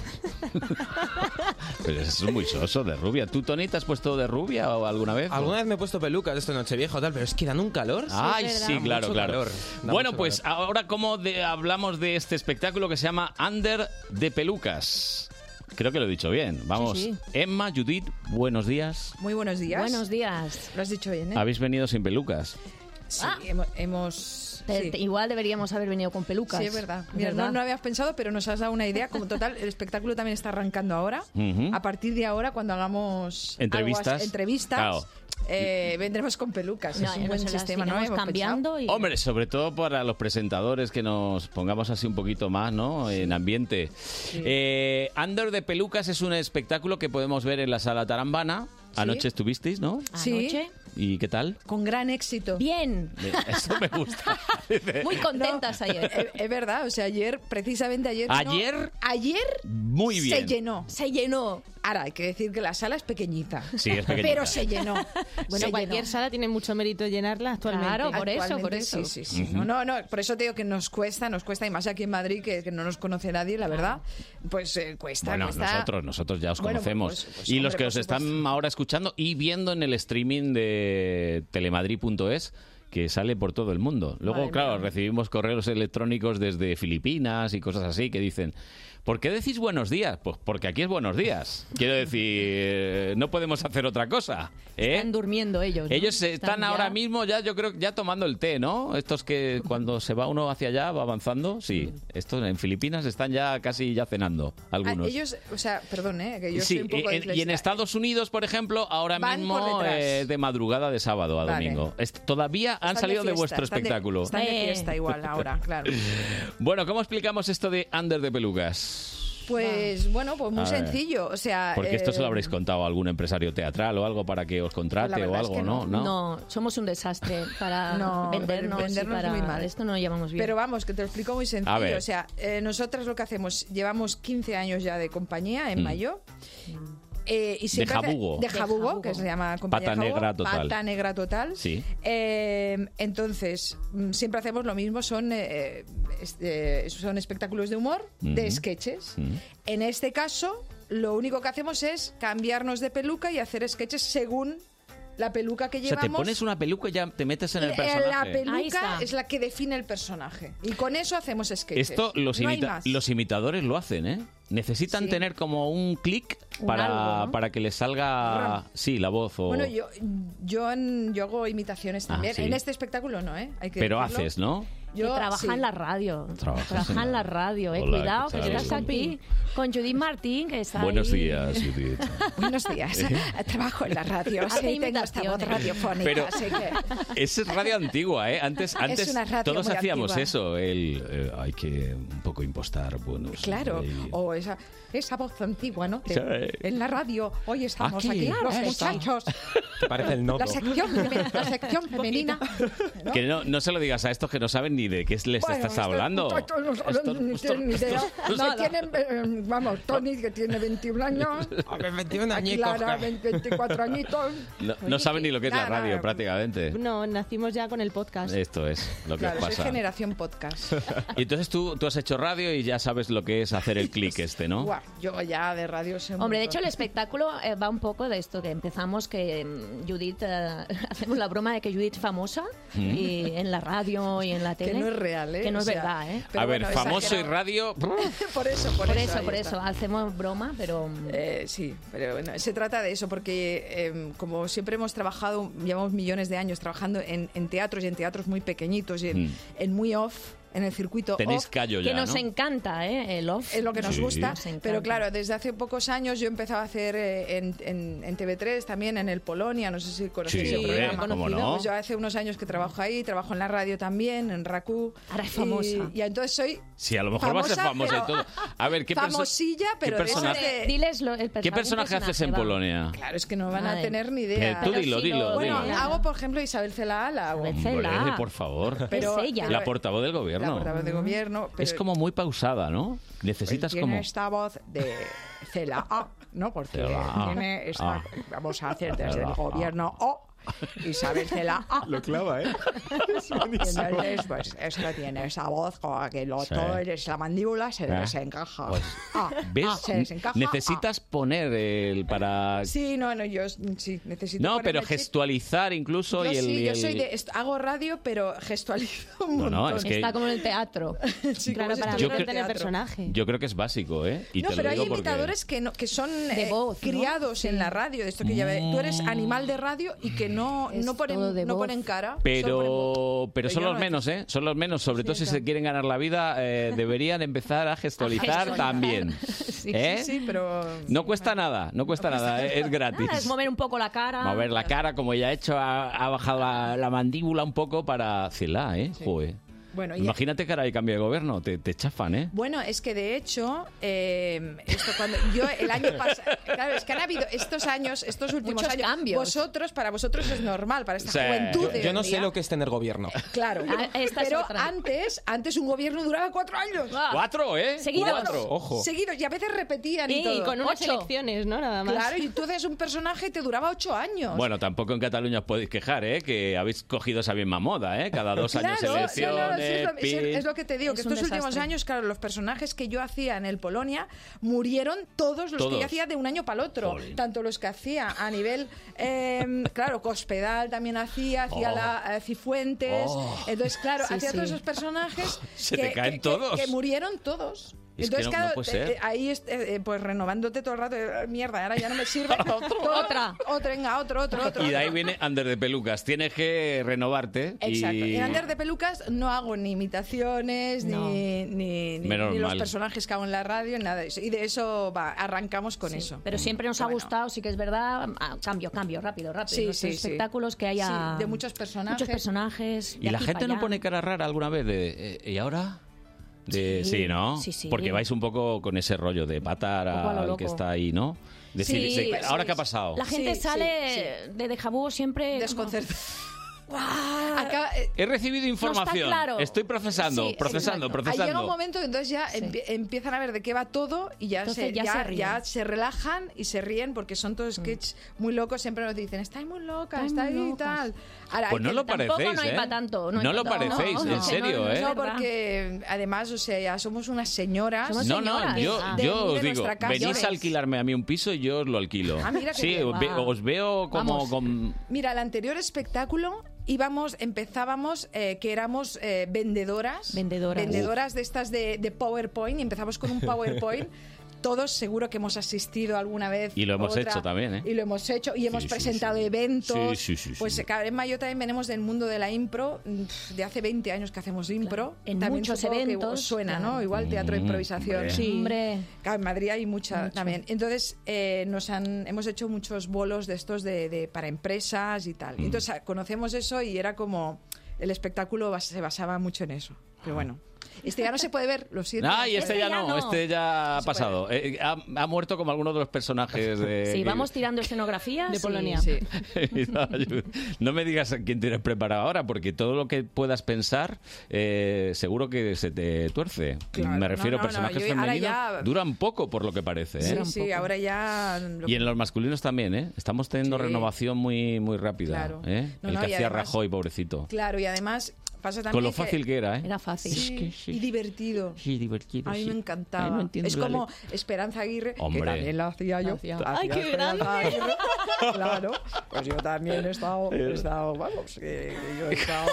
[SPEAKER 2] Pero eso es muy soso, de rubia. ¿Tú, Tony, te has puesto de rubia o alguna vez?
[SPEAKER 10] Alguna vez me he puesto pelucas de esto noche viejo tal, pero es que dan un calor.
[SPEAKER 2] Ay, sí, claro,
[SPEAKER 10] Mucho
[SPEAKER 2] claro.
[SPEAKER 10] calor, da
[SPEAKER 2] bueno,
[SPEAKER 10] mucho
[SPEAKER 2] pues ahora como de, hablamos de este espectáculo que se llama Under de Pelucas. Creo que lo he dicho bien. Vamos.
[SPEAKER 24] sí.
[SPEAKER 2] Emma, Judith, buenos días.
[SPEAKER 24] Muy buenos días.
[SPEAKER 23] Buenos
[SPEAKER 24] días. Lo has dicho bien, ¿eh?
[SPEAKER 2] Habéis venido sin pelucas.
[SPEAKER 24] Sí, hemo- hemos...
[SPEAKER 23] Te-
[SPEAKER 24] sí.
[SPEAKER 23] te- Ah. Eh, Igual deberíamos haber venido con pelucas.
[SPEAKER 24] Sí, es verdad. Mira, No, no habías pensado, pero nos has dado una idea. Como total, el espectáculo también está arrancando ahora.
[SPEAKER 2] Ujú.
[SPEAKER 24] A partir de ahora, cuando hagamos algo
[SPEAKER 2] Entrevistas.
[SPEAKER 24] así- entrevistas
[SPEAKER 2] Claro.
[SPEAKER 24] eh, vendremos con pelucas.
[SPEAKER 23] No,
[SPEAKER 24] es un buen
[SPEAKER 23] nos las
[SPEAKER 24] sistema, ¿no?
[SPEAKER 23] iremos
[SPEAKER 24] Hemos
[SPEAKER 23] cambiando y...
[SPEAKER 2] Hombre, sobre todo para los presentadores que nos pongamos así un poquito más, ¿no? En ambiente. Eh, Under de Pelucas es un espectáculo que podemos ver en la sala Tarambana.
[SPEAKER 24] Sí.
[SPEAKER 2] Anoche estuvisteis, ¿no?
[SPEAKER 24] pensado. Sí,
[SPEAKER 2] ¿Y qué tal?
[SPEAKER 24] con gran éxito. Bien.
[SPEAKER 2] Me- Eso me gusta.
[SPEAKER 24] contentas ayer. eh, Es, es verdad, o sea, ayer, precisamente ayer. no-
[SPEAKER 2] ¿Ayer?
[SPEAKER 24] ayer
[SPEAKER 2] Muy bien.
[SPEAKER 24] se llenó. Se llenó. Ahora, hay que decir que la sala es pequeñita.
[SPEAKER 2] Sí, es pequeñita.
[SPEAKER 24] Pero se llenó.
[SPEAKER 23] Bueno, cualquier sala tiene mucho mérito llenarla actualmente.
[SPEAKER 24] Claro, por eso, por eso.
[SPEAKER 23] Sí,
[SPEAKER 24] sí, No, no, no, por eso te digo que nos cuesta, nos cuesta, y más aquí en Madrid, que, que no nos conoce nadie, la verdad, pues eh, cuesta,
[SPEAKER 2] Bueno,
[SPEAKER 24] cuesta.
[SPEAKER 2] nosotros, nosotros ya os
[SPEAKER 24] Bueno,
[SPEAKER 2] conocemos.
[SPEAKER 24] pues, pues,
[SPEAKER 2] y los
[SPEAKER 24] hombre,
[SPEAKER 2] que
[SPEAKER 24] por
[SPEAKER 2] os están ahora escuchando y viendo en el streaming de telemadrid.es que sale por todo el mundo. Luego,
[SPEAKER 24] Madre
[SPEAKER 2] claro, recibimos correos electrónicos desde Filipinas y cosas así que dicen, ¿por qué decís buenos días? Pues porque aquí es buenos días. Quiero decir, eh, no podemos hacer otra cosa. ¿eh?
[SPEAKER 23] Están durmiendo ellos. ¿no?
[SPEAKER 2] Ellos están
[SPEAKER 23] ya-
[SPEAKER 2] ahora mismo ya, yo creo, ya tomando el té, ¿no? Estos que cuando se va uno hacia allá va avanzando, sí. Estos en Filipinas están ya casi ya cenando,
[SPEAKER 24] Ah,
[SPEAKER 2] algunos.
[SPEAKER 24] ellos, o sea, perdón, eh, que yo
[SPEAKER 2] Sí,
[SPEAKER 24] soy un poco
[SPEAKER 2] en- y en
[SPEAKER 24] disléxica.
[SPEAKER 2] Estados Unidos, por ejemplo, ahora
[SPEAKER 24] Van por
[SPEAKER 2] mismo
[SPEAKER 24] detrás.
[SPEAKER 2] eh, de madrugada de sábado a
[SPEAKER 24] Vale.
[SPEAKER 2] domingo. Es- Todavía han
[SPEAKER 24] Están
[SPEAKER 2] salido de,
[SPEAKER 24] fiesta,
[SPEAKER 2] vuestro
[SPEAKER 24] están
[SPEAKER 2] espectáculo. Eh.
[SPEAKER 24] Están de fiesta igual ahora, claro.
[SPEAKER 2] Bueno, ¿cómo explicamos esto de Under de Pelugas?
[SPEAKER 24] Pues bueno, pues
[SPEAKER 2] A
[SPEAKER 24] muy
[SPEAKER 2] ver.
[SPEAKER 24] sencillo, o sea...
[SPEAKER 2] Porque esto se lo
[SPEAKER 24] eh, Pues
[SPEAKER 2] habréis contado a algún empresario teatral o algo para que os contrate o algo, ¿no?
[SPEAKER 23] somos un desastre para
[SPEAKER 24] No,
[SPEAKER 23] Ah, vendernos, y
[SPEAKER 24] vendernos
[SPEAKER 23] para-
[SPEAKER 24] muy mal.
[SPEAKER 23] Esto no lo llevamos bien.
[SPEAKER 24] Pero vamos, que te lo explico muy
[SPEAKER 2] A ver.
[SPEAKER 24] sencillo. O sea, eh, nosotras lo que hacemos, llevamos 15 años ya de compañía en
[SPEAKER 2] Mm.
[SPEAKER 24] Mayo. eh, y siempre hace-
[SPEAKER 2] jabugo.
[SPEAKER 24] De
[SPEAKER 2] De
[SPEAKER 24] jabugo, que se llama compañía
[SPEAKER 2] Pata
[SPEAKER 24] de jabugo,
[SPEAKER 2] negra total.
[SPEAKER 24] Pata negra total.
[SPEAKER 2] Sí.
[SPEAKER 24] Eh, entonces, mm, siempre hacemos lo mismo, son, eh, es- eh, son espectáculos de humor, de
[SPEAKER 25] Ujú.
[SPEAKER 24] sketches.
[SPEAKER 2] Mm.
[SPEAKER 24] En este caso, lo único que hacemos es cambiarnos de peluca y hacer sketches según la peluca que
[SPEAKER 2] O sea,
[SPEAKER 24] llevamos.
[SPEAKER 2] te pones una peluca y ya te metes en el personaje.
[SPEAKER 24] La peluca es la que define el personaje. Y con eso hacemos sketches.
[SPEAKER 2] Esto los,
[SPEAKER 24] no hay
[SPEAKER 2] imita-
[SPEAKER 24] más.
[SPEAKER 2] los imitadores lo hacen, ¿eh? Necesitan
[SPEAKER 24] Sí.
[SPEAKER 2] tener como un clic
[SPEAKER 24] Un
[SPEAKER 2] para,
[SPEAKER 24] algo, ¿no?
[SPEAKER 2] para que les salga, sí, la voz o...
[SPEAKER 24] Bueno, yo, yo, en- yo hago imitaciones
[SPEAKER 2] Ah,
[SPEAKER 24] también.
[SPEAKER 2] sí.
[SPEAKER 24] En este espectáculo no, ¿eh? Hay que
[SPEAKER 2] Pero
[SPEAKER 24] decirlo.
[SPEAKER 2] haces, ¿no?
[SPEAKER 24] Yo,
[SPEAKER 23] que trabaja
[SPEAKER 24] sí.
[SPEAKER 23] en la radio.
[SPEAKER 2] Trabajas
[SPEAKER 23] Trabaja en la radio, eh.
[SPEAKER 2] Hola, ¿qué
[SPEAKER 23] Cuidado, que
[SPEAKER 2] tal?
[SPEAKER 23] estás aquí con Judith Martín, que está
[SPEAKER 2] Buenos
[SPEAKER 23] ahí.
[SPEAKER 2] días, Judith.
[SPEAKER 24] Buenos días. Trabajo en la radio.
[SPEAKER 23] Hace
[SPEAKER 24] Sí, tengo esta voz radiofónica.
[SPEAKER 2] Pero-
[SPEAKER 24] así que...
[SPEAKER 2] Esa es radio antigua, ¿eh? Antes,
[SPEAKER 24] Es
[SPEAKER 2] antes
[SPEAKER 24] una radio
[SPEAKER 2] todos
[SPEAKER 24] muy
[SPEAKER 2] hacíamos
[SPEAKER 24] antigua.
[SPEAKER 2] eso. El, eh, hay que un poco impostar buenos.
[SPEAKER 24] Claro,
[SPEAKER 2] eh,
[SPEAKER 24] o esa, esa voz antigua, ¿no? De-
[SPEAKER 2] Sí.
[SPEAKER 24] En la radio, hoy estamos
[SPEAKER 2] Aquí,
[SPEAKER 24] aquí, los
[SPEAKER 2] claro,
[SPEAKER 24] muchachos,
[SPEAKER 2] Ah, Parece el
[SPEAKER 24] la sección, feme- la sección femenina.
[SPEAKER 2] Que no, no se lo digas a estos que no saben ni de qué les
[SPEAKER 24] Bueno,
[SPEAKER 2] Este, estás
[SPEAKER 24] estos
[SPEAKER 2] hablando.
[SPEAKER 24] muchachos no saben ni tienen ni idea. Me tienen, eh, vamos, Tony, que tiene 21 años.
[SPEAKER 10] Hombre, 21
[SPEAKER 24] a
[SPEAKER 10] añicos,
[SPEAKER 24] Clara,
[SPEAKER 10] ja.
[SPEAKER 24] 20, 24 añitos.
[SPEAKER 2] No, no saben ni lo que es la
[SPEAKER 24] nada, pues,
[SPEAKER 2] radio,
[SPEAKER 24] nada.
[SPEAKER 2] prácticamente.
[SPEAKER 23] No, nacimos ya con el podcast.
[SPEAKER 2] Esto es Eh, lo que
[SPEAKER 24] Claro,
[SPEAKER 2] os
[SPEAKER 24] soy
[SPEAKER 2] pasa.
[SPEAKER 24] generación podcast.
[SPEAKER 2] Y entonces tú, tú has hecho radio y ya sabes lo que es hacer el clic este, ¿no?
[SPEAKER 24] Buah, yo ya de radio sé un
[SPEAKER 23] Hombre, de hecho
[SPEAKER 24] montón.
[SPEAKER 23] el espectáculo eh, va un poco de esto que empezamos que mm, Judith eh, hacemos la broma de que Judith es famosa
[SPEAKER 2] Mm.
[SPEAKER 23] y en la radio y en la tele
[SPEAKER 24] Que no es real, ¿eh?
[SPEAKER 9] Que no es
[SPEAKER 24] O sea,
[SPEAKER 9] verdad, ¿eh?
[SPEAKER 2] a ver, famoso y radio.
[SPEAKER 24] por eso, por,
[SPEAKER 9] Por
[SPEAKER 24] eso.
[SPEAKER 9] eso,
[SPEAKER 24] ahí
[SPEAKER 9] por
[SPEAKER 24] está.
[SPEAKER 9] eso. Hacemos broma, pero...
[SPEAKER 24] Eh, sí, pero bueno, se trata de eso, porque eh, como siempre hemos trabajado, llevamos millones de años trabajando en, en teatros y en teatros muy pequeñitos y en,
[SPEAKER 2] Mm.
[SPEAKER 24] en muy off, en el circuito
[SPEAKER 2] Tenéis
[SPEAKER 24] off.
[SPEAKER 2] callo ya, Que nos ¿no?
[SPEAKER 24] encanta, ¿eh? El off. Es lo que nos
[SPEAKER 2] Sí.
[SPEAKER 24] gusta,
[SPEAKER 2] Nos
[SPEAKER 9] encanta.
[SPEAKER 24] pero claro, desde hace pocos años yo empezaba a hacer eh, en, en- en TV3, también en el Polonia, no sé si conocéis
[SPEAKER 9] Sí,
[SPEAKER 24] el
[SPEAKER 9] hombre,
[SPEAKER 24] programa.
[SPEAKER 9] ¿cómo no?
[SPEAKER 24] Pues yo hace unos años que trabajo ahí, trabajo en la radio también, en Raku. Ahora es
[SPEAKER 9] famosa.
[SPEAKER 24] Y, entonces soy
[SPEAKER 2] Sí, a lo mejor va a ser
[SPEAKER 24] Famosa,
[SPEAKER 2] famosa y
[SPEAKER 24] pero-
[SPEAKER 2] todo. A ver, ¿qué perso-
[SPEAKER 24] famosilla,
[SPEAKER 2] qué
[SPEAKER 24] pero de esas
[SPEAKER 2] personaje-
[SPEAKER 24] de-
[SPEAKER 9] Diles lo- el
[SPEAKER 2] ¿Qué personaje haces en Polonia?
[SPEAKER 24] Claro, es que no van a
[SPEAKER 9] Madre.
[SPEAKER 24] tener ni idea.
[SPEAKER 2] Eh, tú Pero dilo, si lo- dilo,
[SPEAKER 24] Bueno,
[SPEAKER 2] dilo.
[SPEAKER 24] hago, por ejemplo, Isabel Cela la hago.
[SPEAKER 2] Hombre, por favor.
[SPEAKER 24] Pero- Es ella.
[SPEAKER 2] La portavoz del gobierno.
[SPEAKER 24] La portavoz de gobierno. Pero
[SPEAKER 2] Es como muy pausada, ¿no? Necesitas
[SPEAKER 24] tiene
[SPEAKER 2] como...
[SPEAKER 24] esta voz de Cela A, ¿no? Porque
[SPEAKER 2] Cela A.
[SPEAKER 24] tiene esta...
[SPEAKER 2] Ah.
[SPEAKER 24] Vamos a hacer desde
[SPEAKER 2] Cela
[SPEAKER 24] el
[SPEAKER 2] A.
[SPEAKER 24] gobierno O. Isabel Cela A.
[SPEAKER 2] Lo clava, ¿eh?
[SPEAKER 24] Entonces, pues, esto tiene esa voz como que lo,
[SPEAKER 2] Sí.
[SPEAKER 24] todo es la mandíbula se
[SPEAKER 2] ¿Eh?
[SPEAKER 24] desencaja.
[SPEAKER 2] Pues,
[SPEAKER 24] Ah,
[SPEAKER 2] Eh. ¿Ves?
[SPEAKER 24] ah, se desencaja.
[SPEAKER 2] Necesitas poner el para...
[SPEAKER 24] ah. Sí, no, no, yo sí, necesito...
[SPEAKER 2] no, pero
[SPEAKER 24] ponerme el chip.
[SPEAKER 2] gestualizar incluso
[SPEAKER 24] Yo
[SPEAKER 2] y el...
[SPEAKER 24] sí,
[SPEAKER 2] y
[SPEAKER 24] yo
[SPEAKER 2] el-
[SPEAKER 24] soy de, est- hago radio, pero gestualizo un
[SPEAKER 2] No, no,
[SPEAKER 24] montón.
[SPEAKER 2] es que- Está
[SPEAKER 24] como en el teatro.
[SPEAKER 9] Claro, para
[SPEAKER 2] Yo no cre-
[SPEAKER 9] tener personaje.
[SPEAKER 2] Yo creo que es básico, ¿eh? Y
[SPEAKER 24] No,
[SPEAKER 2] te
[SPEAKER 24] pero
[SPEAKER 2] lo
[SPEAKER 24] hay
[SPEAKER 2] digo
[SPEAKER 24] imitadores que, no, que son eh,
[SPEAKER 9] voz, ¿no?
[SPEAKER 24] criados en la radio, de esto que ya ve- Tú eres
[SPEAKER 10] Mm.
[SPEAKER 24] animal de radio y que no, no,
[SPEAKER 9] todo de
[SPEAKER 24] ponen, no
[SPEAKER 9] voz.
[SPEAKER 24] ponen cara.
[SPEAKER 2] porque... Pero, pero son
[SPEAKER 24] yo
[SPEAKER 2] los
[SPEAKER 24] no-
[SPEAKER 2] menos, ¿eh? Son los menos. Sobre todo si se quieren ganar la vida, eh, deberían empezar a gestualizar
[SPEAKER 24] gestualizar.
[SPEAKER 2] también.
[SPEAKER 24] Sí,
[SPEAKER 2] ¿Eh?
[SPEAKER 24] sí, sí, pero...
[SPEAKER 2] No cuesta nada, no cuesta nada, eh, es gratis.
[SPEAKER 9] Nada, es mover un poco la cara.
[SPEAKER 2] Mover la cara, como ya ha hecho, ha, ha bajado la, la mandíbula un poco para Cela, ¿eh? Joder.
[SPEAKER 24] Bueno, y-
[SPEAKER 2] Imagínate que ahora hay cambio de gobierno, te, te chafan, ¿eh?
[SPEAKER 24] Bueno, es que de hecho, eh, esto cuando yo el año pasado, claro, es que han habido estos años, estos últimos
[SPEAKER 9] Muchos
[SPEAKER 24] años,
[SPEAKER 9] cambios.
[SPEAKER 24] vosotros, para vosotros es normal, para esta
[SPEAKER 10] O sea,
[SPEAKER 24] juventud.
[SPEAKER 10] yo,
[SPEAKER 24] de
[SPEAKER 10] yo
[SPEAKER 24] hoy
[SPEAKER 10] no sé
[SPEAKER 24] día.
[SPEAKER 10] lo que es tener gobierno.
[SPEAKER 24] Claro,
[SPEAKER 9] Ah, esta es
[SPEAKER 24] pero
[SPEAKER 9] otra. Ah.
[SPEAKER 24] antes, antes un gobierno duraba cuatro años.
[SPEAKER 2] Cuatro, ¿eh?
[SPEAKER 24] Seguidos.
[SPEAKER 2] Cuatro, ojo.
[SPEAKER 24] Seguidos, y a veces repetían y,
[SPEAKER 9] Y
[SPEAKER 24] todo.
[SPEAKER 9] con unas
[SPEAKER 24] Ocho.
[SPEAKER 9] elecciones, ¿no? Nada más.
[SPEAKER 24] Claro, y tú haces un personaje y te duraba ocho años.
[SPEAKER 2] Bueno, tampoco en Cataluña os podéis quejar, ¿eh? Que habéis cogido esa misma moda, ¿eh? Cada dos años
[SPEAKER 24] Claro,
[SPEAKER 2] elecciones.
[SPEAKER 24] no, no, no, sí, es, lo, sí,
[SPEAKER 2] pin.
[SPEAKER 24] es lo que te digo,
[SPEAKER 9] Es
[SPEAKER 24] que
[SPEAKER 9] un
[SPEAKER 24] estos últimos
[SPEAKER 9] desastre.
[SPEAKER 24] años, claro, los personajes que yo hacía en el Polonia murieron todos los que
[SPEAKER 2] Todos.
[SPEAKER 24] yo hacía de un año para el otro. Tanto los que hacía a nivel, eh, claro, Cospedal también hacía, hacía
[SPEAKER 2] Oh.
[SPEAKER 24] la eh, Cifuentes.
[SPEAKER 2] Oh.
[SPEAKER 24] Entonces, claro,
[SPEAKER 2] Sí,
[SPEAKER 24] hacía
[SPEAKER 2] sí.
[SPEAKER 24] todos esos personajes.
[SPEAKER 2] Se te caen todos.
[SPEAKER 24] Que, murieron todos.
[SPEAKER 2] Es que
[SPEAKER 24] Entonces,
[SPEAKER 2] no-
[SPEAKER 24] claro,
[SPEAKER 2] no puede
[SPEAKER 24] te-
[SPEAKER 2] ser.
[SPEAKER 24] eh, ahí est- eh, eh, pues renovándote todo el rato, eh, mierda, ahora ya no me sirve. otra. Otra, venga, otro, otro, otro.
[SPEAKER 2] Y de ahí viene Under de Pelucas. Tienes que renovarte.
[SPEAKER 24] Exacto.
[SPEAKER 2] Y...
[SPEAKER 24] En Ander de Pelucas no hago ni imitaciones, ni, ni, ni-
[SPEAKER 2] Menos
[SPEAKER 24] ni los
[SPEAKER 2] mal.
[SPEAKER 24] personajes que hago en la radio, nada de eso. Y de eso va, arrancamos con eso.
[SPEAKER 9] Pero siempre nos ha gustado, sí que es verdad, ah, cambio, cambio, rápido, rápido.
[SPEAKER 24] Sí,
[SPEAKER 9] Nuestros
[SPEAKER 24] sí, sí.
[SPEAKER 9] espectáculos que haya...
[SPEAKER 24] Sí, de muchos personajes.
[SPEAKER 9] Muchos personajes. de
[SPEAKER 2] ¿Y la
[SPEAKER 9] aquí
[SPEAKER 2] gente
[SPEAKER 9] para
[SPEAKER 2] no
[SPEAKER 9] allá.
[SPEAKER 2] pone cara rara alguna vez de, eh, ¿y ahora? De, sí,
[SPEAKER 9] Sí,
[SPEAKER 2] ¿no?
[SPEAKER 9] sí, sí.
[SPEAKER 2] Porque vais un poco con ese rollo de patar
[SPEAKER 9] poco a lo
[SPEAKER 2] al
[SPEAKER 9] loco.
[SPEAKER 2] que está ahí, ¿no? Decir,
[SPEAKER 9] Sí,
[SPEAKER 2] se-
[SPEAKER 9] sí,
[SPEAKER 2] ¿ahora
[SPEAKER 9] sí.
[SPEAKER 2] qué ha pasado?
[SPEAKER 9] La gente
[SPEAKER 24] Sí,
[SPEAKER 9] sale de Dejabú siempre... Desconcertada.
[SPEAKER 24] eh,
[SPEAKER 2] He recibido información.
[SPEAKER 24] claro.
[SPEAKER 2] Estoy procesando,
[SPEAKER 24] Sí,
[SPEAKER 2] procesando,
[SPEAKER 24] exacto. Ahí
[SPEAKER 2] procesando.
[SPEAKER 24] llega un momento, entonces ya empie- empiezan a ver de qué va todo y ya,
[SPEAKER 9] Entonces
[SPEAKER 24] se,
[SPEAKER 9] ya
[SPEAKER 24] ya,
[SPEAKER 9] se ríen. Mm.
[SPEAKER 24] ya se relajan y se ríen porque son todos sketches muy locos. Siempre nos dicen, estáis muy locas,
[SPEAKER 9] Estáis
[SPEAKER 24] estáis
[SPEAKER 9] muy
[SPEAKER 24] y
[SPEAKER 9] locas".
[SPEAKER 24] tal. Ahora,
[SPEAKER 2] Pues
[SPEAKER 24] hay
[SPEAKER 2] no
[SPEAKER 24] que-
[SPEAKER 2] lo parecéis,
[SPEAKER 9] no hay
[SPEAKER 2] ¿eh?
[SPEAKER 9] pa' tanto, no hay
[SPEAKER 2] No lo
[SPEAKER 9] pa' tanto.
[SPEAKER 2] parecéis,
[SPEAKER 9] No,
[SPEAKER 2] en
[SPEAKER 9] no,
[SPEAKER 2] serio, ¿eh?
[SPEAKER 24] No, porque además, o sea, ya somos unas señoras.
[SPEAKER 2] No, no, yo,
[SPEAKER 24] de-
[SPEAKER 2] yo
[SPEAKER 24] de
[SPEAKER 2] os digo,
[SPEAKER 24] nuestra casa.
[SPEAKER 2] venís a alquilarme a mí un piso y yo os lo alquilo.
[SPEAKER 24] Ah, mira qué
[SPEAKER 2] sí,
[SPEAKER 24] bien.
[SPEAKER 2] os, ve-
[SPEAKER 24] Guau.
[SPEAKER 2] os veo como...
[SPEAKER 24] Vamos.
[SPEAKER 2] con-
[SPEAKER 24] Mira, el anterior espectáculo íbamos, empezábamos eh, que éramos eh, vendedoras. Vendedoras. de estas de, de PowerPoint y empezamos con un PowerPoint. Todos seguro que hemos asistido alguna vez.
[SPEAKER 2] Y lo hemos
[SPEAKER 24] otra,
[SPEAKER 2] hecho también, ¿eh?
[SPEAKER 24] Y lo hemos hecho y hemos
[SPEAKER 2] sí,
[SPEAKER 24] presentado eventos.
[SPEAKER 2] Sí, sí, sí,
[SPEAKER 24] Pues
[SPEAKER 2] sí.
[SPEAKER 24] Karen Mayo también venimos del mundo de la impro, mm, pf, de hace 20 años que hacemos impro.
[SPEAKER 9] En
[SPEAKER 24] también
[SPEAKER 9] muchos
[SPEAKER 24] supongo que os
[SPEAKER 9] eventos,
[SPEAKER 24] suena,
[SPEAKER 9] claro.
[SPEAKER 24] ¿no? Igual teatro de
[SPEAKER 9] Mm,
[SPEAKER 24] improvisación.
[SPEAKER 9] hombre. Sí. Hombre.
[SPEAKER 24] Claro, en Madrid hay mucha también. Entonces, eh, nos han, hemos hecho muchos bolos de estos de, de- para empresas y
[SPEAKER 2] Mm.
[SPEAKER 24] tal. Entonces, ah, conocemos eso y era como. El espectáculo bas- se basaba mucho en eso. Pero bueno. Este ya no se puede ver, lo siento.
[SPEAKER 2] Ah, y este, ya, no, este ya ha pasado. Eh, ha, ha muerto como alguno de los personajes de...
[SPEAKER 9] Sí,
[SPEAKER 2] eh, que-
[SPEAKER 9] vamos tirando escenografías.
[SPEAKER 24] De
[SPEAKER 9] y-
[SPEAKER 24] Polonia.
[SPEAKER 9] sí.
[SPEAKER 2] no me digas a quién tienes preparado ahora, porque todo lo que puedas pensar, eh, seguro que se te tuerce. me refiero a
[SPEAKER 24] no, no,
[SPEAKER 2] personajes
[SPEAKER 24] yo ahora
[SPEAKER 2] femeninos.
[SPEAKER 24] ya-
[SPEAKER 2] Duran poco, por lo que parece.
[SPEAKER 24] Sí,
[SPEAKER 2] ¿eh?
[SPEAKER 24] sí, ahora ya. lo-
[SPEAKER 2] Y en los masculinos también, ¿eh? Estamos teniendo
[SPEAKER 24] Sí.
[SPEAKER 2] renovación muy, muy rápida.
[SPEAKER 24] Claro.
[SPEAKER 2] ¿eh?
[SPEAKER 24] No,
[SPEAKER 2] El
[SPEAKER 24] no,
[SPEAKER 2] que
[SPEAKER 24] y
[SPEAKER 2] hacía
[SPEAKER 24] además-
[SPEAKER 2] Rajoy, pobrecito.
[SPEAKER 24] Claro, y además pasa también.
[SPEAKER 2] Con lo fácil que era, ¿eh?
[SPEAKER 9] Era fácil.
[SPEAKER 24] Sí, Y divertido.
[SPEAKER 2] Sí, divertido.
[SPEAKER 24] A mí
[SPEAKER 2] sí.
[SPEAKER 24] me
[SPEAKER 2] Ay, no
[SPEAKER 24] encantaba.
[SPEAKER 2] entiendo
[SPEAKER 24] es
[SPEAKER 2] la
[SPEAKER 24] como Esperanza Aguirre,
[SPEAKER 2] Hombre.
[SPEAKER 24] que también la hacía yo.
[SPEAKER 9] Ay,
[SPEAKER 24] Hacía
[SPEAKER 9] qué
[SPEAKER 24] Esperanza
[SPEAKER 9] grande.
[SPEAKER 24] Aguirre.
[SPEAKER 2] Eh.
[SPEAKER 24] Claro, pues yo también he estado, he estado, vamos, que, que yo he estado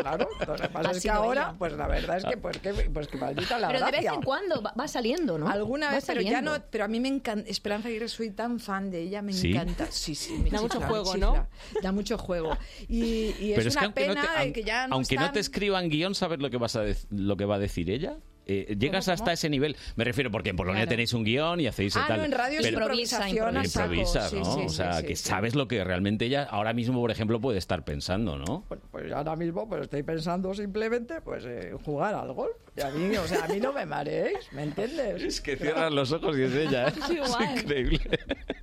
[SPEAKER 24] Claro, lo que pasa
[SPEAKER 9] Ha
[SPEAKER 24] es que
[SPEAKER 9] sido
[SPEAKER 24] ahora,
[SPEAKER 9] ella.
[SPEAKER 24] pues la verdad es que, pues que, pues que maldita la
[SPEAKER 9] Pero de vez
[SPEAKER 24] gracia.
[SPEAKER 9] en cuando va, va saliendo, ¿no?
[SPEAKER 24] Alguna
[SPEAKER 9] Va
[SPEAKER 24] vez, pero ya
[SPEAKER 9] saliendo.
[SPEAKER 24] no. Pero a mí me encanta. Esperanza Aguirre, soy tan fan de ella, me
[SPEAKER 2] ¿Sí?
[SPEAKER 24] encanta. Sí, sí, me
[SPEAKER 23] Da
[SPEAKER 24] chifla,
[SPEAKER 23] mucho
[SPEAKER 24] me
[SPEAKER 23] juego,
[SPEAKER 24] chifla.
[SPEAKER 23] ¿no?
[SPEAKER 24] Da mucho juego. Y, y es una
[SPEAKER 2] no
[SPEAKER 24] pena
[SPEAKER 2] te-
[SPEAKER 24] de
[SPEAKER 2] aun-
[SPEAKER 24] que ya no
[SPEAKER 2] aunque no
[SPEAKER 24] están-
[SPEAKER 2] te escriban guión, ¿sabes lo que, vas a dec- lo que va a decir ella? Eh, llegas
[SPEAKER 24] ¿Cómo,
[SPEAKER 2] hasta
[SPEAKER 24] cómo?
[SPEAKER 2] ese nivel. Me refiero porque en Polonia
[SPEAKER 24] Claro.
[SPEAKER 2] tenéis un guión y hacéis
[SPEAKER 24] Ah,
[SPEAKER 2] tal.
[SPEAKER 24] no, en radio es improvisación a saco.
[SPEAKER 2] improvisa,
[SPEAKER 24] Sí,
[SPEAKER 2] ¿no?
[SPEAKER 24] sí,
[SPEAKER 2] o
[SPEAKER 24] sí,
[SPEAKER 2] sea,
[SPEAKER 24] sí,
[SPEAKER 2] que
[SPEAKER 24] sí.
[SPEAKER 2] sabes lo que realmente ella ahora mismo, por ejemplo, puede estar pensando, ¿no?
[SPEAKER 24] Pues ahora mismo pues estoy pensando simplemente pues eh, jugar al golf. Y a mí, o sea, a mí no me mareéis, ¿me entiendes?
[SPEAKER 2] Es que cierras los ojos y es ella, ¿eh?
[SPEAKER 24] Es igual.
[SPEAKER 2] Es increíble.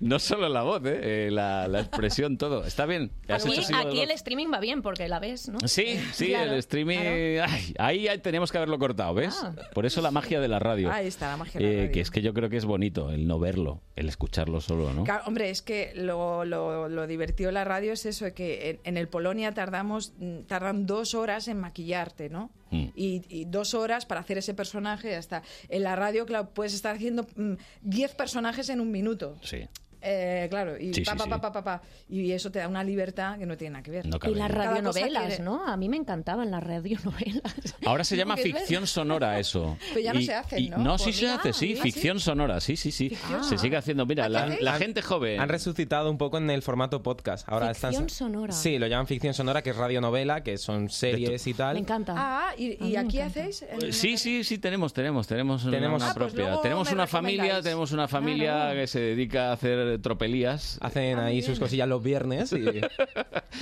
[SPEAKER 2] No solo la voz, ¿eh? Eh, la, la expresión, todo. Está bien. Has
[SPEAKER 9] Aquí,
[SPEAKER 2] hecho así con el
[SPEAKER 9] aquí
[SPEAKER 2] golpe.
[SPEAKER 9] el streaming va bien porque la ves, ¿no?
[SPEAKER 2] Sí, sí,
[SPEAKER 9] Claro,
[SPEAKER 2] el streaming. ay, ahí, ahí teníamos que haberlo cortado, ¿ves?
[SPEAKER 9] Ah.
[SPEAKER 2] Por eso la magia de la radio.
[SPEAKER 24] Ahí está la magia de la
[SPEAKER 2] Eh,
[SPEAKER 24] radio.
[SPEAKER 2] Que es que yo creo que es bonito el no verlo, el escucharlo solo, ¿no?
[SPEAKER 24] Claro, hombre, es que lo, lo, lo divertido de la radio es eso, que en, en el Polonia tardamos, mm, tardan dos horas en maquillarte, ¿no?
[SPEAKER 2] Mm.
[SPEAKER 24] Y, y dos horas para hacer ese personaje, ya está. En la radio, claro, puedes estar haciendo mm, diez personajes en un minuto.
[SPEAKER 2] Sí.
[SPEAKER 24] Eh, claro, y
[SPEAKER 9] Sí,
[SPEAKER 24] pa,
[SPEAKER 9] sí,
[SPEAKER 24] pa,
[SPEAKER 9] sí.
[SPEAKER 24] pa, pa, pa, pa. Y eso te da una libertad que no tiene nada que ver.
[SPEAKER 2] No cabe
[SPEAKER 9] Y las
[SPEAKER 2] duda.
[SPEAKER 24] Cada cosa
[SPEAKER 9] radionovelas,
[SPEAKER 24] tiene-
[SPEAKER 9] ¿no? A mí me encantaban las radionovelas.
[SPEAKER 2] Ahora se llama
[SPEAKER 9] Porque es
[SPEAKER 2] ficción sonora eso.
[SPEAKER 9] Pero ya no
[SPEAKER 2] Y-
[SPEAKER 9] se hacen,
[SPEAKER 2] y-
[SPEAKER 9] ¿no?
[SPEAKER 2] No, sí
[SPEAKER 9] Pues
[SPEAKER 2] se
[SPEAKER 9] mira,
[SPEAKER 2] hace, sí,
[SPEAKER 9] mira,
[SPEAKER 2] ficción sonora, sí, sí, sí.
[SPEAKER 9] Ficción
[SPEAKER 2] Se
[SPEAKER 9] sonora.
[SPEAKER 2] sigue haciendo, mira, la,
[SPEAKER 9] hacéis?
[SPEAKER 2] la gente joven.
[SPEAKER 10] Han resucitado un poco en el formato podcast. Ahora
[SPEAKER 9] Ficción
[SPEAKER 10] están...
[SPEAKER 9] sonora.
[SPEAKER 10] Sí, lo llaman ficción sonora, que es radionovela, que son series y tal.
[SPEAKER 9] Me encanta.
[SPEAKER 24] Ah, y, y aquí hacéis... el-
[SPEAKER 2] Pues Sí, sí, sí, tenemos, tenemos, tenemos, una-
[SPEAKER 10] Tenemos-
[SPEAKER 2] una
[SPEAKER 10] Ah, pues
[SPEAKER 2] propia.
[SPEAKER 10] luego
[SPEAKER 2] tenemos
[SPEAKER 10] me
[SPEAKER 2] una familia,
[SPEAKER 10] recomendáis.
[SPEAKER 2] tenemos una familia
[SPEAKER 10] Claro. Ah,
[SPEAKER 2] que se dedica a hacer tropelías.
[SPEAKER 10] Hacen ahí sus cosillas los viernes y,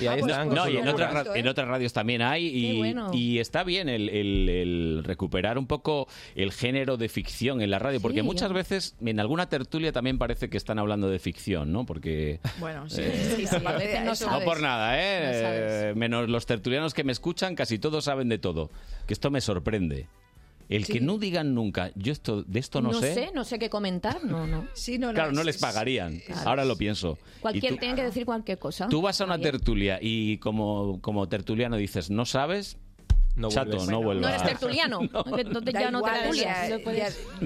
[SPEAKER 10] y ahí están. con
[SPEAKER 2] Ah, pues No,
[SPEAKER 10] sus
[SPEAKER 2] y en
[SPEAKER 10] locuras.
[SPEAKER 2] otras, ra- en otras radios también hay y,
[SPEAKER 10] Qué bueno.
[SPEAKER 2] y está bien el, el- el recuperar un poco el género de ficción en la radio, porque
[SPEAKER 24] Sí,
[SPEAKER 2] muchas
[SPEAKER 24] yo-
[SPEAKER 2] veces en alguna tertulia también parece que están hablando de ficción, ¿no? Porque...
[SPEAKER 24] Bueno, sí.
[SPEAKER 2] Eh,
[SPEAKER 24] sí, sí, a veces no
[SPEAKER 2] No
[SPEAKER 24] sabes.
[SPEAKER 2] por nada,
[SPEAKER 24] No
[SPEAKER 2] ¿eh?
[SPEAKER 24] sabes.
[SPEAKER 2] Menos los tertulianos que me escuchan, casi todos saben de todo. Que esto me sorprende. El que
[SPEAKER 9] Sí.
[SPEAKER 2] no digan nunca, yo esto de esto no,
[SPEAKER 9] no sé. no sé qué comentar. No, no.
[SPEAKER 24] Sí, no,
[SPEAKER 2] Claro, no les pagarían. Ahora lo pienso. Y
[SPEAKER 9] Cualquier,
[SPEAKER 2] tú-
[SPEAKER 9] tienen que decir cualquier cosa.
[SPEAKER 2] Tú vas a una
[SPEAKER 9] También.
[SPEAKER 2] tertulia y como, como tertuliano dices, no sabes, chato,
[SPEAKER 10] vuelves.
[SPEAKER 2] no
[SPEAKER 9] No
[SPEAKER 2] vuelvas.
[SPEAKER 9] eres tertuliano. que no te-
[SPEAKER 24] Da
[SPEAKER 9] ya no
[SPEAKER 24] igual,
[SPEAKER 9] te
[SPEAKER 24] o sea,
[SPEAKER 9] tertulias.
[SPEAKER 24] ya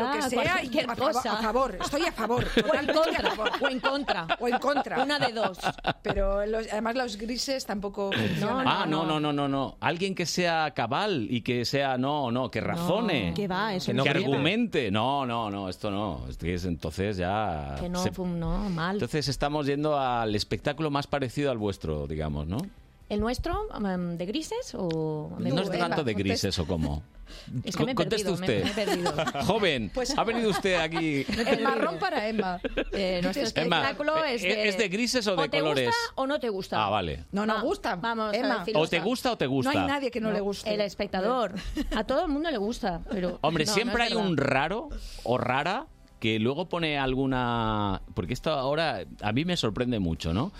[SPEAKER 24] lo que
[SPEAKER 9] ya,
[SPEAKER 24] sea y
[SPEAKER 9] cualquier
[SPEAKER 24] a, favor-
[SPEAKER 9] cosa.
[SPEAKER 24] a favor, estoy a favor.
[SPEAKER 9] O en
[SPEAKER 24] totalmente a
[SPEAKER 9] contra.
[SPEAKER 24] favor.
[SPEAKER 9] O en contra.
[SPEAKER 24] O en contra.
[SPEAKER 9] Una de dos.
[SPEAKER 24] Pero los- además los grises tampoco funcionan.
[SPEAKER 2] ah, no, no, no, no, no. Alguien que sea cabal y que sea, no, no, que razone.
[SPEAKER 23] que va, eso no
[SPEAKER 2] que
[SPEAKER 23] sirve.
[SPEAKER 2] argumente. No, no, no, esto no. Esto es- Entonces ya...
[SPEAKER 9] Que no,
[SPEAKER 2] se-
[SPEAKER 9] pum, no, mal.
[SPEAKER 2] Entonces estamos yendo al espectáculo más parecido al vuestro, digamos, ¿no?
[SPEAKER 9] ¿El nuestro? mm, ¿De grises o...? me
[SPEAKER 2] no es
[SPEAKER 9] gusta.
[SPEAKER 2] tanto de grises o cómo.
[SPEAKER 9] Es que me he
[SPEAKER 2] Conteste
[SPEAKER 9] perdido, me-
[SPEAKER 2] usted.
[SPEAKER 9] me he perdido.
[SPEAKER 2] Joven,
[SPEAKER 9] Pues-
[SPEAKER 2] ha venido usted aquí.
[SPEAKER 24] El marrón para Emma.
[SPEAKER 9] Eh, nuestro
[SPEAKER 2] Emma,
[SPEAKER 9] espectáculo es
[SPEAKER 2] ¿eh,
[SPEAKER 9] de...
[SPEAKER 2] es de grises o de
[SPEAKER 9] te
[SPEAKER 2] colores?
[SPEAKER 9] gusta o no te gusta?
[SPEAKER 2] Ah, vale.
[SPEAKER 24] No nos gusta. Vamos,
[SPEAKER 9] Emma.
[SPEAKER 24] Emma.
[SPEAKER 2] O te gusta o te gusta.
[SPEAKER 24] que no, le guste.
[SPEAKER 9] El espectador. A todo el mundo le gusta. Pero
[SPEAKER 2] Hombre,
[SPEAKER 9] no, no
[SPEAKER 2] siempre
[SPEAKER 9] es
[SPEAKER 2] hay
[SPEAKER 9] verdad.
[SPEAKER 2] un raro o rara que luego pone alguna... Porque esto ahora a mí me sorprende mucho, ¿no?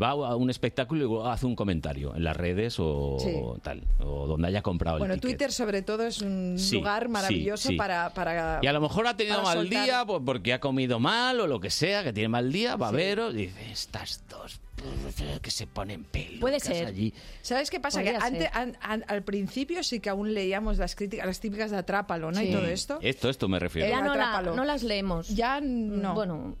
[SPEAKER 2] Va a un espectáculo y luego hace un comentario en las redes o
[SPEAKER 24] Sí.
[SPEAKER 2] tal, o donde haya comprado
[SPEAKER 24] Bueno,
[SPEAKER 2] el ticket.
[SPEAKER 24] Twitter sobre todo es un
[SPEAKER 2] Sí,
[SPEAKER 24] lugar maravilloso
[SPEAKER 2] sí, sí.
[SPEAKER 24] Para, para...
[SPEAKER 2] Y a lo mejor ha tenido
[SPEAKER 24] para
[SPEAKER 2] mal
[SPEAKER 24] soltar.
[SPEAKER 2] día pues, porque ha comido mal o lo que sea, que tiene mal día, va a veros y dice, estas dos que se ponen pelucas
[SPEAKER 24] Puede ser.
[SPEAKER 2] allí.
[SPEAKER 24] ¿Sabes qué pasa?
[SPEAKER 9] Podría
[SPEAKER 24] que antes,
[SPEAKER 9] ser.
[SPEAKER 24] an- an- al principio sí que aún leíamos las críticas, las típicas de Atrápalo, ¿no? Y todo esto.
[SPEAKER 2] Esto, esto me refiero.
[SPEAKER 9] Ya no, la-
[SPEAKER 24] Atrápalo.
[SPEAKER 9] no las leemos.
[SPEAKER 24] Ya no.
[SPEAKER 9] Bueno,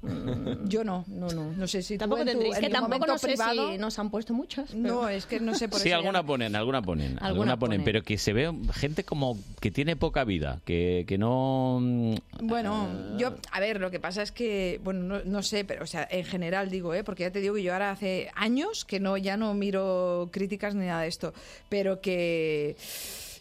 [SPEAKER 24] Yo no. No, no. No sé si
[SPEAKER 9] tampoco
[SPEAKER 24] tú en tu,
[SPEAKER 9] tendréis
[SPEAKER 24] en
[SPEAKER 9] que
[SPEAKER 24] tu
[SPEAKER 9] tampoco
[SPEAKER 24] momento
[SPEAKER 9] no sé
[SPEAKER 24] privado...
[SPEAKER 9] si nos han puesto muchas. pero-
[SPEAKER 24] No, es que no sé por
[SPEAKER 2] Sí,
[SPEAKER 24] eso. ya
[SPEAKER 2] alguna ponen, alguna ponen, alguna, ponen,
[SPEAKER 9] ponen.
[SPEAKER 2] pero que se ve gente como que tiene poca vida, que, que no... mm,
[SPEAKER 24] Bueno, yo, a ver, lo que pasa es que, bueno, no, no sé, pero, o sea, en general digo, ¿eh? porque ya te digo que yo ahora hace años que no, ya no miro críticas ni nada de esto, pero que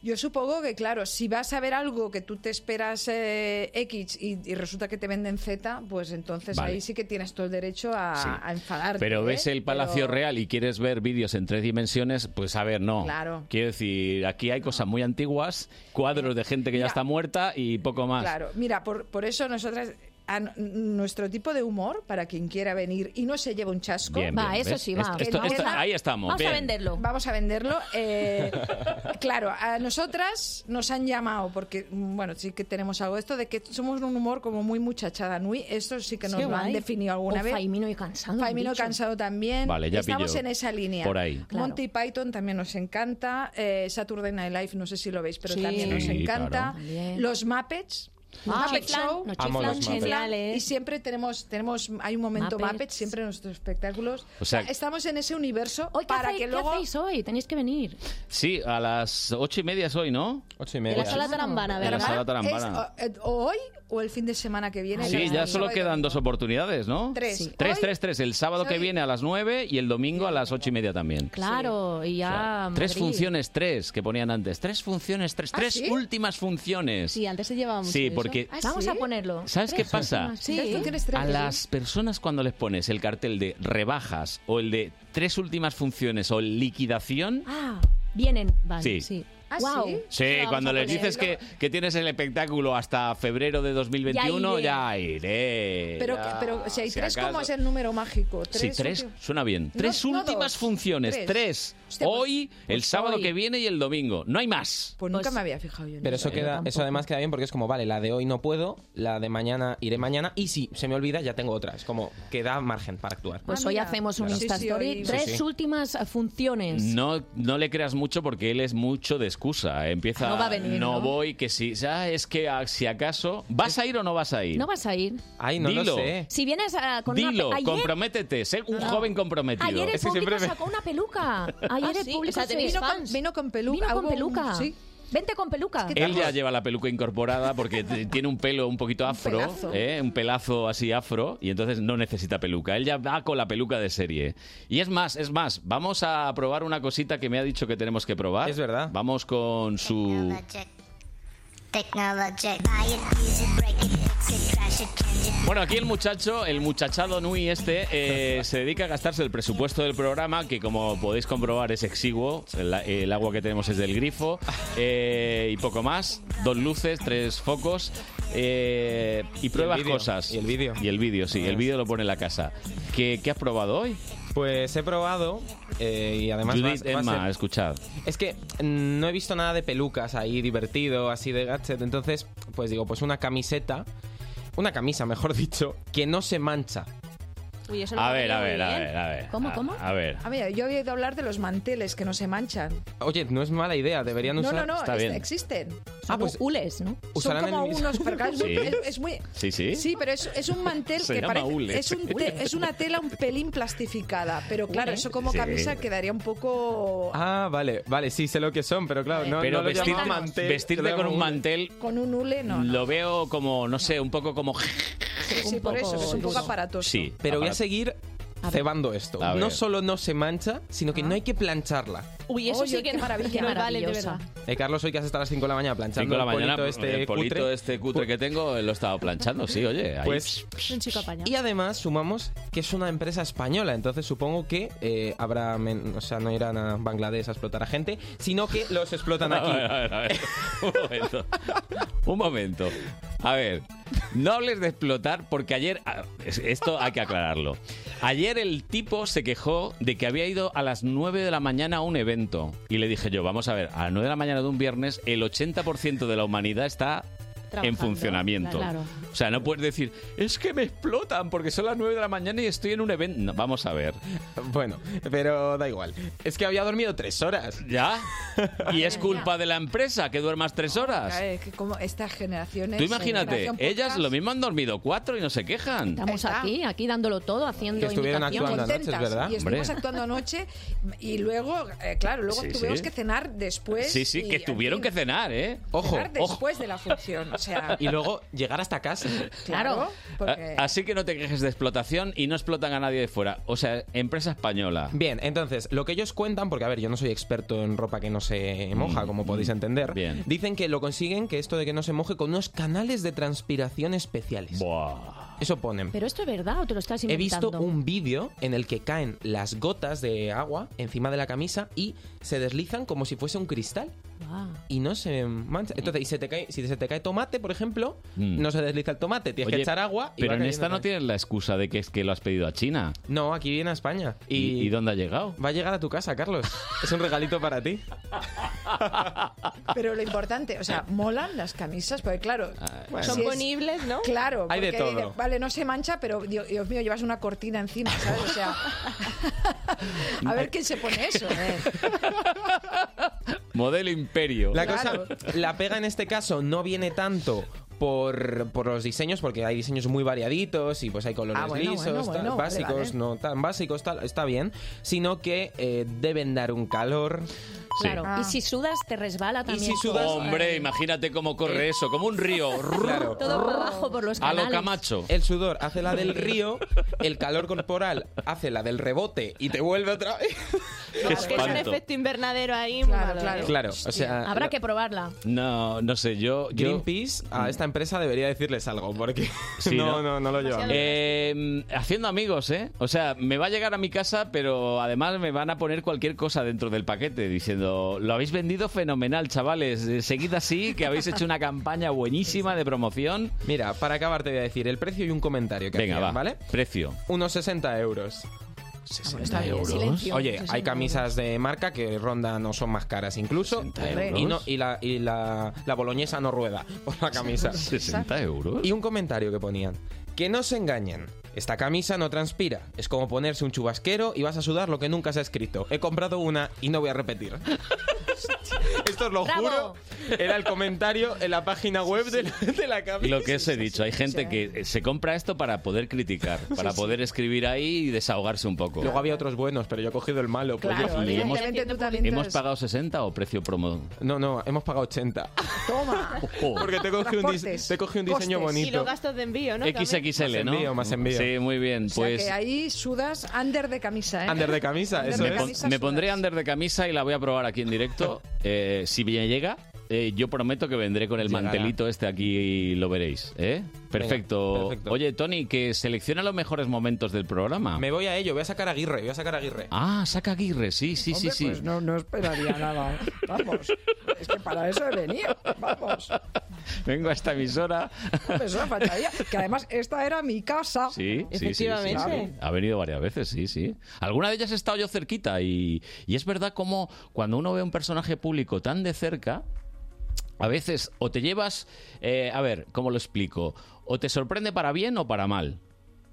[SPEAKER 24] yo supongo que, claro, si vas a ver algo que tú te esperas eh, X y, y resulta que te venden Z, pues entonces
[SPEAKER 2] Vale.
[SPEAKER 24] ahí sí que tienes todo el derecho a,
[SPEAKER 2] Sí.
[SPEAKER 24] a enfadarte.
[SPEAKER 2] Pero ves
[SPEAKER 24] ¿eh?
[SPEAKER 2] el Palacio
[SPEAKER 24] Pero-
[SPEAKER 2] Real y quieres ver vídeos en tres dimensiones, pues a ver, no.
[SPEAKER 24] Claro.
[SPEAKER 2] Quiero decir, aquí hay cosas muy antiguas, cuadros de gente que ya está muerta y poco más.
[SPEAKER 24] Claro, mira, por, por eso nosotras, a n- nuestro tipo de humor, para quien quiera venir y no se lleve un chasco,
[SPEAKER 2] Bien, bien, ¿ves? Esto-
[SPEAKER 24] Que
[SPEAKER 2] esto-
[SPEAKER 24] no
[SPEAKER 2] esto-
[SPEAKER 24] queda-
[SPEAKER 2] ahí estamos. bien.
[SPEAKER 24] Vamos a venderlo. eh, claro, a nosotras nos han llamado porque, mm, bueno, sí que tenemos algo de esto, de que somos un humor como muy muchachada, Nui. Eso sí que nos
[SPEAKER 9] Qué
[SPEAKER 24] lo han
[SPEAKER 9] guay.
[SPEAKER 24] definido alguna
[SPEAKER 9] O
[SPEAKER 24] vez.
[SPEAKER 9] Faimino y cansado. han
[SPEAKER 24] Faimino
[SPEAKER 9] dicho.
[SPEAKER 24] Cansado también.
[SPEAKER 2] Vale, ya
[SPEAKER 24] Estamos
[SPEAKER 2] pillo.
[SPEAKER 24] en esa línea.
[SPEAKER 2] Por ahí. Claro.
[SPEAKER 24] Monty Python también nos encanta. eh, Saturday Night Live, no sé si lo veis, pero
[SPEAKER 9] Sí.
[SPEAKER 24] también nos
[SPEAKER 2] Sí,
[SPEAKER 24] encanta.
[SPEAKER 2] claro.
[SPEAKER 9] También.
[SPEAKER 24] Los Muppets. Los
[SPEAKER 23] Ah,
[SPEAKER 24] Muppet
[SPEAKER 23] chiflan,
[SPEAKER 24] Show,
[SPEAKER 23] nos chiflan, Amo los
[SPEAKER 24] chiflan,
[SPEAKER 23] Muppet.
[SPEAKER 9] ¿eh?
[SPEAKER 23] geniales.
[SPEAKER 24] y siempre tenemos, tenemos, hay un momento
[SPEAKER 23] Muppets.
[SPEAKER 24] Muppet siempre en nuestros espectáculos.
[SPEAKER 2] O sea-
[SPEAKER 24] estamos en ese universo
[SPEAKER 9] ¿Qué
[SPEAKER 24] para
[SPEAKER 9] hacéis-
[SPEAKER 24] que luego
[SPEAKER 9] ¿Qué hacéis hoy? Tenéis que venir.
[SPEAKER 2] Sí, a las ocho y media es hoy, ¿no?
[SPEAKER 10] Ocho y
[SPEAKER 2] media.
[SPEAKER 9] De la sala Tarambana,
[SPEAKER 2] De la
[SPEAKER 9] ¿verdad?
[SPEAKER 2] sala
[SPEAKER 24] es
[SPEAKER 2] Tarambana.
[SPEAKER 24] o, eh, o hoy o el fin de semana que viene.
[SPEAKER 2] Sí,
[SPEAKER 24] el
[SPEAKER 2] ya
[SPEAKER 24] sábado
[SPEAKER 2] solo
[SPEAKER 24] y
[SPEAKER 2] quedan dos oportunidades, ¿no?
[SPEAKER 24] Tres. Sí.
[SPEAKER 2] Tres,
[SPEAKER 24] Hoy-
[SPEAKER 2] tres, tres. El sábado que viene a las nueve y el domingo a las ocho y media también.
[SPEAKER 9] Claro, y ya.
[SPEAKER 2] Tres
[SPEAKER 9] Madrid.
[SPEAKER 2] funciones, tres, que ponían antes. Tres funciones, tres.
[SPEAKER 9] ¿Ah,
[SPEAKER 2] tres
[SPEAKER 9] sí?
[SPEAKER 2] últimas funciones.
[SPEAKER 9] Sí, antes se llevaba
[SPEAKER 2] Sí,
[SPEAKER 9] mucho
[SPEAKER 2] porque-
[SPEAKER 9] eso. Ah, Vamos a ponerlo.
[SPEAKER 2] ¿Sabes qué pasa?
[SPEAKER 9] Sí.
[SPEAKER 24] Tres funciones, tres, ¿eh?
[SPEAKER 2] A
[SPEAKER 24] sí.
[SPEAKER 2] las personas cuando les pones el cartel de rebajas o el de tres últimas funciones o liquidación,
[SPEAKER 9] Ah, vienen. Vale,
[SPEAKER 2] Sí.
[SPEAKER 9] sí.
[SPEAKER 24] ¿Ah,
[SPEAKER 9] wow.
[SPEAKER 24] sí?
[SPEAKER 2] sí, cuando les dices que, que tienes el espectáculo hasta febrero de 2021, ya
[SPEAKER 24] Ya
[SPEAKER 2] iré.
[SPEAKER 24] Pero,
[SPEAKER 2] ya,
[SPEAKER 24] pero si hay tres,
[SPEAKER 2] acaso.
[SPEAKER 24] ¿cómo es el número mágico?
[SPEAKER 2] Sí, tres,
[SPEAKER 24] últimos-
[SPEAKER 2] suena bien.
[SPEAKER 24] No,
[SPEAKER 2] Tres
[SPEAKER 24] no
[SPEAKER 2] últimas
[SPEAKER 24] dos,
[SPEAKER 2] funciones, tres.
[SPEAKER 24] tres. Hostia, pues-
[SPEAKER 2] hoy, el sábado que viene y el domingo. No hay más.
[SPEAKER 24] Pues nunca me había fijado yo en
[SPEAKER 10] Pero eso
[SPEAKER 2] Yo
[SPEAKER 10] queda,
[SPEAKER 2] tampoco.
[SPEAKER 10] eso además queda bien porque es como, vale, la de hoy no puedo, la de mañana iré mañana y si se me olvida ya tengo otra. Es como que da margen para actuar.
[SPEAKER 24] Ah,
[SPEAKER 9] Pues hoy hacemos un
[SPEAKER 10] Claro.
[SPEAKER 9] Insta
[SPEAKER 10] Sí, sí,
[SPEAKER 9] Story.
[SPEAKER 10] hoy-
[SPEAKER 9] Tres
[SPEAKER 10] Sí, sí.
[SPEAKER 9] últimas eh, funciones.
[SPEAKER 2] No, no le creas mucho porque él es mucho de excusa. Empieza.
[SPEAKER 24] Ah,
[SPEAKER 9] No va a venir,
[SPEAKER 2] "No
[SPEAKER 9] ¿no?".
[SPEAKER 2] voy, que si. Ya es que ah, si acaso. ¿Vas a ir o no vas a ir?
[SPEAKER 9] No vas a ir.
[SPEAKER 2] Ay, no lo
[SPEAKER 9] Dilo.
[SPEAKER 2] sé.
[SPEAKER 9] Si vienes ah, con
[SPEAKER 2] Dilo,
[SPEAKER 9] una. pe- Ayer,
[SPEAKER 2] comprométete, sé un
[SPEAKER 9] No.
[SPEAKER 2] joven comprometido.
[SPEAKER 9] ayer el público sacó una peluca. Ayer el
[SPEAKER 24] Ah, sí,
[SPEAKER 9] público
[SPEAKER 24] o sea,
[SPEAKER 9] se-
[SPEAKER 24] tenéis
[SPEAKER 9] vino, con,
[SPEAKER 24] fans. peluca,
[SPEAKER 9] vino con
[SPEAKER 24] hubo un-
[SPEAKER 9] peluca.
[SPEAKER 24] sí.
[SPEAKER 9] Vente con peluca.
[SPEAKER 2] Él ya lleva la peluca incorporada porque t- tiene un pelo un poquito afro,
[SPEAKER 9] pelazo.
[SPEAKER 2] ¿eh? un pelazo así afro, y entonces no necesita peluca. Él ya va con la peluca de serie. Y es más, es más, vamos a probar una cosita que me ha dicho que tenemos que probar. Es verdad. Vamos con su...
[SPEAKER 34] Technology. Buy it, use it, break it, fix it, trash it, change it.
[SPEAKER 2] Bueno, aquí el muchacho, el muchachado Nui este, eh, se dedica a gastarse el presupuesto del programa, que como podéis comprobar es exiguo, el, el agua que tenemos es del grifo, eh, y poco más, dos luces, tres focos, eh, y pruebas
[SPEAKER 10] vídeo,
[SPEAKER 2] cosas. Y el vídeo. Y el vídeo, sí, el vídeo lo pone en la casa. ¿Qué, qué has probado hoy?
[SPEAKER 10] Pues he probado eh, y además... va a-
[SPEAKER 2] Judith
[SPEAKER 10] va a
[SPEAKER 2] Emma,
[SPEAKER 10] ser-
[SPEAKER 2] escuchad.
[SPEAKER 10] Es que mm, no he visto nada de pelucas ahí divertido, así de gadget. Entonces, pues digo, pues una camiseta, una camisa, mejor dicho, que no se mancha.
[SPEAKER 24] Uy, eso
[SPEAKER 10] lo A ver, veo a ver, muy a bien. ver, a ver.
[SPEAKER 24] ¿Cómo,
[SPEAKER 10] A-
[SPEAKER 24] cómo?
[SPEAKER 10] a ver.
[SPEAKER 24] ver, Ah, yo había oído hablar de los manteles que no se manchan.
[SPEAKER 10] Oye, no es mala idea, deberían
[SPEAKER 24] No,
[SPEAKER 10] usar.
[SPEAKER 24] no, no, es- existen.
[SPEAKER 10] Ah, pues-
[SPEAKER 24] hules, ¿no? Son
[SPEAKER 10] Usarán
[SPEAKER 24] como
[SPEAKER 10] el mismo-
[SPEAKER 24] unos... pero claro, es muy-
[SPEAKER 10] Sí.
[SPEAKER 24] es muy,
[SPEAKER 2] Sí, sí.
[SPEAKER 24] Sí, pero es, es un mantel
[SPEAKER 2] Se
[SPEAKER 24] que
[SPEAKER 2] llama
[SPEAKER 24] parece.
[SPEAKER 2] hule.
[SPEAKER 24] Es, un te- es una tela un pelín plastificada, pero claro,
[SPEAKER 10] Hule.
[SPEAKER 24] eso como
[SPEAKER 10] Sí.
[SPEAKER 24] camisa quedaría un poco.
[SPEAKER 10] Ah, vale, vale, sí sé lo que son, pero claro, no,
[SPEAKER 2] Pero
[SPEAKER 10] no lo
[SPEAKER 2] vestirte-
[SPEAKER 10] llamaba mantel,
[SPEAKER 2] vestirte
[SPEAKER 10] lo llamaba
[SPEAKER 2] con un mantel
[SPEAKER 24] Con un hule,
[SPEAKER 10] Mm.
[SPEAKER 24] no.
[SPEAKER 2] Lo veo como, no sé, un poco como...
[SPEAKER 24] Sí, sí, por eso, que es un poco
[SPEAKER 2] duro.
[SPEAKER 24] aparatoso.
[SPEAKER 2] Sí.
[SPEAKER 10] Pero voy a
[SPEAKER 2] aparato.
[SPEAKER 10] seguir cebando esto.
[SPEAKER 2] A
[SPEAKER 10] No
[SPEAKER 2] ver.
[SPEAKER 10] solo no se mancha, sino
[SPEAKER 24] Ah.
[SPEAKER 10] que no hay que plancharla.
[SPEAKER 23] Uy, eso
[SPEAKER 24] Oye,
[SPEAKER 23] sí que
[SPEAKER 24] Oh, qué
[SPEAKER 23] no-
[SPEAKER 24] maravilla,
[SPEAKER 23] no vale, de
[SPEAKER 24] maravillosa.
[SPEAKER 23] verdad.
[SPEAKER 10] Eh, Carlos, hoy que has estado a las 5 de la mañana planchando
[SPEAKER 2] Cinco de la
[SPEAKER 10] el
[SPEAKER 2] mañana,
[SPEAKER 10] polito este
[SPEAKER 2] el polito
[SPEAKER 10] cutre.
[SPEAKER 2] este cutre que tengo eh, lo he estado planchando, sí, oye. ahí.
[SPEAKER 10] Pues-
[SPEAKER 9] Un chico apañado.
[SPEAKER 10] Y además sumamos que es una empresa española, entonces supongo que eh, habrá, men- o sea, no irán a Bangladesh a explotar a gente, sino que los explotan
[SPEAKER 2] A ver,
[SPEAKER 10] aquí.
[SPEAKER 2] a ver, a ver. Un momento. Un momento. A ver, no hables de explotar porque ayer, ah, es- esto hay que aclararlo. Ayer el tipo se quejó de que había ido a las 9 de la mañana a un evento. Y le dije yo, vamos a ver, a las 9 de la mañana de un viernes el 80% de la humanidad está en
[SPEAKER 23] Trabajando,
[SPEAKER 2] funcionamiento.
[SPEAKER 23] claro.
[SPEAKER 2] O sea, no puedes decir, es que me explotan porque son las 9 de la mañana y estoy en un evento. No, vamos a ver.
[SPEAKER 10] Bueno, pero da igual. Es que había dormido tres horas.
[SPEAKER 2] ¿Ya? ¿Y es culpa de la empresa que duermas tres horas?
[SPEAKER 24] Claro, es Eh, que como estas generaciones.
[SPEAKER 2] Tú imagínate,
[SPEAKER 24] generación podcast,
[SPEAKER 2] ellas lo mismo han dormido cuatro y no se quejan.
[SPEAKER 9] Estamos aquí, aquí dándolo todo, haciendo invitaciones.
[SPEAKER 2] anoche, es verdad.
[SPEAKER 24] Y estuvimos
[SPEAKER 2] Hombre.
[SPEAKER 24] actuando anoche y luego, eh, claro, luego
[SPEAKER 2] Sí,
[SPEAKER 24] tuvimos
[SPEAKER 2] sí.
[SPEAKER 24] que cenar después.
[SPEAKER 2] Sí, sí,
[SPEAKER 24] y-
[SPEAKER 2] que tuvieron que cenar, ¿eh?
[SPEAKER 10] Ojo,
[SPEAKER 24] cenar después de la función. O sea,
[SPEAKER 10] Y luego llegar hasta casa.
[SPEAKER 24] claro. porque-
[SPEAKER 2] A- Así que no te quejes de explotación y no explotan a nadie de fuera. O sea, empresa española.
[SPEAKER 10] Bien, entonces, lo que ellos cuentan, porque a ver, yo no soy experto en ropa que no
[SPEAKER 2] Mm,
[SPEAKER 10] se moja, como podéis entender, dicen que lo consiguen, que esto de que no se moje, con unos canales de transpiración especiales. Eso ponen.
[SPEAKER 9] Pero esto es verdad o te lo estás
[SPEAKER 10] He visto
[SPEAKER 9] inventando.
[SPEAKER 10] un vídeo en el que caen las gotas de agua encima de la camisa y se deslizan como si fuese un cristal
[SPEAKER 9] Guau.
[SPEAKER 10] y no se mancha. Entonces, y se te cae, si se te cae tomate, por ejemplo,
[SPEAKER 2] Mm.
[SPEAKER 10] no se desliza el tomate, tienes que
[SPEAKER 2] Oye,
[SPEAKER 10] echar agua y
[SPEAKER 2] Pero
[SPEAKER 10] va
[SPEAKER 2] en
[SPEAKER 10] cayendo
[SPEAKER 2] esta no
[SPEAKER 10] también.
[SPEAKER 2] tienes la excusa de que es que lo has pedido a China.
[SPEAKER 10] No, aquí viene a España.
[SPEAKER 2] ¿Y, y dónde ha llegado?
[SPEAKER 10] Va a llegar a tu casa, Carlos. Es un regalito para ti.
[SPEAKER 2] Ah,
[SPEAKER 24] Pero lo importante, o sea, molan las camisas, porque claro,
[SPEAKER 2] Ah,
[SPEAKER 10] bueno.
[SPEAKER 24] si
[SPEAKER 10] Son
[SPEAKER 24] es-
[SPEAKER 23] ponibles, ¿no?
[SPEAKER 24] Claro,
[SPEAKER 10] Hay de
[SPEAKER 24] porque
[SPEAKER 10] todo.
[SPEAKER 24] dice, vale, no se mancha, pero Dios, Dios mío, llevas una cortina encima, ¿sabes? O sea, a ver quién se pone eso. ¿eh?
[SPEAKER 2] Modelo imperio.
[SPEAKER 10] La cosa, la pega en este caso no viene tanto por, por los diseños, porque hay diseños muy variaditos y pues hay colores
[SPEAKER 24] Ah, bueno,
[SPEAKER 10] lisos,
[SPEAKER 24] bueno,
[SPEAKER 10] tal,
[SPEAKER 24] bueno, vale,
[SPEAKER 10] básicos,
[SPEAKER 24] vale.
[SPEAKER 10] no tan básicos, tal, está bien, sino que eh, deben dar un calor.
[SPEAKER 40] Claro.
[SPEAKER 24] Ah.
[SPEAKER 40] Y si sudas, te resbala también. todo.
[SPEAKER 2] Hombre, imagínate cómo corre eso, como un río.
[SPEAKER 10] Eh, Claro.
[SPEAKER 40] Todo por abajo por los
[SPEAKER 2] A lo
[SPEAKER 40] canales.
[SPEAKER 2] Camacho.
[SPEAKER 10] El sudor hace la del río, el calor corporal hace la del rebote y te vuelve otra vez.
[SPEAKER 12] Es que es un efecto invernadero ahí. muy malo, ¿eh?
[SPEAKER 10] Claro, o sea,
[SPEAKER 12] Habrá
[SPEAKER 10] lo-
[SPEAKER 12] que probarla.
[SPEAKER 2] No, no sé, yo... yo- Mm.
[SPEAKER 10] Greenpeace a esta empresa debería decirles algo porque
[SPEAKER 2] Sí,
[SPEAKER 10] no, no, no lo llevan.
[SPEAKER 2] Eh, haciendo amigos, ¿eh? O sea, me va a llegar a mi casa, pero además me van a poner cualquier cosa dentro del paquete diciendo, lo habéis vendido fenomenal, chavales. Eh, Seguid así, que habéis hecho una campaña buenísima de promoción.
[SPEAKER 10] Mira, para acabar te voy a decir el precio y un comentario que
[SPEAKER 2] Venga,
[SPEAKER 10] hacían,
[SPEAKER 2] va.
[SPEAKER 10] ¿vale?
[SPEAKER 2] Precio.
[SPEAKER 10] Unos 60 euros.
[SPEAKER 24] está bien, euros. silencio,
[SPEAKER 10] Oye,
[SPEAKER 24] 60
[SPEAKER 10] hay camisas de marca que rondan o son más caras incluso. eh, Y, no,
[SPEAKER 2] euros.
[SPEAKER 10] y, la, y la, la boloñesa no rueda por la camisa.
[SPEAKER 2] 60 euros.
[SPEAKER 10] Y un comentario que ponían. Que no se engañen. Esta camisa no transpira. Es como ponerse un chubasquero y vas a sudar lo que nunca se ha escrito. He comprado una y no voy a repetir. Esto os lo juro. Era el comentario en la página web de la, de la camisa.
[SPEAKER 2] Lo que os he dicho, hay gente que eh, se compra esto para poder criticar, para
[SPEAKER 10] Sí, sí.
[SPEAKER 2] poder escribir ahí y desahogarse un poco.
[SPEAKER 10] Luego había otros buenos, pero yo he cogido el malo. pues
[SPEAKER 2] Claro,
[SPEAKER 10] yo-
[SPEAKER 2] Y hemos-
[SPEAKER 24] Evidentemente tú también
[SPEAKER 2] ¿Hemos
[SPEAKER 24] tienes-
[SPEAKER 2] pagado 60 o precio promo?
[SPEAKER 10] No, no, hemos pagado 80.
[SPEAKER 24] Toma.
[SPEAKER 2] Oh.
[SPEAKER 10] oh. Porque te cogí un, dis-
[SPEAKER 24] Transportes.
[SPEAKER 10] te cogí un diseño
[SPEAKER 24] Costes.
[SPEAKER 10] bonito.
[SPEAKER 24] Y los gastos
[SPEAKER 12] de envío,
[SPEAKER 24] ¿no?
[SPEAKER 2] XXL,
[SPEAKER 10] Más
[SPEAKER 2] ¿no?
[SPEAKER 10] envío, más envío.
[SPEAKER 2] Sí, muy bien.
[SPEAKER 24] O sea,
[SPEAKER 2] Pues
[SPEAKER 24] que ahí sudas under de camisa, ¿eh?
[SPEAKER 2] Under de camisa,
[SPEAKER 24] Under
[SPEAKER 2] eso
[SPEAKER 24] de
[SPEAKER 2] es.
[SPEAKER 24] camisa
[SPEAKER 2] Me
[SPEAKER 24] sudas.
[SPEAKER 2] pondré under de camisa y la voy a probar aquí en directo. Eh, si bien llega, eh, yo prometo que vendré con el
[SPEAKER 10] Llegará.
[SPEAKER 2] mantelito este aquí y lo veréis. ¿eh? Perfecto.
[SPEAKER 10] perfecto.
[SPEAKER 2] Oye, Tony, que selecciona los mejores momentos del programa.
[SPEAKER 10] Me voy a ello, voy a sacar a Aguirre, voy a sacar a Aguirre.
[SPEAKER 2] Ah, saca Aguirre, sí, sí,
[SPEAKER 24] Hombre,
[SPEAKER 2] sí, sí.
[SPEAKER 24] pues no, no esperaría nada. Vamos, es que para eso he venido. Vamos,
[SPEAKER 2] Vengo a esta emisora.
[SPEAKER 24] hombre, eso me faltaría. Que además esta era mi casa.
[SPEAKER 2] Sí, sí, sí, sí, sí, sí. Ha venido varias veces, sí, sí. Alguna de ellas he estado yo cerquita y, y es verdad como cuando uno ve a un personaje público tan de cerca, a veces o te llevas, eh, a ver, ¿cómo lo explico? O te sorprende para bien o para mal.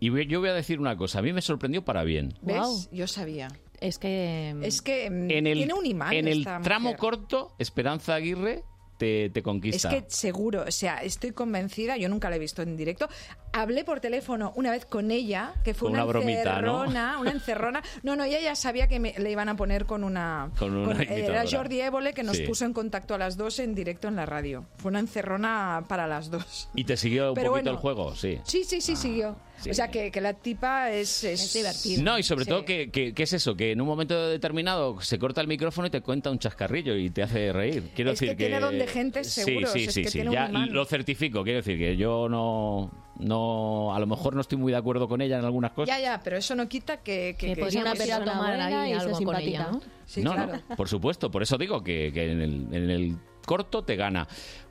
[SPEAKER 2] Y voy- yo voy a decir una cosa, a mí me sorprendió para bien.
[SPEAKER 24] ¿Ves? Yo sabía.
[SPEAKER 12] Es que.
[SPEAKER 24] Es que mm,
[SPEAKER 2] En el-
[SPEAKER 24] tiene un imán.
[SPEAKER 2] en el
[SPEAKER 24] esta
[SPEAKER 2] tramo
[SPEAKER 24] mujer.
[SPEAKER 2] corto, Esperanza Aguirre te, te
[SPEAKER 24] Es
[SPEAKER 2] conquista.
[SPEAKER 24] que seguro, o sea, estoy convencida, yo nunca la he visto en directo. Hablé por teléfono una vez con ella, que fue
[SPEAKER 2] Con
[SPEAKER 24] una,
[SPEAKER 2] una bromita, ¿no?
[SPEAKER 24] encerrona, una encerrona. No, no, ella ya sabía que me, le iban a poner con una...
[SPEAKER 2] Con una
[SPEAKER 24] era
[SPEAKER 2] imitadora.
[SPEAKER 24] Jordi Évole que nos
[SPEAKER 2] Sí.
[SPEAKER 24] puso en contacto a las dos en directo en la radio. Fue una encerrona para las dos.
[SPEAKER 2] Y te siguió un
[SPEAKER 24] Pero
[SPEAKER 2] poquito
[SPEAKER 24] bueno.
[SPEAKER 2] el juego, sí.
[SPEAKER 24] Sí, sí, sí, siguió.
[SPEAKER 2] Ah, sí.
[SPEAKER 24] O sea, que, que la tipa es... Es, divertida.
[SPEAKER 2] No, y sobre todo, que, que- que es eso? Que en un momento determinado se corta el micrófono y te cuenta un chascarrillo y te hace reír. Quiero
[SPEAKER 24] Es que
[SPEAKER 2] decir que.
[SPEAKER 24] tiene don de gente,
[SPEAKER 2] Sí, Sí,
[SPEAKER 24] seguro, o sea, es
[SPEAKER 2] sí,
[SPEAKER 24] que
[SPEAKER 2] sí.
[SPEAKER 24] tiene un
[SPEAKER 2] Ya
[SPEAKER 24] imán.
[SPEAKER 2] lo certifico. Quiero decir que yo no. no A lo mejor no estoy muy de acuerdo con ella en algunas cosas.
[SPEAKER 24] Ya, ya, pero eso no quita que...
[SPEAKER 12] Que podríamos ir a tomar ahí algo con ella, ¿no?
[SPEAKER 24] Sí,
[SPEAKER 2] no,
[SPEAKER 24] claro.
[SPEAKER 2] no, por supuesto. Por eso digo que, que en, el, en el corto te gana.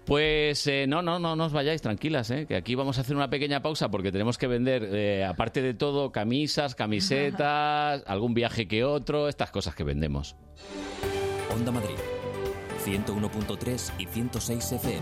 [SPEAKER 2] Pues eh, no, no, no, no os vayáis tranquilas, ¿eh? que aquí vamos a hacer una pequeña pausa porque tenemos que vender, eh, aparte de todo, camisas, camisetas, algún viaje que otro, estas cosas que vendemos.
[SPEAKER 1] Onda Madrid, 101.3 y 106 FM.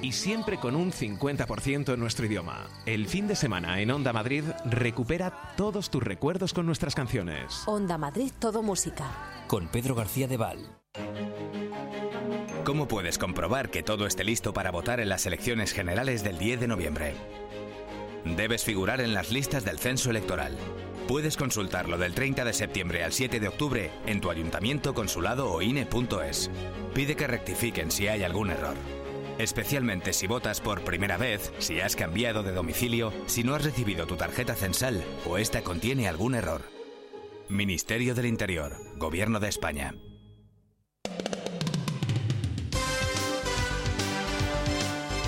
[SPEAKER 35] Y siempre con un 50% en nuestro idioma. El fin de semana en Onda Madrid recupera todos tus recuerdos con nuestras canciones.
[SPEAKER 9] Onda Madrid, todo música.
[SPEAKER 1] Con Pedro García de Val.
[SPEAKER 27] ¿Cómo puedes comprobar que todo esté listo para votar en las elecciones generales del 10 de noviembre? Debes figurar en las listas del censo electoral. Puedes consultarlo del 30 de septiembre al 7 de octubre en tu ayuntamiento, consulado o INE.es. Pide que rectifiquen si hay algún error. Especialmente si votas por primera vez, si has cambiado de domicilio, si no has recibido tu tarjeta censal o esta contiene algún error. Ministerio del Interior, Gobierno de España.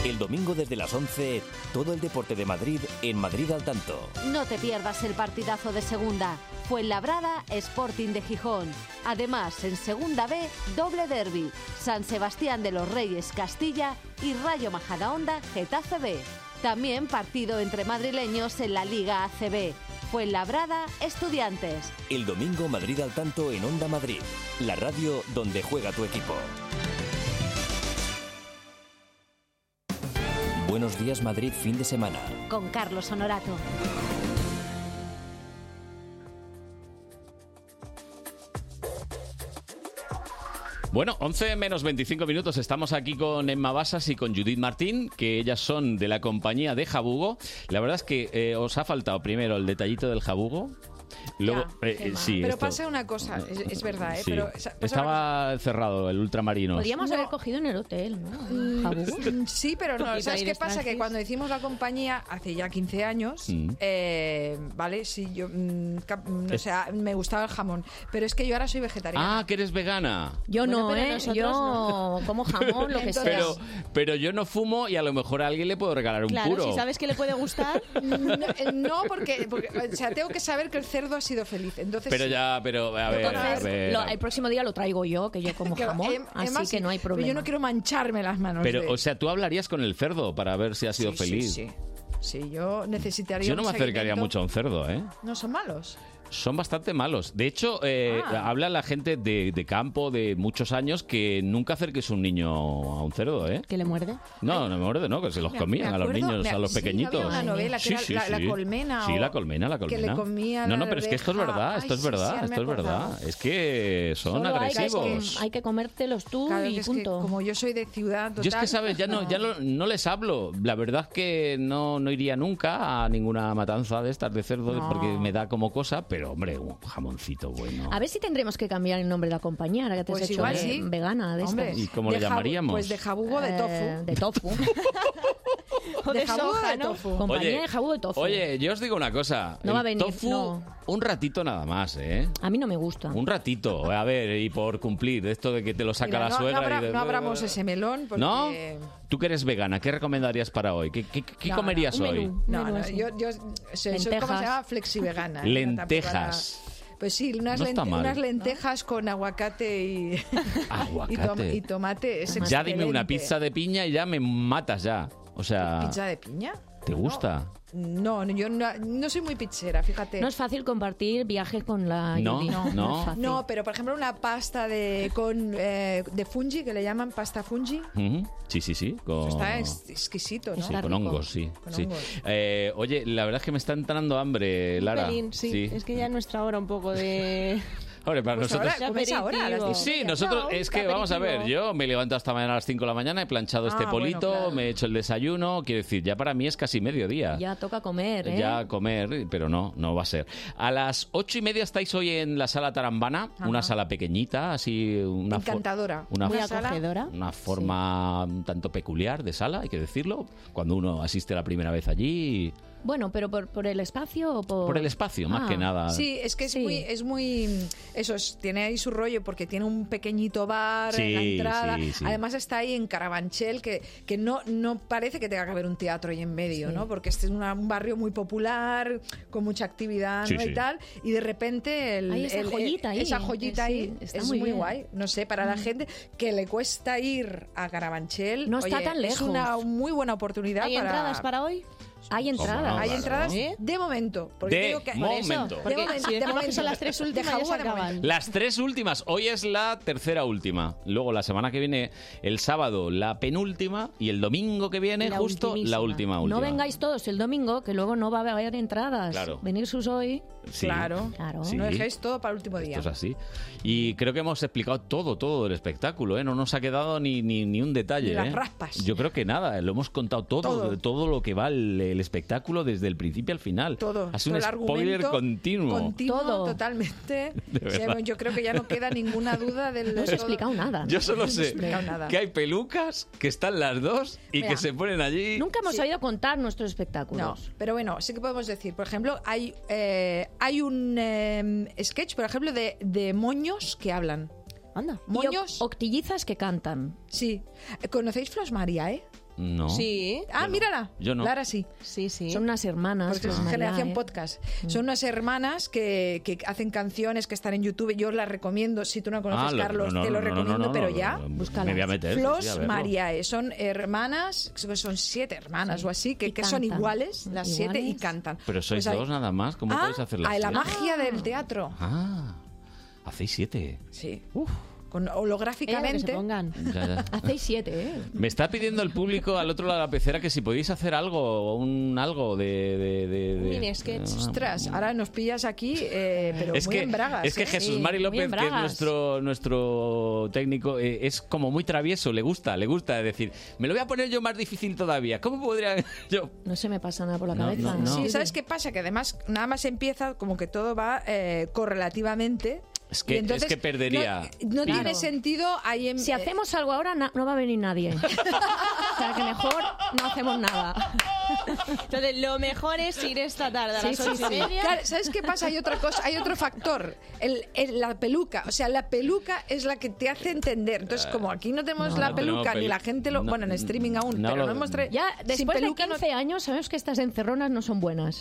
[SPEAKER 1] El domingo desde las 11, todo el deporte de Madrid en Madrid al tanto.
[SPEAKER 9] No te pierdas el partidazo de segunda. Fuenlabrada, Sporting de Gijón. Además, en segunda B, doble derby. San Sebastián de los Reyes, Castilla y Rayo Majadahonda, Getafe B. También partido entre madrileños en la Liga ACB.
[SPEAKER 28] Fuenlabrada, Estudiantes.
[SPEAKER 1] El domingo Madrid al tanto en Onda Madrid, la radio donde juega tu equipo. Buenos días Madrid fin de semana.
[SPEAKER 28] Con Carlos Honorato.
[SPEAKER 2] Bueno, 11 menos 25 minutos. Estamos aquí con Emma Basas y con Judith Martín, que ellas son de la compañía de Jabugo. La verdad es que eh, os ha faltado primero el detallito del Jabugo. Luego, eh, eh, sí,
[SPEAKER 24] pero
[SPEAKER 2] esto-
[SPEAKER 24] pasa una cosa, es, es verdad, ¿eh?
[SPEAKER 2] sí.
[SPEAKER 24] Pero, o sea, pasa una
[SPEAKER 2] Estaba cerrado el ultramarino.
[SPEAKER 24] Podríamos No. haber cogido en el hotel, ¿no? Mm, Sí, pero no. Poquito ¿Sabes ahí qué de pasa? Que Francis. cuando hicimos la compañía hace ya 15 años,
[SPEAKER 2] Mm.
[SPEAKER 24] eh, ¿vale? Sí, yo. mm, cap- mm, o
[SPEAKER 2] Es-
[SPEAKER 24] sea, me gustaba el jamón. Pero es que yo ahora soy vegetariana.
[SPEAKER 2] Ah, que eres vegana.
[SPEAKER 24] Yo no, pero ¿eh? nosotros Yo no. como jamón, lo que sea.
[SPEAKER 2] Pero, pero yo no fumo y a lo mejor a alguien le puedo regalar un puro.
[SPEAKER 24] que le puede gustar. No, eh, no, porque, porque, o sea, tengo que saber que el cerdo ha sido feliz. Entonces,
[SPEAKER 2] Pero ya, pero a ver, a ver.
[SPEAKER 9] Lo- el próximo día lo traigo yo, que yo como
[SPEAKER 24] Que-
[SPEAKER 9] jamón,
[SPEAKER 24] em-
[SPEAKER 9] así
[SPEAKER 24] Emma, sí,
[SPEAKER 9] que no hay
[SPEAKER 24] pero
[SPEAKER 9] problema.
[SPEAKER 24] yo no quiero mancharme las manos. de-
[SPEAKER 2] Pero, o sea, tú hablarías con el cerdo para ver si ha sido
[SPEAKER 24] Sí, sí,
[SPEAKER 2] feliz.
[SPEAKER 24] sí. Sí, yo necesitaría.
[SPEAKER 2] Yo no
[SPEAKER 24] un
[SPEAKER 2] me acercaría
[SPEAKER 24] seguimiento.
[SPEAKER 2] mucho a un cerdo, ¿eh?
[SPEAKER 24] No son malos.
[SPEAKER 2] Son bastante malos. De hecho, eh,
[SPEAKER 24] Ah.
[SPEAKER 2] habla la gente de, de campo de muchos años que nunca acerques un niño a un cerdo, ¿eh?
[SPEAKER 24] ¿Que le muerde?
[SPEAKER 2] No, no me acuerdo, no, que se los
[SPEAKER 24] Me-
[SPEAKER 2] comían
[SPEAKER 24] me
[SPEAKER 2] a los
[SPEAKER 24] acuerdo,
[SPEAKER 2] niños,
[SPEAKER 24] me-
[SPEAKER 2] a los
[SPEAKER 24] sí,
[SPEAKER 2] pequeñitos.
[SPEAKER 24] había una novela que era la- la colmena
[SPEAKER 2] Sí,
[SPEAKER 24] o-
[SPEAKER 2] la colmena, la
[SPEAKER 24] que
[SPEAKER 2] colmena.
[SPEAKER 24] le comía
[SPEAKER 2] no,
[SPEAKER 24] la
[SPEAKER 2] no, pero es que esto es
[SPEAKER 24] oveja.
[SPEAKER 2] verdad, esto
[SPEAKER 24] Ay,
[SPEAKER 2] es
[SPEAKER 24] sí, sí,
[SPEAKER 2] verdad,
[SPEAKER 24] ahora me
[SPEAKER 2] esto es
[SPEAKER 24] acordaba.
[SPEAKER 2] verdad. Es que son
[SPEAKER 24] Solo hay que-
[SPEAKER 2] agresivos.
[SPEAKER 24] Hay que comértelos tú
[SPEAKER 9] y punto.
[SPEAKER 24] como yo soy de ciudad, total,
[SPEAKER 2] Yo es que, ¿sabes? Ya no, ya lo- no les hablo. La verdad es que no, no iría nunca a ninguna matanza de estas de cerdo
[SPEAKER 9] No.
[SPEAKER 2] porque me da como cosa, pero hombre, un jamoncito bueno.
[SPEAKER 9] A ver si tendremos que cambiar el nombre de la compañía, ahora que te
[SPEAKER 24] Pues
[SPEAKER 9] has hecho
[SPEAKER 24] igual
[SPEAKER 9] ve-
[SPEAKER 24] sí.
[SPEAKER 9] vegana de
[SPEAKER 2] Hombre,
[SPEAKER 9] estas. Eh,
[SPEAKER 2] ¿Y cómo le De jabu- llamaríamos? pues de
[SPEAKER 24] jabugo de tofu.
[SPEAKER 9] de tofu.
[SPEAKER 24] O de
[SPEAKER 9] jabugo
[SPEAKER 24] soja,
[SPEAKER 9] de
[SPEAKER 24] ¿no?
[SPEAKER 9] tofu. Compañía
[SPEAKER 2] Oye,
[SPEAKER 9] de jabugo de tofu.
[SPEAKER 2] Oye, yo os digo una cosa.
[SPEAKER 9] No
[SPEAKER 2] El
[SPEAKER 9] va a venir,
[SPEAKER 2] Tofu,
[SPEAKER 9] no.
[SPEAKER 2] un ratito nada más, ¿eh?
[SPEAKER 9] A mí no me gusta.
[SPEAKER 24] Ah.
[SPEAKER 2] Un ratito, eh, a ver, y por cumplir esto de que te lo saca
[SPEAKER 24] Mira,
[SPEAKER 2] la
[SPEAKER 24] no,
[SPEAKER 2] suegra.
[SPEAKER 24] no, abra-
[SPEAKER 2] y de-
[SPEAKER 24] no abramos
[SPEAKER 9] Pues
[SPEAKER 24] ese melón porque...
[SPEAKER 2] ¿No? Tú que eres vegana, ¿qué recomendarías para hoy? ¿Qué, qué- qué
[SPEAKER 24] No, no,
[SPEAKER 2] comerías
[SPEAKER 24] un
[SPEAKER 2] hoy?
[SPEAKER 24] menú, No, no,
[SPEAKER 9] así.
[SPEAKER 24] yo, yo soy, soy- ¿cómo
[SPEAKER 9] Lentejas.
[SPEAKER 24] se llama? Flexivegana. ¿eh?
[SPEAKER 2] Lentejas.
[SPEAKER 24] Pues sí, unas,
[SPEAKER 2] No está
[SPEAKER 24] lente-
[SPEAKER 2] mal.
[SPEAKER 24] unas lentejas con aguacate y, y, tom-
[SPEAKER 2] Aguacate.
[SPEAKER 24] y tomate. Es
[SPEAKER 2] ya dime una
[SPEAKER 24] excelente.
[SPEAKER 2] pizza de piña y ya me matas ya. O sea,
[SPEAKER 24] ¿Pizza de piña?
[SPEAKER 2] ¿te gusta?
[SPEAKER 24] No, no, yo no, no soy muy pizzera, fíjate.
[SPEAKER 9] No es fácil compartir viajes con la
[SPEAKER 2] No,
[SPEAKER 9] Judy.
[SPEAKER 2] no.
[SPEAKER 9] es fácil.
[SPEAKER 24] No, pero por ejemplo una pasta de con eh, de fungi que le llaman pasta fungi
[SPEAKER 2] Ujú. Sí, sí, sí. Con...
[SPEAKER 24] está ex- exquisito, ¿no?
[SPEAKER 2] Oh. Sí, con hongos, sí.
[SPEAKER 24] Con
[SPEAKER 2] sí.
[SPEAKER 24] hongos.
[SPEAKER 2] Eh, oye, la verdad es que me está entrando hambre,
[SPEAKER 23] Un
[SPEAKER 2] Lara.
[SPEAKER 23] pelín, sí. Es que ya es nuestra hora un poco de...
[SPEAKER 2] Hombre, para
[SPEAKER 23] Pues
[SPEAKER 2] nosotros.
[SPEAKER 23] ahora, comes ahora, a las
[SPEAKER 2] Pues
[SPEAKER 23] diez y
[SPEAKER 2] sí,
[SPEAKER 23] media.
[SPEAKER 2] nosotros
[SPEAKER 23] Chao,
[SPEAKER 2] es que vamos a ver,
[SPEAKER 23] aperitivo.
[SPEAKER 2] yo me levanto hasta mañana a las 5 de la mañana, he planchado este
[SPEAKER 9] Ah, bueno,
[SPEAKER 2] polito,
[SPEAKER 9] claro.
[SPEAKER 2] me he hecho el desayuno, quiero decir, ya para mí es casi mediodía.
[SPEAKER 9] Ya toca comer, ¿eh?
[SPEAKER 2] Ya comer, pero no, no va a ser. A las ocho y media estáis hoy en la sala Tarambana, una sala pequeñita, así una fo-
[SPEAKER 24] Encantadora.
[SPEAKER 2] una
[SPEAKER 24] Muy
[SPEAKER 2] sala-
[SPEAKER 24] acogedora.
[SPEAKER 2] Una forma un tanto peculiar de sala, hay que decirlo, cuando uno asiste la primera vez allí.
[SPEAKER 9] Bueno, pero por, por el espacio o por...
[SPEAKER 2] Por el espacio, más
[SPEAKER 9] Ah.
[SPEAKER 2] que nada.
[SPEAKER 24] Ah, Sí, es que es muy, es muy, eso es- tiene ahí su rollo porque tiene un pequeñito bar en la
[SPEAKER 2] Sí,
[SPEAKER 24] entrada.
[SPEAKER 2] sí, sí.
[SPEAKER 24] Además está ahí en Carabanchel que, que no, no parece que tenga que haber un teatro ahí en medio, ¿no? Porque este es una- un barrio muy popular con mucha actividad
[SPEAKER 9] Sí,
[SPEAKER 24] ¿no?
[SPEAKER 9] sí.
[SPEAKER 24] y tal y de repente el-
[SPEAKER 9] Hay esa
[SPEAKER 24] el-
[SPEAKER 9] joyita ahí. eh,
[SPEAKER 24] esa joyita
[SPEAKER 9] Sí,
[SPEAKER 24] ahí
[SPEAKER 9] está
[SPEAKER 24] es
[SPEAKER 9] muy
[SPEAKER 24] muy,
[SPEAKER 9] bien. Mm.
[SPEAKER 24] guay. No sé para la gente que le cuesta ir a Carabanchel.
[SPEAKER 9] No está
[SPEAKER 24] oye,
[SPEAKER 9] tan
[SPEAKER 24] Es
[SPEAKER 9] lejos.
[SPEAKER 24] una muy buena oportunidad.
[SPEAKER 9] ¿Hay entradas para ¿Eh?
[SPEAKER 24] hoy?
[SPEAKER 9] Hay entradas.
[SPEAKER 24] Hay
[SPEAKER 2] claro.
[SPEAKER 24] entradas de momento. Porque
[SPEAKER 2] De
[SPEAKER 24] te digo que-
[SPEAKER 2] momento.
[SPEAKER 24] De
[SPEAKER 2] Porque
[SPEAKER 24] momento.
[SPEAKER 23] si
[SPEAKER 24] de
[SPEAKER 23] decimos que
[SPEAKER 24] momento.
[SPEAKER 23] son las tres
[SPEAKER 24] De
[SPEAKER 23] últimas, ya
[SPEAKER 24] jabugo
[SPEAKER 23] se
[SPEAKER 24] de momento.
[SPEAKER 23] acaban.
[SPEAKER 2] Las tres últimas. Hoy es la tercera última. Luego la semana que viene, el sábado, la penúltima. Y el domingo que viene,
[SPEAKER 9] La
[SPEAKER 2] justo
[SPEAKER 9] ultimísima.
[SPEAKER 2] la última última.
[SPEAKER 9] No vengáis todos el domingo, que luego no va a haber entradas.
[SPEAKER 2] Claro.
[SPEAKER 9] Venir sus hoy.
[SPEAKER 2] Sí. Claro. Sí.
[SPEAKER 9] No
[SPEAKER 2] No
[SPEAKER 9] dejéis
[SPEAKER 2] dejéis
[SPEAKER 24] todo para el último día.
[SPEAKER 2] Esto es así. Y creo que hemos explicado todo, todo del espectáculo. ¿eh? No nos ha quedado ni, ni, ni un detalle.
[SPEAKER 24] Ni las
[SPEAKER 2] ¿eh?
[SPEAKER 24] raspas.
[SPEAKER 2] Yo creo que nada. Lo hemos contado todo,
[SPEAKER 24] Todo.
[SPEAKER 2] todo, lo que va el, el espectáculo desde el principio al final.
[SPEAKER 24] Todo.
[SPEAKER 2] Ha sido
[SPEAKER 24] todo
[SPEAKER 2] un
[SPEAKER 24] el
[SPEAKER 2] spoiler
[SPEAKER 24] argumento,
[SPEAKER 2] continuo.
[SPEAKER 24] Continuo, totalmente.
[SPEAKER 2] De
[SPEAKER 24] O sea,
[SPEAKER 2] verdad.
[SPEAKER 24] yo creo que ya no queda ninguna duda del.
[SPEAKER 9] No os he
[SPEAKER 24] todo.
[SPEAKER 9] explicado nada.
[SPEAKER 2] Yo solo
[SPEAKER 9] No os he
[SPEAKER 2] sé
[SPEAKER 9] explicado nada.
[SPEAKER 2] que hay pelucas, que están las dos y
[SPEAKER 9] Mira,
[SPEAKER 2] que se ponen allí.
[SPEAKER 9] Nunca hemos
[SPEAKER 24] Sí.
[SPEAKER 9] oído contar nuestros espectáculos.
[SPEAKER 24] No, pero bueno, sí que podemos decir, por ejemplo, hay, eh, hay un eh, sketch, por ejemplo, de, de moños que hablan.
[SPEAKER 9] Anda.
[SPEAKER 24] Moños.
[SPEAKER 9] octillizas que cantan.
[SPEAKER 24] Sí. Eh, ¿Conocéis Flos María, eh?
[SPEAKER 2] No.
[SPEAKER 24] Sí. Ah, mírala.
[SPEAKER 2] Yo no.
[SPEAKER 24] Lara sí.
[SPEAKER 23] Sí, sí.
[SPEAKER 24] Son unas hermanas. Porque
[SPEAKER 23] que
[SPEAKER 24] son
[SPEAKER 23] se
[SPEAKER 24] generación
[SPEAKER 23] llaman, ¿eh?
[SPEAKER 24] podcast.
[SPEAKER 9] Mm.
[SPEAKER 24] Son unas hermanas que, que hacen canciones que están en YouTube. Yo las recomiendo. Si tú no conoces,
[SPEAKER 2] Ah, lo-
[SPEAKER 24] Carlos,
[SPEAKER 2] no, no,
[SPEAKER 24] te lo
[SPEAKER 2] no, no, no,
[SPEAKER 24] recomiendo,
[SPEAKER 2] no,
[SPEAKER 24] pero
[SPEAKER 2] no,
[SPEAKER 24] ya.
[SPEAKER 2] no, no, me voy a meter, sí, a
[SPEAKER 24] Flos
[SPEAKER 2] verlo.
[SPEAKER 24] Mariae. eh, Son hermanas, son siete hermanas o así, que, que son
[SPEAKER 23] cantan.
[SPEAKER 24] Mm, iguales, las siete, y cantan.
[SPEAKER 2] Pero sois
[SPEAKER 24] Pues hay-
[SPEAKER 2] dos nada más, ¿cómo
[SPEAKER 24] Ah,
[SPEAKER 2] podéis hacer las
[SPEAKER 24] ah, la
[SPEAKER 2] siete?
[SPEAKER 24] magia del teatro.
[SPEAKER 2] Ah, hacéis siete.
[SPEAKER 24] Sí. Con holográficamente.
[SPEAKER 2] Ya, ya.
[SPEAKER 24] Hacéis siete, ¿eh?
[SPEAKER 2] Me está pidiendo el público al otro lado de la pecera que si podéis hacer algo, un algo de... de, de- de- Ah.
[SPEAKER 24] Ostras, ahora nos pillas aquí, eh, pero
[SPEAKER 2] Es
[SPEAKER 24] muy
[SPEAKER 2] que,
[SPEAKER 24] en bragas.
[SPEAKER 2] es que
[SPEAKER 24] ¿eh?
[SPEAKER 2] Jesús
[SPEAKER 24] Sí,
[SPEAKER 2] Mari
[SPEAKER 24] muy
[SPEAKER 2] López,
[SPEAKER 24] en
[SPEAKER 2] que es
[SPEAKER 24] bragas.
[SPEAKER 2] nuestro, nuestro técnico, eh, es como muy travieso, le gusta, le gusta decir, me lo voy a poner yo más difícil todavía. ¿Cómo podría yo?
[SPEAKER 24] No se me pasa nada por la ¿eh?
[SPEAKER 2] No, cabeza. no, no.
[SPEAKER 24] Ah, Sí, ¿sabes qué pasa? Que además nada más empieza como que todo va eh, correlativamente.
[SPEAKER 2] Es que,
[SPEAKER 24] Y
[SPEAKER 2] es
[SPEAKER 24] entonces,
[SPEAKER 2] que perdería.
[SPEAKER 24] No
[SPEAKER 2] Pico.
[SPEAKER 24] tiene sentido ahí em- en...
[SPEAKER 9] Si hacemos algo ahora, na- no va a venir nadie. o sea, que mejor no hacemos nada.
[SPEAKER 23] Entonces, lo mejor es ir esta tarde a
[SPEAKER 24] Sí,
[SPEAKER 23] las
[SPEAKER 24] sí,
[SPEAKER 23] ocho y
[SPEAKER 24] sí.
[SPEAKER 23] media.
[SPEAKER 24] Claro, ¿sabes qué pasa? Hay otra cosa, hay otro factor, el, el- la peluca. O sea, la peluca es la que te hace entender. Entonces, como aquí no tenemos
[SPEAKER 23] No,
[SPEAKER 24] la
[SPEAKER 23] no
[SPEAKER 24] peluca,
[SPEAKER 23] tenemos
[SPEAKER 24] ni
[SPEAKER 23] pelu-
[SPEAKER 24] la gente lo...
[SPEAKER 2] no, mm,
[SPEAKER 24] bueno, en streaming aún,
[SPEAKER 2] no
[SPEAKER 24] pero
[SPEAKER 2] lo-
[SPEAKER 24] no hemos traído...
[SPEAKER 9] Ya,
[SPEAKER 24] sin
[SPEAKER 9] después de
[SPEAKER 24] peluca no-
[SPEAKER 9] 15 años, sabemos que estas encerronas no son buenas.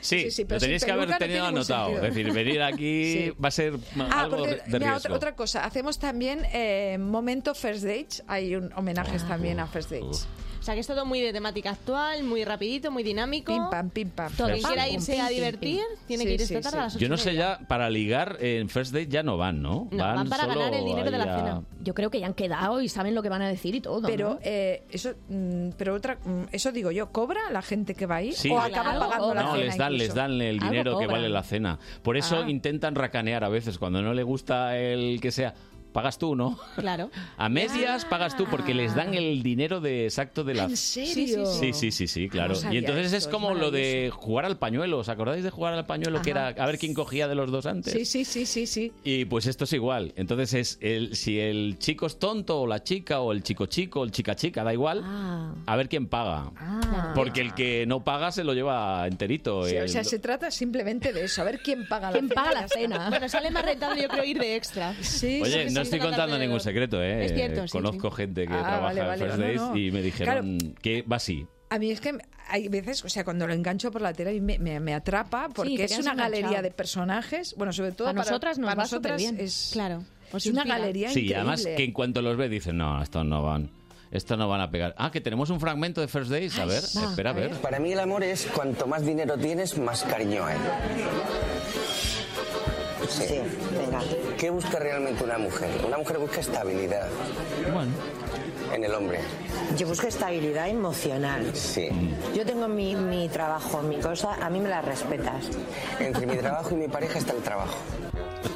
[SPEAKER 2] Sí,
[SPEAKER 24] Sí, sí, pero
[SPEAKER 2] lo tenéis
[SPEAKER 24] sin
[SPEAKER 2] que haber
[SPEAKER 24] peluca no tiene
[SPEAKER 2] tenido
[SPEAKER 24] ningún
[SPEAKER 2] anotado.
[SPEAKER 24] sentido.
[SPEAKER 2] Es decir, venir aquí
[SPEAKER 24] Sí.
[SPEAKER 2] va a ser
[SPEAKER 24] Ah,
[SPEAKER 2] algo
[SPEAKER 24] porque,
[SPEAKER 2] de de
[SPEAKER 24] mira,
[SPEAKER 2] riesgo.
[SPEAKER 24] otra, otra cosa. Hacemos también eh, momento first dates. Hay un
[SPEAKER 2] Ah,
[SPEAKER 24] homenajes también a first dates.
[SPEAKER 23] O sea, que es todo muy de temática actual, muy rapidito, muy dinámico. Pim, pam,
[SPEAKER 24] pim, pam.
[SPEAKER 23] Todo. Quien
[SPEAKER 24] Pam,
[SPEAKER 23] quiera
[SPEAKER 24] pum,
[SPEAKER 23] irse
[SPEAKER 24] pim,
[SPEAKER 23] a
[SPEAKER 24] pim,
[SPEAKER 23] divertir,
[SPEAKER 24] pim.
[SPEAKER 23] tiene
[SPEAKER 24] Sí,
[SPEAKER 23] que ir esta
[SPEAKER 24] sí,
[SPEAKER 23] tarde
[SPEAKER 24] sí.
[SPEAKER 23] a las ocho
[SPEAKER 2] Yo
[SPEAKER 23] y
[SPEAKER 2] no sé ya, para ligar en First Date ya no van, ¿no?
[SPEAKER 9] No, van para
[SPEAKER 2] solo
[SPEAKER 9] ganar el dinero de la
[SPEAKER 2] ahí a-
[SPEAKER 9] cena. Yo creo que ya han quedado y saben lo que van a decir y todo.
[SPEAKER 24] Pero
[SPEAKER 9] ¿no?
[SPEAKER 24] eh, eso, mm, pero otra, mm, eso digo yo. ¿Cobra la gente que va a ir
[SPEAKER 2] Sí,
[SPEAKER 24] o
[SPEAKER 2] les-
[SPEAKER 24] acaba pagando la
[SPEAKER 2] No,
[SPEAKER 24] cena
[SPEAKER 2] les dan,
[SPEAKER 24] incluso?
[SPEAKER 2] les dan el
[SPEAKER 24] Algo
[SPEAKER 2] dinero que
[SPEAKER 24] cobran.
[SPEAKER 2] vale la cena. Por eso
[SPEAKER 24] Ah.
[SPEAKER 2] intentan racanear a veces, cuando no le gusta el que sea. Pagas tú, ¿no?
[SPEAKER 23] Claro.
[SPEAKER 2] A medias pagas tú porque les dan el dinero de exacto de la...
[SPEAKER 23] ¿En serio?
[SPEAKER 2] Sí, sí, sí, sí, claro.
[SPEAKER 23] No sabía
[SPEAKER 2] Y entonces
[SPEAKER 23] esto,
[SPEAKER 2] es
[SPEAKER 23] es
[SPEAKER 2] como lo de jugar al pañuelo. ¿Os acordáis de jugar al pañuelo que era
[SPEAKER 23] Ajá.
[SPEAKER 2] a ver quién cogía de los dos antes?
[SPEAKER 24] Sí, sí, sí, sí, sí.
[SPEAKER 2] Y pues esto es igual. Entonces es el, si el chico es tonto o la chica o el chico chico o el chica chica, da igual, a ver quién paga.
[SPEAKER 23] Ah.
[SPEAKER 2] Porque el que no paga se lo lleva enterito. eh,
[SPEAKER 24] Sí, o
[SPEAKER 2] el-
[SPEAKER 24] sea, se trata simplemente de eso, a ver quién paga la
[SPEAKER 23] ¿Quién
[SPEAKER 24] cena.
[SPEAKER 23] paga la cena? Bueno, sale más rentable, yo creo, ir de extra.
[SPEAKER 24] Sí,
[SPEAKER 2] Oye, no estoy contando ningún secreto, ¿eh?
[SPEAKER 24] Es cierto, sí,
[SPEAKER 2] Conozco gente que
[SPEAKER 24] Ah,
[SPEAKER 2] trabaja
[SPEAKER 24] vale,
[SPEAKER 2] en
[SPEAKER 24] vale,
[SPEAKER 2] First
[SPEAKER 24] no,
[SPEAKER 2] Days
[SPEAKER 24] no.
[SPEAKER 2] y me dijeron que va así.
[SPEAKER 24] A mí es que hay veces, o sea, cuando lo engancho por la tele a mí me, me- me atrapa porque
[SPEAKER 23] te
[SPEAKER 24] es
[SPEAKER 23] quedas
[SPEAKER 24] una galería
[SPEAKER 23] enganchado.
[SPEAKER 24] de personajes. Bueno, sobre todo
[SPEAKER 23] A nosotras nos
[SPEAKER 24] para
[SPEAKER 23] va
[SPEAKER 24] nosotras
[SPEAKER 23] superbién.
[SPEAKER 24] es
[SPEAKER 23] claro,
[SPEAKER 24] es una galería
[SPEAKER 2] Sí, y
[SPEAKER 24] increíble.
[SPEAKER 2] además que en cuanto los ve dicen, no, estos no van. Estos no van a pegar. Ah, que tenemos un fragmento de First Days. A ver, espera, a ver.
[SPEAKER 21] Para mí el amor es cuanto más dinero tienes, más cariño hay. Sí. ¿Qué busca realmente una mujer? Una mujer busca estabilidad. Bueno. En el hombre.
[SPEAKER 11] Yo busco estabilidad emocional.
[SPEAKER 21] Sí.
[SPEAKER 11] Yo tengo mi, mi trabajo, mi cosa, a mí me la respetas.
[SPEAKER 21] Entre mi trabajo y mi pareja está el trabajo.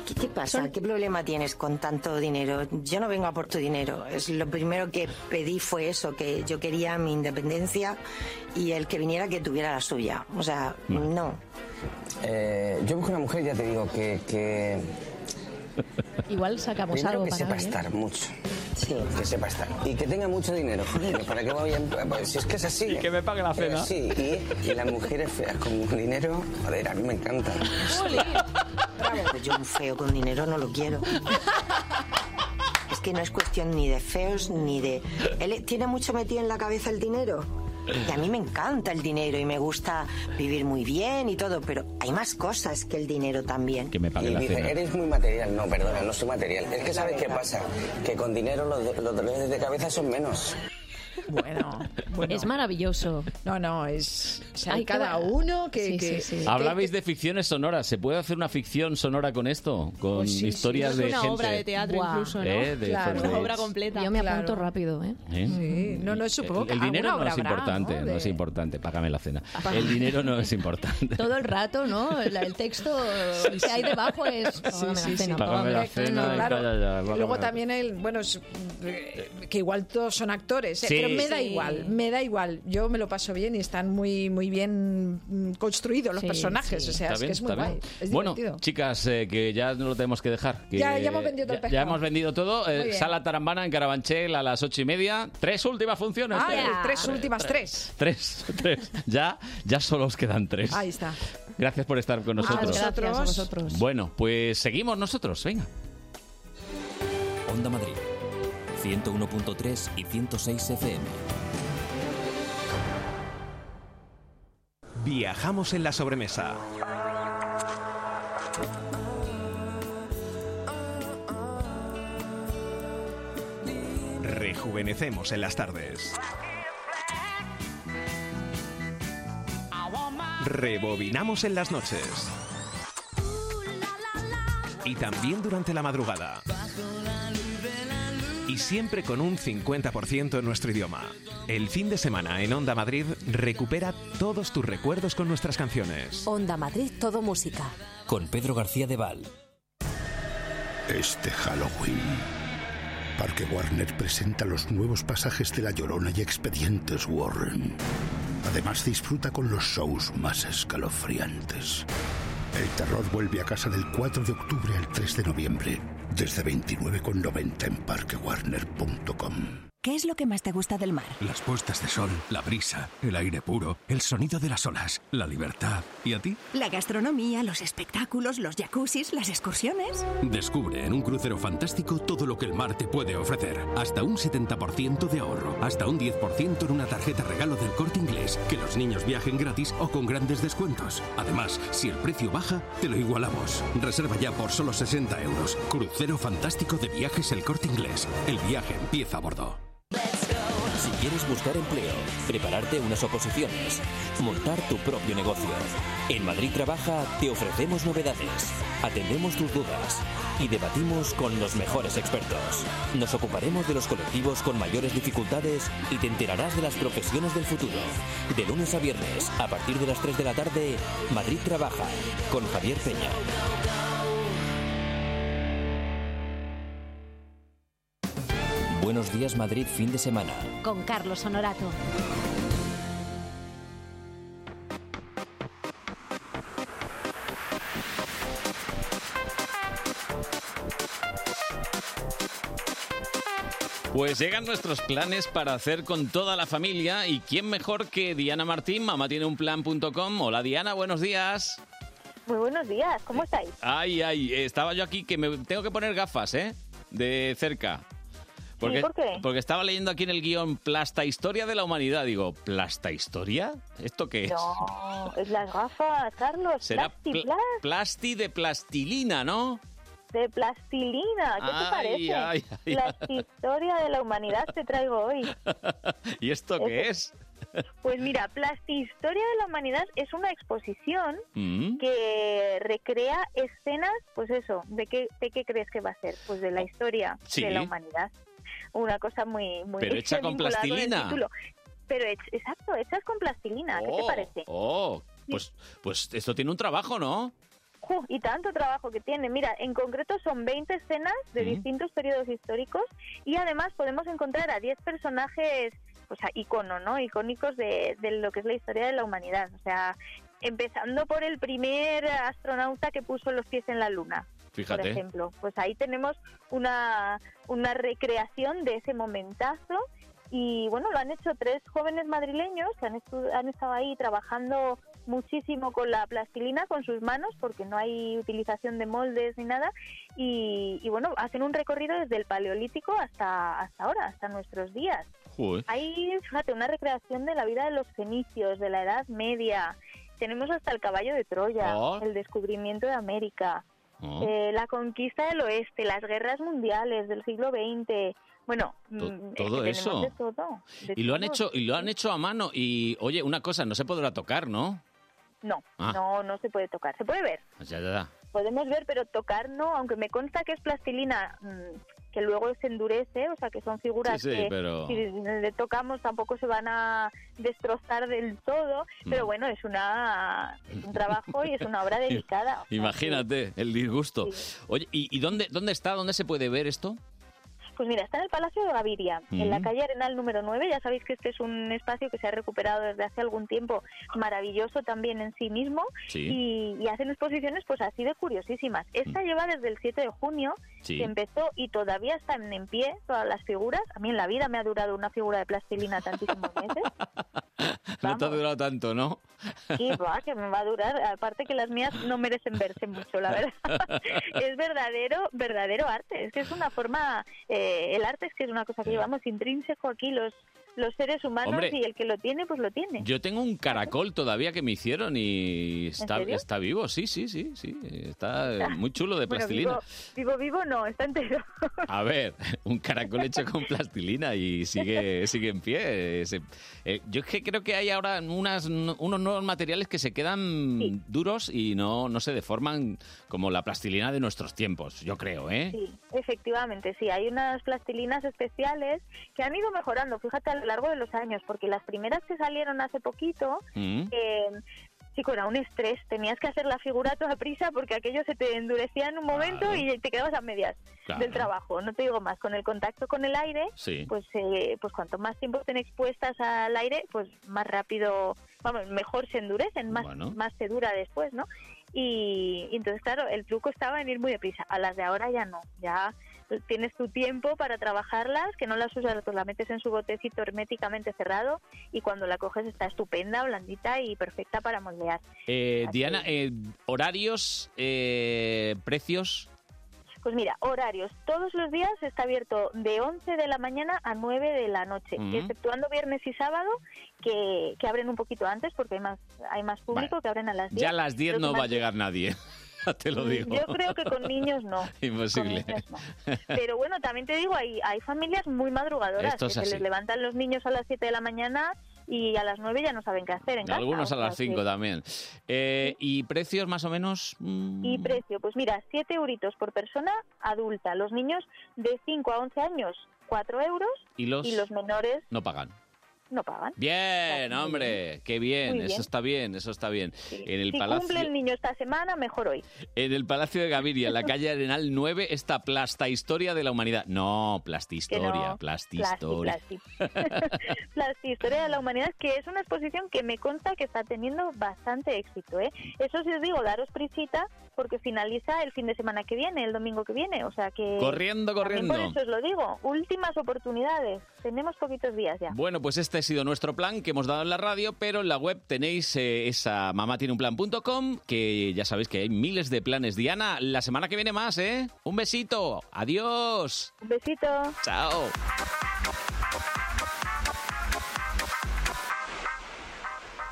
[SPEAKER 11] ¿Qué te pasa? ¿Qué problema tienes con tanto dinero? Yo no vengo a por tu dinero. Es lo primero que pedí fue eso, que yo quería mi independencia y el que viniera que tuviera la suya. O sea, no.
[SPEAKER 21] Mm. Eh, yo busco una mujer, ya te digo, que, que
[SPEAKER 9] Igual sacamos
[SPEAKER 21] Primero
[SPEAKER 9] algo
[SPEAKER 21] que
[SPEAKER 9] para
[SPEAKER 21] sepa
[SPEAKER 9] alguien.
[SPEAKER 21] estar mucho. Que sepa estar. Y que tenga mucho dinero. joder, ¿Para que voy a- pues, Si es que es así.
[SPEAKER 2] Y que me pague la
[SPEAKER 21] Eh,
[SPEAKER 2] cena.
[SPEAKER 21] sí, y, y las mujeres feas con dinero. Joder, a mí me encanta.
[SPEAKER 11] Yo un feo con dinero no lo quiero. Es que no es cuestión ni de feos ni de... Él tiene mucho metido en la cabeza el dinero. Y a mí me encanta el dinero y me gusta vivir muy bien y todo, pero hay más cosas que el dinero también.
[SPEAKER 21] Que me
[SPEAKER 11] pague
[SPEAKER 21] y
[SPEAKER 11] la
[SPEAKER 21] dice,
[SPEAKER 11] cena.
[SPEAKER 21] eres muy material. No, perdona, no soy material. Es que sabes qué pasa. Que con dinero los, do- los dolores de cabeza son menos.
[SPEAKER 24] Bueno,
[SPEAKER 9] Es maravilloso.
[SPEAKER 24] No, no, es. O sea, hay
[SPEAKER 9] Ay, qué va-
[SPEAKER 24] cada uno que.
[SPEAKER 9] Sí,
[SPEAKER 24] que-
[SPEAKER 9] sí, sí.
[SPEAKER 2] Hablabais de ficciones sonoras. ¿Se puede hacer una ficción sonora con esto? Con
[SPEAKER 24] Pues sí, sí,
[SPEAKER 2] historias
[SPEAKER 24] es
[SPEAKER 2] de
[SPEAKER 24] una
[SPEAKER 2] gente.
[SPEAKER 24] obra de teatro
[SPEAKER 23] incluso, ¿no?
[SPEAKER 2] Eh, de
[SPEAKER 24] Claro.
[SPEAKER 2] First Dates.
[SPEAKER 24] completa.
[SPEAKER 9] Yo me
[SPEAKER 24] Claro.
[SPEAKER 9] apunto rápido, ¿eh?
[SPEAKER 2] ¿Eh?
[SPEAKER 24] Sí, no, no, supongo
[SPEAKER 2] El,
[SPEAKER 24] que
[SPEAKER 2] el dinero
[SPEAKER 24] alguna
[SPEAKER 2] no
[SPEAKER 24] obra
[SPEAKER 2] es
[SPEAKER 24] habrá,
[SPEAKER 2] importante,
[SPEAKER 24] ¿no?
[SPEAKER 2] no,
[SPEAKER 24] De-
[SPEAKER 2] es importante. Págame la cena. El dinero no es importante.
[SPEAKER 9] Todo el rato, ¿no? El, el texto que hay debajo es...
[SPEAKER 24] Sí,
[SPEAKER 9] Págame la
[SPEAKER 24] sí, sí.
[SPEAKER 9] cena,
[SPEAKER 2] Págame la
[SPEAKER 9] págame
[SPEAKER 2] cena y
[SPEAKER 24] claro.
[SPEAKER 2] calla ya, págame
[SPEAKER 24] Luego
[SPEAKER 2] la-
[SPEAKER 24] también el, bueno, es- eh, que igual todos son actores, eh,
[SPEAKER 2] Sí.
[SPEAKER 24] pero me da
[SPEAKER 2] Sí.
[SPEAKER 24] igual, me da igual. Yo me lo paso bien y están muy, muy bien mm, construidos los Sí, personajes, sí. o sea,
[SPEAKER 2] Está
[SPEAKER 24] es
[SPEAKER 2] bien,
[SPEAKER 24] que es muy
[SPEAKER 2] está bien.
[SPEAKER 24] guay. Es
[SPEAKER 2] bueno,
[SPEAKER 24] divertido.
[SPEAKER 2] chicas, eh, que ya no lo tenemos que dejar. que
[SPEAKER 24] Ya- ya hemos vendido todo el
[SPEAKER 2] ya- ya
[SPEAKER 24] pescado.
[SPEAKER 2] hemos vendido todo. Eh,
[SPEAKER 24] Muy bien.
[SPEAKER 2] sala Tarambana en Carabanchel a las ocho y media. Tres últimas funciones.
[SPEAKER 24] Ah,
[SPEAKER 2] tres.
[SPEAKER 24] las tres últimas tres.
[SPEAKER 2] Tres, tres. Ya, ya solo os quedan tres.
[SPEAKER 24] Ahí está.
[SPEAKER 2] Gracias por estar con
[SPEAKER 24] Ah, A
[SPEAKER 2] nosotros.
[SPEAKER 24] vosotros. A vosotros.
[SPEAKER 2] Bueno, pues seguimos nosotros, venga.
[SPEAKER 1] Onda Madrid, 101.3 y 106 FM.
[SPEAKER 35] Viajamos en la sobremesa. Rejuvenecemos en las tardes. Rebobinamos en las noches. Y también durante la madrugada. Y siempre con un 50% en nuestro idioma. El fin de semana en Onda Madrid recupera todos tus recuerdos con nuestras canciones.
[SPEAKER 9] Onda Madrid Todo Música.
[SPEAKER 1] Con Pedro García de Val.
[SPEAKER 41] Este Halloween, Parque Warner presenta los nuevos pasajes de La Llorona y Expedientes Warren. Además, disfruta con los shows más escalofriantes. El terror vuelve a casa del 4 de octubre al 3 de noviembre, desde 29,90 en parquewarner.com.
[SPEAKER 19] ¿Qué es lo que más te gusta del mar?
[SPEAKER 20] Las puestas de sol, la brisa, el aire puro, el sonido de las olas, la libertad. ¿Y a ti?
[SPEAKER 19] La gastronomía, los espectáculos, los jacuzzis, las excursiones.
[SPEAKER 20] Descubre en un crucero fantástico todo lo que el mar te puede ofrecer. Hasta un 70% de ahorro, hasta un 10% en una tarjeta regalo del corte inglés. Que los niños viajen gratis o con grandes descuentos. Además, si el precio baja, te lo igualamos. Reserva ya por solo 60 euros. Crucero fantástico de viajes el corte inglés. El viaje empieza a bordo.
[SPEAKER 1] Si quieres buscar empleo, prepararte unas oposiciones, montar tu propio negocio. En Madrid Trabaja te ofrecemos novedades, atendemos tus dudas y debatimos con los mejores expertos. Nos ocuparemos de los colectivos con mayores dificultades y te enterarás de las profesiones del futuro. De lunes a viernes, a partir de las 3 de la tarde, Madrid Trabaja con Javier Peña. Buenos días Madrid fin de semana.
[SPEAKER 9] Con Carlos Honorato.
[SPEAKER 2] Pues llegan nuestros planes para hacer con toda la familia y quién mejor que Diana Martín, mamá tiene un plan.com. Hola Diana, buenos días.
[SPEAKER 14] Muy buenos días, ¿cómo estáis?
[SPEAKER 2] Ay, ay, estaba yo aquí que me tengo que poner gafas, ¿eh? De cerca. Porque,
[SPEAKER 14] Sí, ¿por qué?
[SPEAKER 2] Porque estaba leyendo aquí en el guión Plasta Historia de la Humanidad. Digo, ¿Plasta Historia? ¿Esto qué es?
[SPEAKER 14] No, es las gafas, Carlos.
[SPEAKER 2] Será
[SPEAKER 14] plasti,
[SPEAKER 2] pla-
[SPEAKER 14] plas,
[SPEAKER 2] plasti de plastilina, ¿no?
[SPEAKER 14] de plastilina, ¿qué
[SPEAKER 2] Ay,
[SPEAKER 14] te parece?
[SPEAKER 2] ay, ay,
[SPEAKER 14] la historia de la humanidad te traigo hoy.
[SPEAKER 2] ¿Y esto qué es?
[SPEAKER 14] Pues mira, Plastihistoria de la Humanidad es una exposición
[SPEAKER 2] Mm.
[SPEAKER 14] que recrea escenas, pues eso, ¿de qué, ¿de qué crees que va a ser? Pues de la historia
[SPEAKER 2] Oh, Sí.
[SPEAKER 14] de la humanidad. Una cosa muy... muy
[SPEAKER 2] Pero hecha con
[SPEAKER 14] vinculada el
[SPEAKER 2] plastilina.
[SPEAKER 14] título. Pero, hech- exacto, hechas con plastilina, ¿qué te
[SPEAKER 2] Oh,
[SPEAKER 14] parece?
[SPEAKER 2] Oh, pues, pues esto tiene un trabajo, ¿no?
[SPEAKER 14] ¡Ju! y tanto trabajo que tiene. Mira, en concreto son 20 escenas de
[SPEAKER 2] Mm.
[SPEAKER 14] distintos periodos históricos y además podemos encontrar a 10 personajes, pues a icono, ¿no? Icónicos de, de lo que es la historia de la humanidad. O sea, empezando por el primer astronauta que puso los pies en la luna. Por
[SPEAKER 2] Fíjate.
[SPEAKER 14] ejemplo, pues ahí tenemos una, una recreación de ese momentazo y bueno, lo han hecho tres jóvenes madrileños que han, estu- han estado ahí trabajando muchísimo con la plastilina, con sus manos, porque no hay utilización de moldes ni nada. Y, y, bueno, hacen un recorrido desde el Paleolítico hasta, hasta ahora, hasta nuestros días.
[SPEAKER 2] Joder.
[SPEAKER 14] Hay, fíjate, una recreación de la vida de los fenicios, de la Edad Media. Tenemos hasta el caballo de Troya,
[SPEAKER 2] Oh.
[SPEAKER 14] el descubrimiento de América,
[SPEAKER 2] Oh.
[SPEAKER 14] eh, la conquista del oeste, las guerras mundiales del siglo XX. Bueno, mm, es
[SPEAKER 2] todo
[SPEAKER 14] que tenemos
[SPEAKER 2] eso.
[SPEAKER 14] de todo, de
[SPEAKER 2] Y lo han
[SPEAKER 14] todo.
[SPEAKER 2] hecho, y lo han hecho a mano. Y oye, una cosa, no se podrá tocar, ¿no?
[SPEAKER 14] No,
[SPEAKER 2] Ah.
[SPEAKER 14] no, no se puede tocar. Se puede ver,
[SPEAKER 2] Ya, ya, ya.
[SPEAKER 14] podemos ver, pero tocar no, aunque me consta que es plastilina, mm, que luego se endurece, o sea, que son figuras
[SPEAKER 2] Sí, sí,
[SPEAKER 14] que
[SPEAKER 2] pero-
[SPEAKER 14] si le tocamos tampoco se van a destrozar del todo,
[SPEAKER 2] Mm.
[SPEAKER 14] pero bueno, es, una, es un trabajo y es una obra dedicada.
[SPEAKER 2] Imagínate el disgusto. Oye, ¿y, y dónde, dónde está? ¿Dónde se puede ver esto?
[SPEAKER 14] Pues mira, está en el Palacio de Gaviria, en la
[SPEAKER 2] Mm.
[SPEAKER 14] calle Arenal número 9. Ya sabéis que este es un espacio que se ha recuperado desde hace algún tiempo, maravilloso también en sí mismo.
[SPEAKER 16] Sí. Mm.
[SPEAKER 14] Y, y hacen exposiciones pues así de curiosísimas. Esta lleva desde el 7 de junio,
[SPEAKER 16] Sí.
[SPEAKER 14] que empezó y todavía están en pie todas las figuras. A mí en la vida me ha durado una figura de plastilina tantísimos meses.
[SPEAKER 2] No te ha durado tanto, ¿no?
[SPEAKER 14] Y va, que me va a durar. Aparte que las mías no merecen verse mucho, la verdad. es verdadero, verdadero arte. Es que es una forma, eh, el arte es que es una cosa que llevamos intrínseco aquí los los seres humanos
[SPEAKER 2] Hombre.
[SPEAKER 14] y el que lo tiene, pues lo tiene.
[SPEAKER 2] Yo tengo un caracol todavía que me hicieron y está,
[SPEAKER 14] serio?
[SPEAKER 2] está vivo, sí, sí, sí, sí. Está eh, muy chulo de
[SPEAKER 14] Bueno,
[SPEAKER 2] plastilina.
[SPEAKER 14] vivo, vivo, vivo no, está entero.
[SPEAKER 2] A ver, un caracol hecho con plastilina y sigue, sigue en pie. Ese- eh, yo es que creo que hay ahora unas, unos nuevos materiales que se quedan duros y no, no se deforman como la plastilina de nuestros tiempos, yo creo, ¿eh?
[SPEAKER 14] Sí, efectivamente, sí. Hay unas plastilinas especiales que han ido mejorando, fíjate, a lo largo de los años, porque las primeras que salieron hace poquito,
[SPEAKER 34] Mm.
[SPEAKER 14] eh, chico, era un estrés. Tenías que hacer la figura a toda prisa porque aquello se te endurecía en un momento y te quedabas a medias
[SPEAKER 34] Claro.
[SPEAKER 14] del trabajo. No te digo más, con el contacto con el aire,
[SPEAKER 34] Sí.
[SPEAKER 14] pues, eh, pues cuanto más tiempo estén expuestas al aire, pues más rápido, vamos, mejor se endurecen, más,
[SPEAKER 34] Bueno.
[SPEAKER 14] más se dura después, ¿no? Y, y entonces, claro, el truco estaba en ir muy deprisa. A las de ahora ya no. Ya tienes tu tiempo para trabajarlas, que no las usas, pues la metes en su botecito herméticamente cerrado y cuando la coges está estupenda, blandita y perfecta para moldear.
[SPEAKER 2] Eh, Diana, eh, horarios, eh, precios.
[SPEAKER 14] Pues mira, horarios. Todos los días está abierto de 11 de la mañana a 9 de la noche,
[SPEAKER 2] Ujú.
[SPEAKER 14] exceptuando viernes y sábado, que, que abren un poquito antes porque hay más, hay más público, que abren a las 10.
[SPEAKER 2] Ya a las 10
[SPEAKER 14] Los
[SPEAKER 2] no va a
[SPEAKER 14] demás-
[SPEAKER 2] llegar nadie, te lo digo.
[SPEAKER 14] Yo creo que con niños no.
[SPEAKER 2] Imposible.
[SPEAKER 14] Pero bueno, también te digo, hay, hay familias muy madrugadoras que
[SPEAKER 2] Esto es
[SPEAKER 14] se les
[SPEAKER 2] así.
[SPEAKER 14] levantan los niños a las 7 de la mañana y a las 9 ya no saben qué hacer en casa.
[SPEAKER 2] Algunos a
[SPEAKER 14] o sea
[SPEAKER 2] las 5
[SPEAKER 14] que-
[SPEAKER 2] también. Eh, ¿Y precios más o menos? Mm,
[SPEAKER 14] Y precio, pues mira, 7 euritos por persona adulta. Los niños de 5 a 11 años, 4 euros.
[SPEAKER 2] ¿Y los?
[SPEAKER 14] menores
[SPEAKER 2] No pagan.
[SPEAKER 14] no pagan.
[SPEAKER 2] Bien, hombre, qué bien,
[SPEAKER 14] Muy bien.
[SPEAKER 2] eso está bien, eso está bien. En el
[SPEAKER 14] si
[SPEAKER 2] palacio
[SPEAKER 14] cumple el niño esta semana, mejor hoy.
[SPEAKER 2] en el Palacio de Gaviria, en la calle Arenal 9, está Plasta Historia de la Humanidad. No, Plastihistoria,
[SPEAKER 14] no.
[SPEAKER 2] Plastihistoria.
[SPEAKER 14] Plasti, La historia de la humanidad, que es una exposición que me consta que está teniendo bastante éxito. ¿eh? Eso sí os digo, daros prisita, porque finaliza el fin de semana que viene, el domingo que viene. O sea que.
[SPEAKER 2] Corriendo,
[SPEAKER 14] también
[SPEAKER 2] corriendo.
[SPEAKER 14] Por eso os lo digo, últimas oportunidades. Tenemos poquitos días ya.
[SPEAKER 2] Bueno, pues este ha sido nuestro plan que hemos dado en la radio, pero en la web tenéis eh, esa mamatieneunplan.com, que ya sabéis que hay miles de planes. Diana, la semana que viene más, ¿eh? Un besito, adiós.
[SPEAKER 14] Un besito.
[SPEAKER 2] Chao.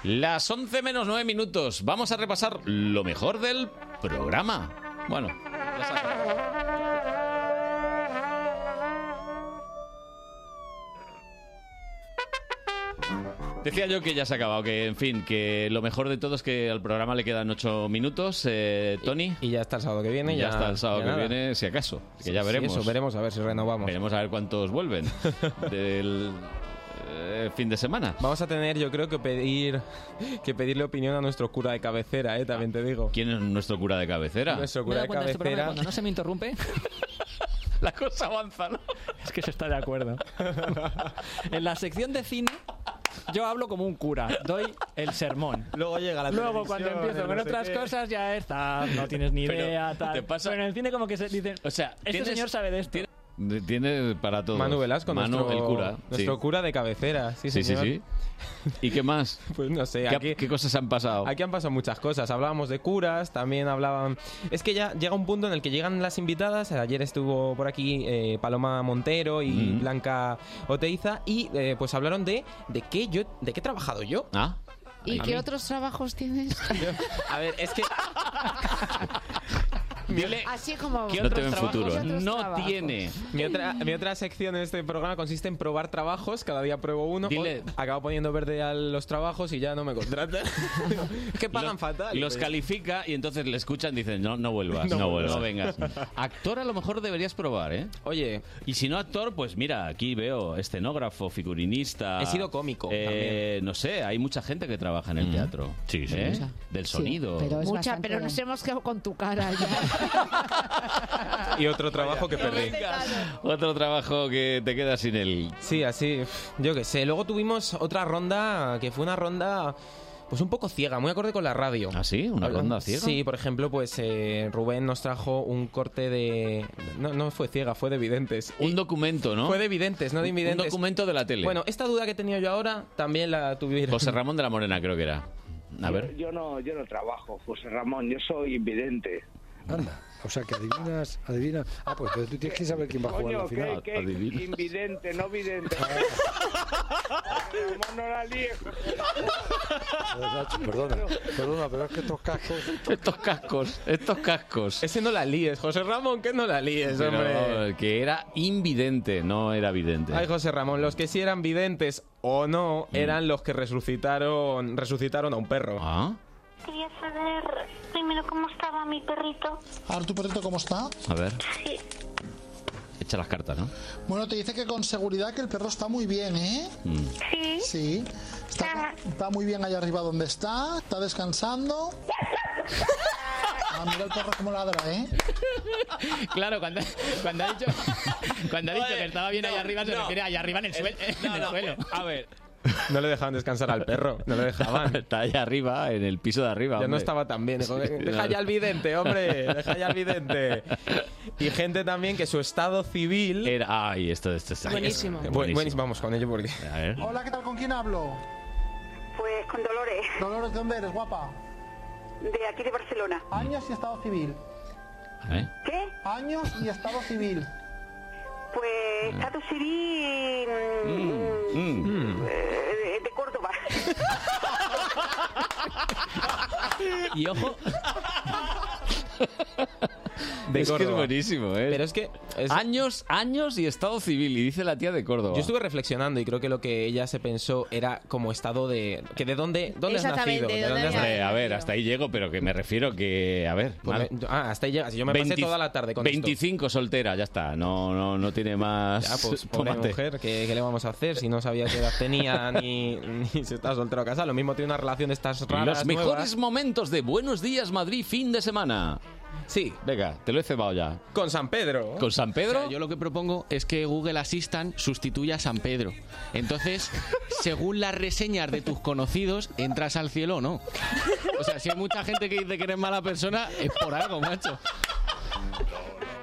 [SPEAKER 2] Las 11 menos 9 minutos. Vamos a repasar lo mejor del programa. Bueno, Decía yo que ya se ha acabado, que en fin, que lo mejor de todo es que al programa le quedan ocho minutos, eh, Tony. Y,
[SPEAKER 10] ya está el sábado que viene.
[SPEAKER 2] ya,
[SPEAKER 10] Ya,
[SPEAKER 2] está el sábado
[SPEAKER 10] ya
[SPEAKER 2] que
[SPEAKER 10] nada.
[SPEAKER 2] viene, si acaso. Que ya
[SPEAKER 10] Sí,
[SPEAKER 2] veremos.
[SPEAKER 10] eso, veremos a ver si renovamos.
[SPEAKER 2] Veremos a ver cuántos vuelven del eh, fin de semana.
[SPEAKER 10] Vamos a tener, yo creo que pedir que pedirle opinión a nuestro cura de cabecera, eh, también te digo.
[SPEAKER 2] ¿Quién es nuestro cura de cabecera?
[SPEAKER 10] Nuestro
[SPEAKER 15] Me he
[SPEAKER 10] cura
[SPEAKER 15] dado
[SPEAKER 10] de
[SPEAKER 15] cuenta de este programa,
[SPEAKER 10] cabecera.
[SPEAKER 15] cuando no se me interrumpe,
[SPEAKER 2] la cosa avanza, ¿no?
[SPEAKER 15] Es que se está de acuerdo. en la sección de cine, yo hablo como un cura, doy el sermón.
[SPEAKER 10] Luego llega la
[SPEAKER 15] Luego,
[SPEAKER 10] televisión,
[SPEAKER 15] cuando empiezo
[SPEAKER 10] el
[SPEAKER 15] con
[SPEAKER 10] no sé
[SPEAKER 15] otras
[SPEAKER 10] qué.
[SPEAKER 15] cosas, ya está, no tienes ni
[SPEAKER 2] Pero,
[SPEAKER 15] idea, tal.
[SPEAKER 2] ¿te pasa?
[SPEAKER 15] Pero en el cine, como que se dicen,
[SPEAKER 2] o sea,
[SPEAKER 15] este
[SPEAKER 2] tienes-
[SPEAKER 15] señor sabe de esto.
[SPEAKER 2] De- Tiene para todo.
[SPEAKER 10] Manu Velasco,
[SPEAKER 2] Manu,
[SPEAKER 10] nuestro,
[SPEAKER 2] el cura.
[SPEAKER 10] nuestro
[SPEAKER 2] sí.
[SPEAKER 10] cura de cabecera. Sí,
[SPEAKER 2] Sí, sí,
[SPEAKER 10] señor.
[SPEAKER 2] sí. ¿Y qué más?
[SPEAKER 10] Pues no sé.
[SPEAKER 2] ¿Qué-
[SPEAKER 10] aquí-
[SPEAKER 2] ¿Qué cosas han pasado?
[SPEAKER 10] Aquí han pasado muchas cosas. Hablábamos de curas, también hablaban. Es que ya llega un punto en el que llegan las invitadas. Ayer estuvo por aquí eh, Paloma Montero y
[SPEAKER 2] Mm.
[SPEAKER 10] Blanca Oteiza. Y eh, pues hablaron de, de qué yo, de qué he trabajado yo.
[SPEAKER 2] Ah.
[SPEAKER 38] ¿Y qué otros trabajos tienes?
[SPEAKER 10] A ver, es que.
[SPEAKER 38] Así como
[SPEAKER 10] ¿Qué No te otros ven trabajos? futuro, ¿eh?
[SPEAKER 38] ¿Qué otros
[SPEAKER 10] No
[SPEAKER 38] trabajos?
[SPEAKER 2] tiene.
[SPEAKER 10] Mi otra, mi otra sección en este programa consiste en probar trabajos. Cada día pruebo uno. Hoy acabo poniendo verde a los trabajos y ya no me contratan. es que pagan fatal.
[SPEAKER 2] Los
[SPEAKER 10] Pues.
[SPEAKER 2] califica y entonces le escuchan y dicen, no, no vuelvas, no,
[SPEAKER 10] No
[SPEAKER 2] vuelvas.
[SPEAKER 10] vuelvas.
[SPEAKER 2] no vengas. Actor a lo mejor deberías probar, ¿eh?
[SPEAKER 10] Oye.
[SPEAKER 2] Y si no actor, pues mira, aquí veo escenógrafo, figurinista.
[SPEAKER 10] He sido cómico
[SPEAKER 2] eh, No sé, hay mucha gente que trabaja en el teatro. Mm. Sí,
[SPEAKER 38] sí. Mucha.
[SPEAKER 2] Del
[SPEAKER 38] Sí,
[SPEAKER 2] sonido.
[SPEAKER 38] pero es Mucha, bastante pero grande. nos hemos quedado con tu cara ya.
[SPEAKER 10] Y otro trabajo que perdí.
[SPEAKER 2] Otro trabajo que te quedas sin él.
[SPEAKER 10] Sí, así, yo qué sé. Luego tuvimos otra ronda que fue una ronda pues un poco ciega, muy acorde con la radio.
[SPEAKER 2] ¿Ah, sí? ¿Una
[SPEAKER 10] Hablan-
[SPEAKER 2] ronda ciega?
[SPEAKER 10] Sí, por ejemplo, pues eh, Rubén nos trajo un corte de... No, no fue ciega, fue de videntes.
[SPEAKER 2] Un documento, ¿no?
[SPEAKER 10] Fue de videntes, no de
[SPEAKER 2] Un- un
[SPEAKER 10] invidentes.
[SPEAKER 2] documento de la tele.
[SPEAKER 10] Bueno, esta duda que he tenido yo ahora también la tuvieron.
[SPEAKER 2] José Ramón de la Morena creo que era. A ver.
[SPEAKER 27] Yo, yo no, yo no trabajo, José Ramón, yo soy invidente.
[SPEAKER 16] Anda, o sea que adivinas, adivinas. Ah, pues pero tú tienes que saber quién va a jugar
[SPEAKER 27] Coño,
[SPEAKER 16] la final.
[SPEAKER 27] ¿qué, qué? Invidente, no vidente. José Ramón no la líes.
[SPEAKER 16] Joder, Nacho, Perdona, perdona, pero es que estos cascos.
[SPEAKER 2] Estos cascos, estos cascos.
[SPEAKER 10] Ese no la líes, José Ramón, que no la líes,
[SPEAKER 2] Pero eh,
[SPEAKER 10] hombre. Ah.
[SPEAKER 2] que era invidente, no era vidente.
[SPEAKER 10] Ay, José Ramón, los que sí eran videntes o no
[SPEAKER 2] Mm.
[SPEAKER 10] eran los que resucitaron, resucitaron a un perro.
[SPEAKER 2] Ah.
[SPEAKER 42] Quería saber primero cómo estaba mi perrito.
[SPEAKER 25] Ahora tu perrito cómo está.
[SPEAKER 2] A ver,
[SPEAKER 42] Sí,
[SPEAKER 2] echa las cartas, ¿no?
[SPEAKER 25] Bueno, te dice que con seguridad que el perro está muy bien, ¿eh?
[SPEAKER 2] Mm.
[SPEAKER 25] Sí. Sí. Está, está muy bien allá arriba donde está, está descansando. Ah, mira el perro como ladra, ¿eh?
[SPEAKER 34] Claro, cuando, cuando ha dicho, cuando ha dicho que estaba bien allá arriba, se refiere allá arriba en el, suel- en el suelo.
[SPEAKER 2] A ver.
[SPEAKER 10] No le dejaban descansar al perro, no le dejaban.
[SPEAKER 2] Está allá arriba, en el piso de arriba.
[SPEAKER 10] Ya no
[SPEAKER 2] hombre.
[SPEAKER 10] estaba tan bien. dijo,
[SPEAKER 2] Sí,
[SPEAKER 10] Eh, deja
[SPEAKER 2] no.
[SPEAKER 10] ya al vidente, hombre. Deja ya al vidente. Y gente también que su estado civil.
[SPEAKER 2] Era. Ay, esto, esto, esto-
[SPEAKER 25] Buenísimo.
[SPEAKER 10] Bu- buenísimo. Vamos con ello porque.
[SPEAKER 2] A ver.
[SPEAKER 25] Hola, ¿qué tal? ¿Con quién hablo? Pues con Dolores. Dolores, ¿de dónde eres, guapa? De aquí de Barcelona. Años y estado civil.
[SPEAKER 2] ¿Eh?
[SPEAKER 25] ¿Qué? Años y estado civil. Pues estado civil
[SPEAKER 2] Mm,
[SPEAKER 16] Mm.
[SPEAKER 25] de Córdoba.
[SPEAKER 2] Y ojo.
[SPEAKER 10] De
[SPEAKER 2] es que es
[SPEAKER 10] Córdoba.
[SPEAKER 2] buenísimo, ¿eh?
[SPEAKER 10] Pero es que.
[SPEAKER 2] Años, años y estado civil. Y dice la tía de Córdoba.
[SPEAKER 10] Yo estuve reflexionando y creo que lo que ella se pensó era como estado de. que ¿De dónde, dónde has nacido? ¿De dónde has
[SPEAKER 2] Hombre, a ver, hasta ahí llego, pero que me refiero que. A ver.
[SPEAKER 10] Pues me- ah, hasta ahí llegas. Yo me pasé toda la tarde con esto.
[SPEAKER 2] 25 soltera, ya está. No, no, no tiene más.
[SPEAKER 10] Ya, pues, pobre
[SPEAKER 2] tomate.
[SPEAKER 10] mujer, ¿qué, qué le vamos a hacer si no sabía qué edad tenía ni, ni si está soltero o casado? Lo mismo tiene una relación de estas raras
[SPEAKER 2] Los mejores
[SPEAKER 10] nuevas.
[SPEAKER 2] momentos de Buenos Días Madrid fin de semana.
[SPEAKER 10] Sí.
[SPEAKER 2] Venga, te lo he cebado ya.
[SPEAKER 10] Con San Pedro.
[SPEAKER 2] ¿Con San Pedro?
[SPEAKER 34] O sea, yo lo que propongo es que Google Assistant sustituya a San Pedro. Entonces, según las reseñas de tus conocidos, entras al cielo o no. O sea, si hay mucha gente que dice que eres mala persona, es por algo, macho.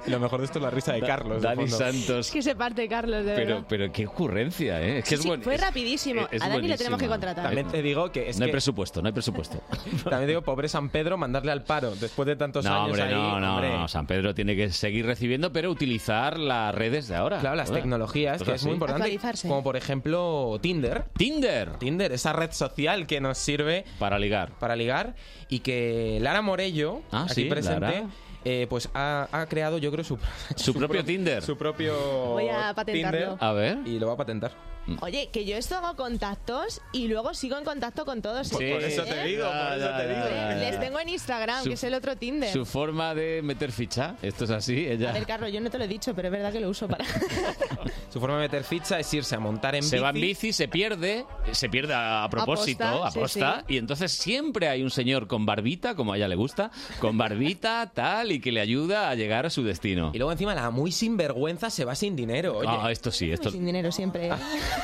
[SPEAKER 10] Lo mejor de esto es la risa de
[SPEAKER 2] Da-
[SPEAKER 10] Carlos. de
[SPEAKER 2] Dani
[SPEAKER 10] fondo.
[SPEAKER 2] Santos.
[SPEAKER 12] que se parte Carlos, de
[SPEAKER 2] Pero,
[SPEAKER 12] verdad.
[SPEAKER 2] pero qué ocurrencia, ¿eh? Es que es
[SPEAKER 12] Sí,
[SPEAKER 2] buen-
[SPEAKER 12] fue
[SPEAKER 2] es-
[SPEAKER 12] rapidísimo.
[SPEAKER 2] es
[SPEAKER 12] a Dani le
[SPEAKER 2] buenísima.
[SPEAKER 12] tenemos que contratar.
[SPEAKER 10] También te digo que es
[SPEAKER 2] No hay
[SPEAKER 10] que-
[SPEAKER 2] presupuesto, no hay presupuesto.
[SPEAKER 10] También digo, pobre San Pedro, mandarle al paro después de tantos
[SPEAKER 2] No,
[SPEAKER 10] años
[SPEAKER 2] hombre,
[SPEAKER 10] ahí.
[SPEAKER 2] no, no,
[SPEAKER 10] hombre.
[SPEAKER 2] no. San Pedro tiene que seguir recibiendo, pero utilizar las redes de ahora.
[SPEAKER 10] Claro, las
[SPEAKER 2] Ahora.
[SPEAKER 10] tecnologías, que
[SPEAKER 2] Cosas
[SPEAKER 10] es muy
[SPEAKER 2] así.
[SPEAKER 10] importante. Como por ejemplo Tinder.
[SPEAKER 2] Tinder.
[SPEAKER 10] Tinder, esa red social que nos sirve
[SPEAKER 2] para ligar.
[SPEAKER 10] Para ligar. Y que Lara Morello,
[SPEAKER 2] Ah, sí,
[SPEAKER 10] aquí presente,
[SPEAKER 2] Lara.
[SPEAKER 10] eh, pues ha, ha creado, yo creo, su,
[SPEAKER 2] Su propio
[SPEAKER 10] pro-
[SPEAKER 2] Tinder.
[SPEAKER 10] Su propio.
[SPEAKER 12] Voy a patentarlo.
[SPEAKER 2] A ver.
[SPEAKER 10] Y lo va a patentar.
[SPEAKER 12] Oye, que yo esto hago contactos y luego sigo en contacto con todos.
[SPEAKER 2] Por-
[SPEAKER 12] ellos,
[SPEAKER 2] por eso te
[SPEAKER 12] ¿eh?
[SPEAKER 2] digo, por Ya, eso ya, te digo. ya, ya.
[SPEAKER 12] Les tengo en Instagram,
[SPEAKER 2] Su-
[SPEAKER 12] que es el otro Tinder.
[SPEAKER 2] Su forma de meter ficha. Esto es así.
[SPEAKER 12] A
[SPEAKER 2] Ella
[SPEAKER 12] ver, Carlos, yo no te lo he dicho, pero es verdad que lo uso para...
[SPEAKER 10] Su forma de meter ficha es irse a montar en
[SPEAKER 2] se
[SPEAKER 10] bici.
[SPEAKER 2] va en bici, se pierde, se pierde a propósito,
[SPEAKER 12] Aposta,
[SPEAKER 2] aposta,
[SPEAKER 12] sí,
[SPEAKER 2] y entonces siempre hay un señor con barbita, como a ella le gusta, con barbita, tal, y que le ayuda a llegar a su destino.
[SPEAKER 10] Y luego encima la muy sinvergüenza se va sin dinero. Oye.
[SPEAKER 2] Ah, esto sí, esto...
[SPEAKER 12] Sin dinero siempre. ¿eh?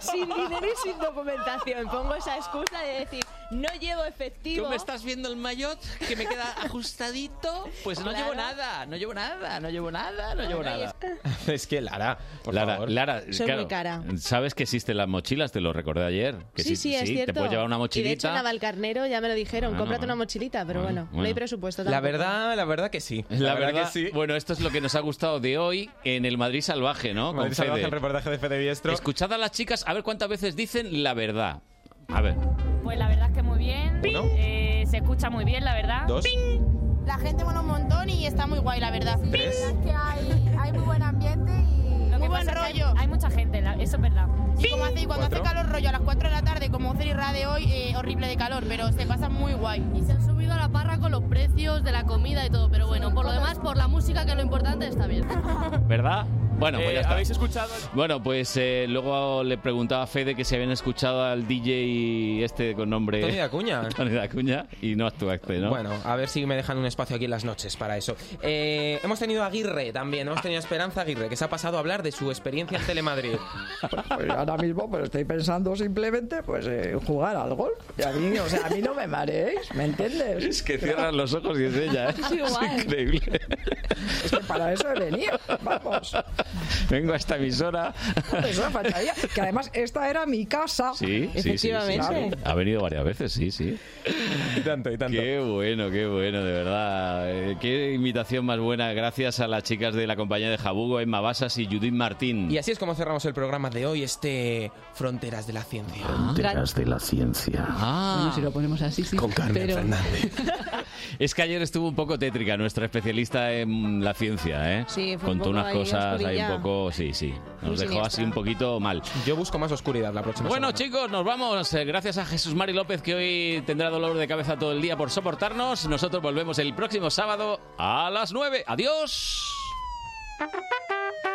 [SPEAKER 12] sin dinero y sin documentación. Pongo esa excusa de decir, no llevo efectivo.
[SPEAKER 34] ¿Tú me estás viendo el maillot que me queda ajustadito? Pues no llevo nada, no llevo nada, no llevo nada, no llevo nada.
[SPEAKER 10] Es que Lara, por
[SPEAKER 2] Lara,
[SPEAKER 10] favor.
[SPEAKER 2] Lara,
[SPEAKER 12] Soy
[SPEAKER 2] claro,
[SPEAKER 12] muy cara.
[SPEAKER 2] ¿Sabes que existen las mochilas? Te lo recordé ayer. Que
[SPEAKER 12] sí, sí, es cierto.
[SPEAKER 2] Te puedes llevar una
[SPEAKER 12] Y de hecho en
[SPEAKER 2] mochilita.
[SPEAKER 12] Navalcarnero ya me lo dijeron,
[SPEAKER 2] Bueno,
[SPEAKER 12] cómprate
[SPEAKER 2] bueno.
[SPEAKER 12] una mochilita, pero
[SPEAKER 2] Bueno,
[SPEAKER 12] bueno, no hay
[SPEAKER 2] bueno.
[SPEAKER 12] presupuesto
[SPEAKER 10] La
[SPEAKER 12] tampoco.
[SPEAKER 10] verdad, la verdad que sí.
[SPEAKER 2] La verdad,
[SPEAKER 10] que sí.
[SPEAKER 2] bueno, esto es lo que nos ha gustado de hoy en el Madrid Salvaje, ¿no? Con
[SPEAKER 10] Madrid Salvaje,
[SPEAKER 2] Fede.
[SPEAKER 10] el reportaje de Fede Biestro.
[SPEAKER 2] Escuchad a las chicas a ver cuántas veces dicen la verdad. A ver.
[SPEAKER 6] Pues la verdad es que muy bien.
[SPEAKER 2] Uno.
[SPEAKER 6] Eh, se escucha muy bien, la verdad.
[SPEAKER 2] Dos.
[SPEAKER 6] La gente mola un montón y está muy guay, la verdad.
[SPEAKER 2] Tres. La
[SPEAKER 6] que hay, muy buen ambiente y muy buen rollo. hay, mucha gente, la- eso es verdad. Y como hace, cuando
[SPEAKER 9] Cuatro.
[SPEAKER 6] hace calor rollo a las 4 de la tarde, como Cerira de hoy, eh, horrible de calor, pero se pasa muy guay.
[SPEAKER 43] Y se han subido a la parra con los precios de la comida y todo, pero bueno, por lo demás, por la música, que lo importante está bien.
[SPEAKER 2] ¿Verdad? Bueno, pues
[SPEAKER 44] Eh,
[SPEAKER 2] ya está.
[SPEAKER 44] ¿Habéis escuchado?
[SPEAKER 2] Bueno, pues eh, luego le preguntaba a Fede que si habían escuchado al DJ este con nombre...
[SPEAKER 10] Tony de Acuña.
[SPEAKER 2] Tony de Acuña y no actuaste, ¿no?
[SPEAKER 10] Bueno, a ver si me dejan un espacio aquí en las noches para eso. Eh, hemos tenido a Aguirre también, hemos tenido a Esperanza Aguirre, que se ha pasado a hablar de su experiencia en Telemadrid.
[SPEAKER 23] Pues ahora mismo pues estoy pensando simplemente pues en jugar al golf. Y a mí, o sea, a mí no me mareéis, ¿me entiendes?
[SPEAKER 2] Es que cierras los ojos y es ella, ¿eh?
[SPEAKER 23] Es igual.
[SPEAKER 2] increíble.
[SPEAKER 23] Es que para eso he venido. Vamos.
[SPEAKER 2] Vengo a esta emisora.
[SPEAKER 23] Es una fantasía. Que además esta era mi casa.
[SPEAKER 2] Sí, sí, sí, sí, sí. Ha venido varias veces, sí, sí. Y
[SPEAKER 10] tanto, y tanto.
[SPEAKER 2] Qué bueno, qué bueno, de verdad. Eh, Qué invitación más buena. Gracias a las chicas de la compañía de Jabugo, Emma Basas y Judith Martín.
[SPEAKER 10] Y así es como cerramos el programa de hoy, este Fronteras de la Ciencia.
[SPEAKER 23] Fronteras
[SPEAKER 2] de la ciencia.
[SPEAKER 1] Bueno, si lo ponemos así, sí.
[SPEAKER 2] Ah. Con Carmen
[SPEAKER 1] Pero-
[SPEAKER 2] Fernández. Es que ayer estuvo un poco tétrica nuestra especialista en la ciencia, ¿eh?
[SPEAKER 1] Sí, fue un
[SPEAKER 2] Contó
[SPEAKER 1] poco
[SPEAKER 2] unas
[SPEAKER 1] ahí
[SPEAKER 2] cosas ahí
[SPEAKER 1] oscurilla.
[SPEAKER 2] un poco, sí, sí. Nos
[SPEAKER 1] Muy
[SPEAKER 2] dejó así
[SPEAKER 1] siniestra.
[SPEAKER 2] un poquito mal.
[SPEAKER 10] Yo busco más oscuridad la próxima
[SPEAKER 2] Bueno, chicos, nos vamos. Eh, Gracias a Jesús Mari López, que hoy tendrá dolor de cabeza todo el día por soportarnos. Nosotros volvemos el próximo sábado a las 9. Adiós.
[SPEAKER 45] Thank you.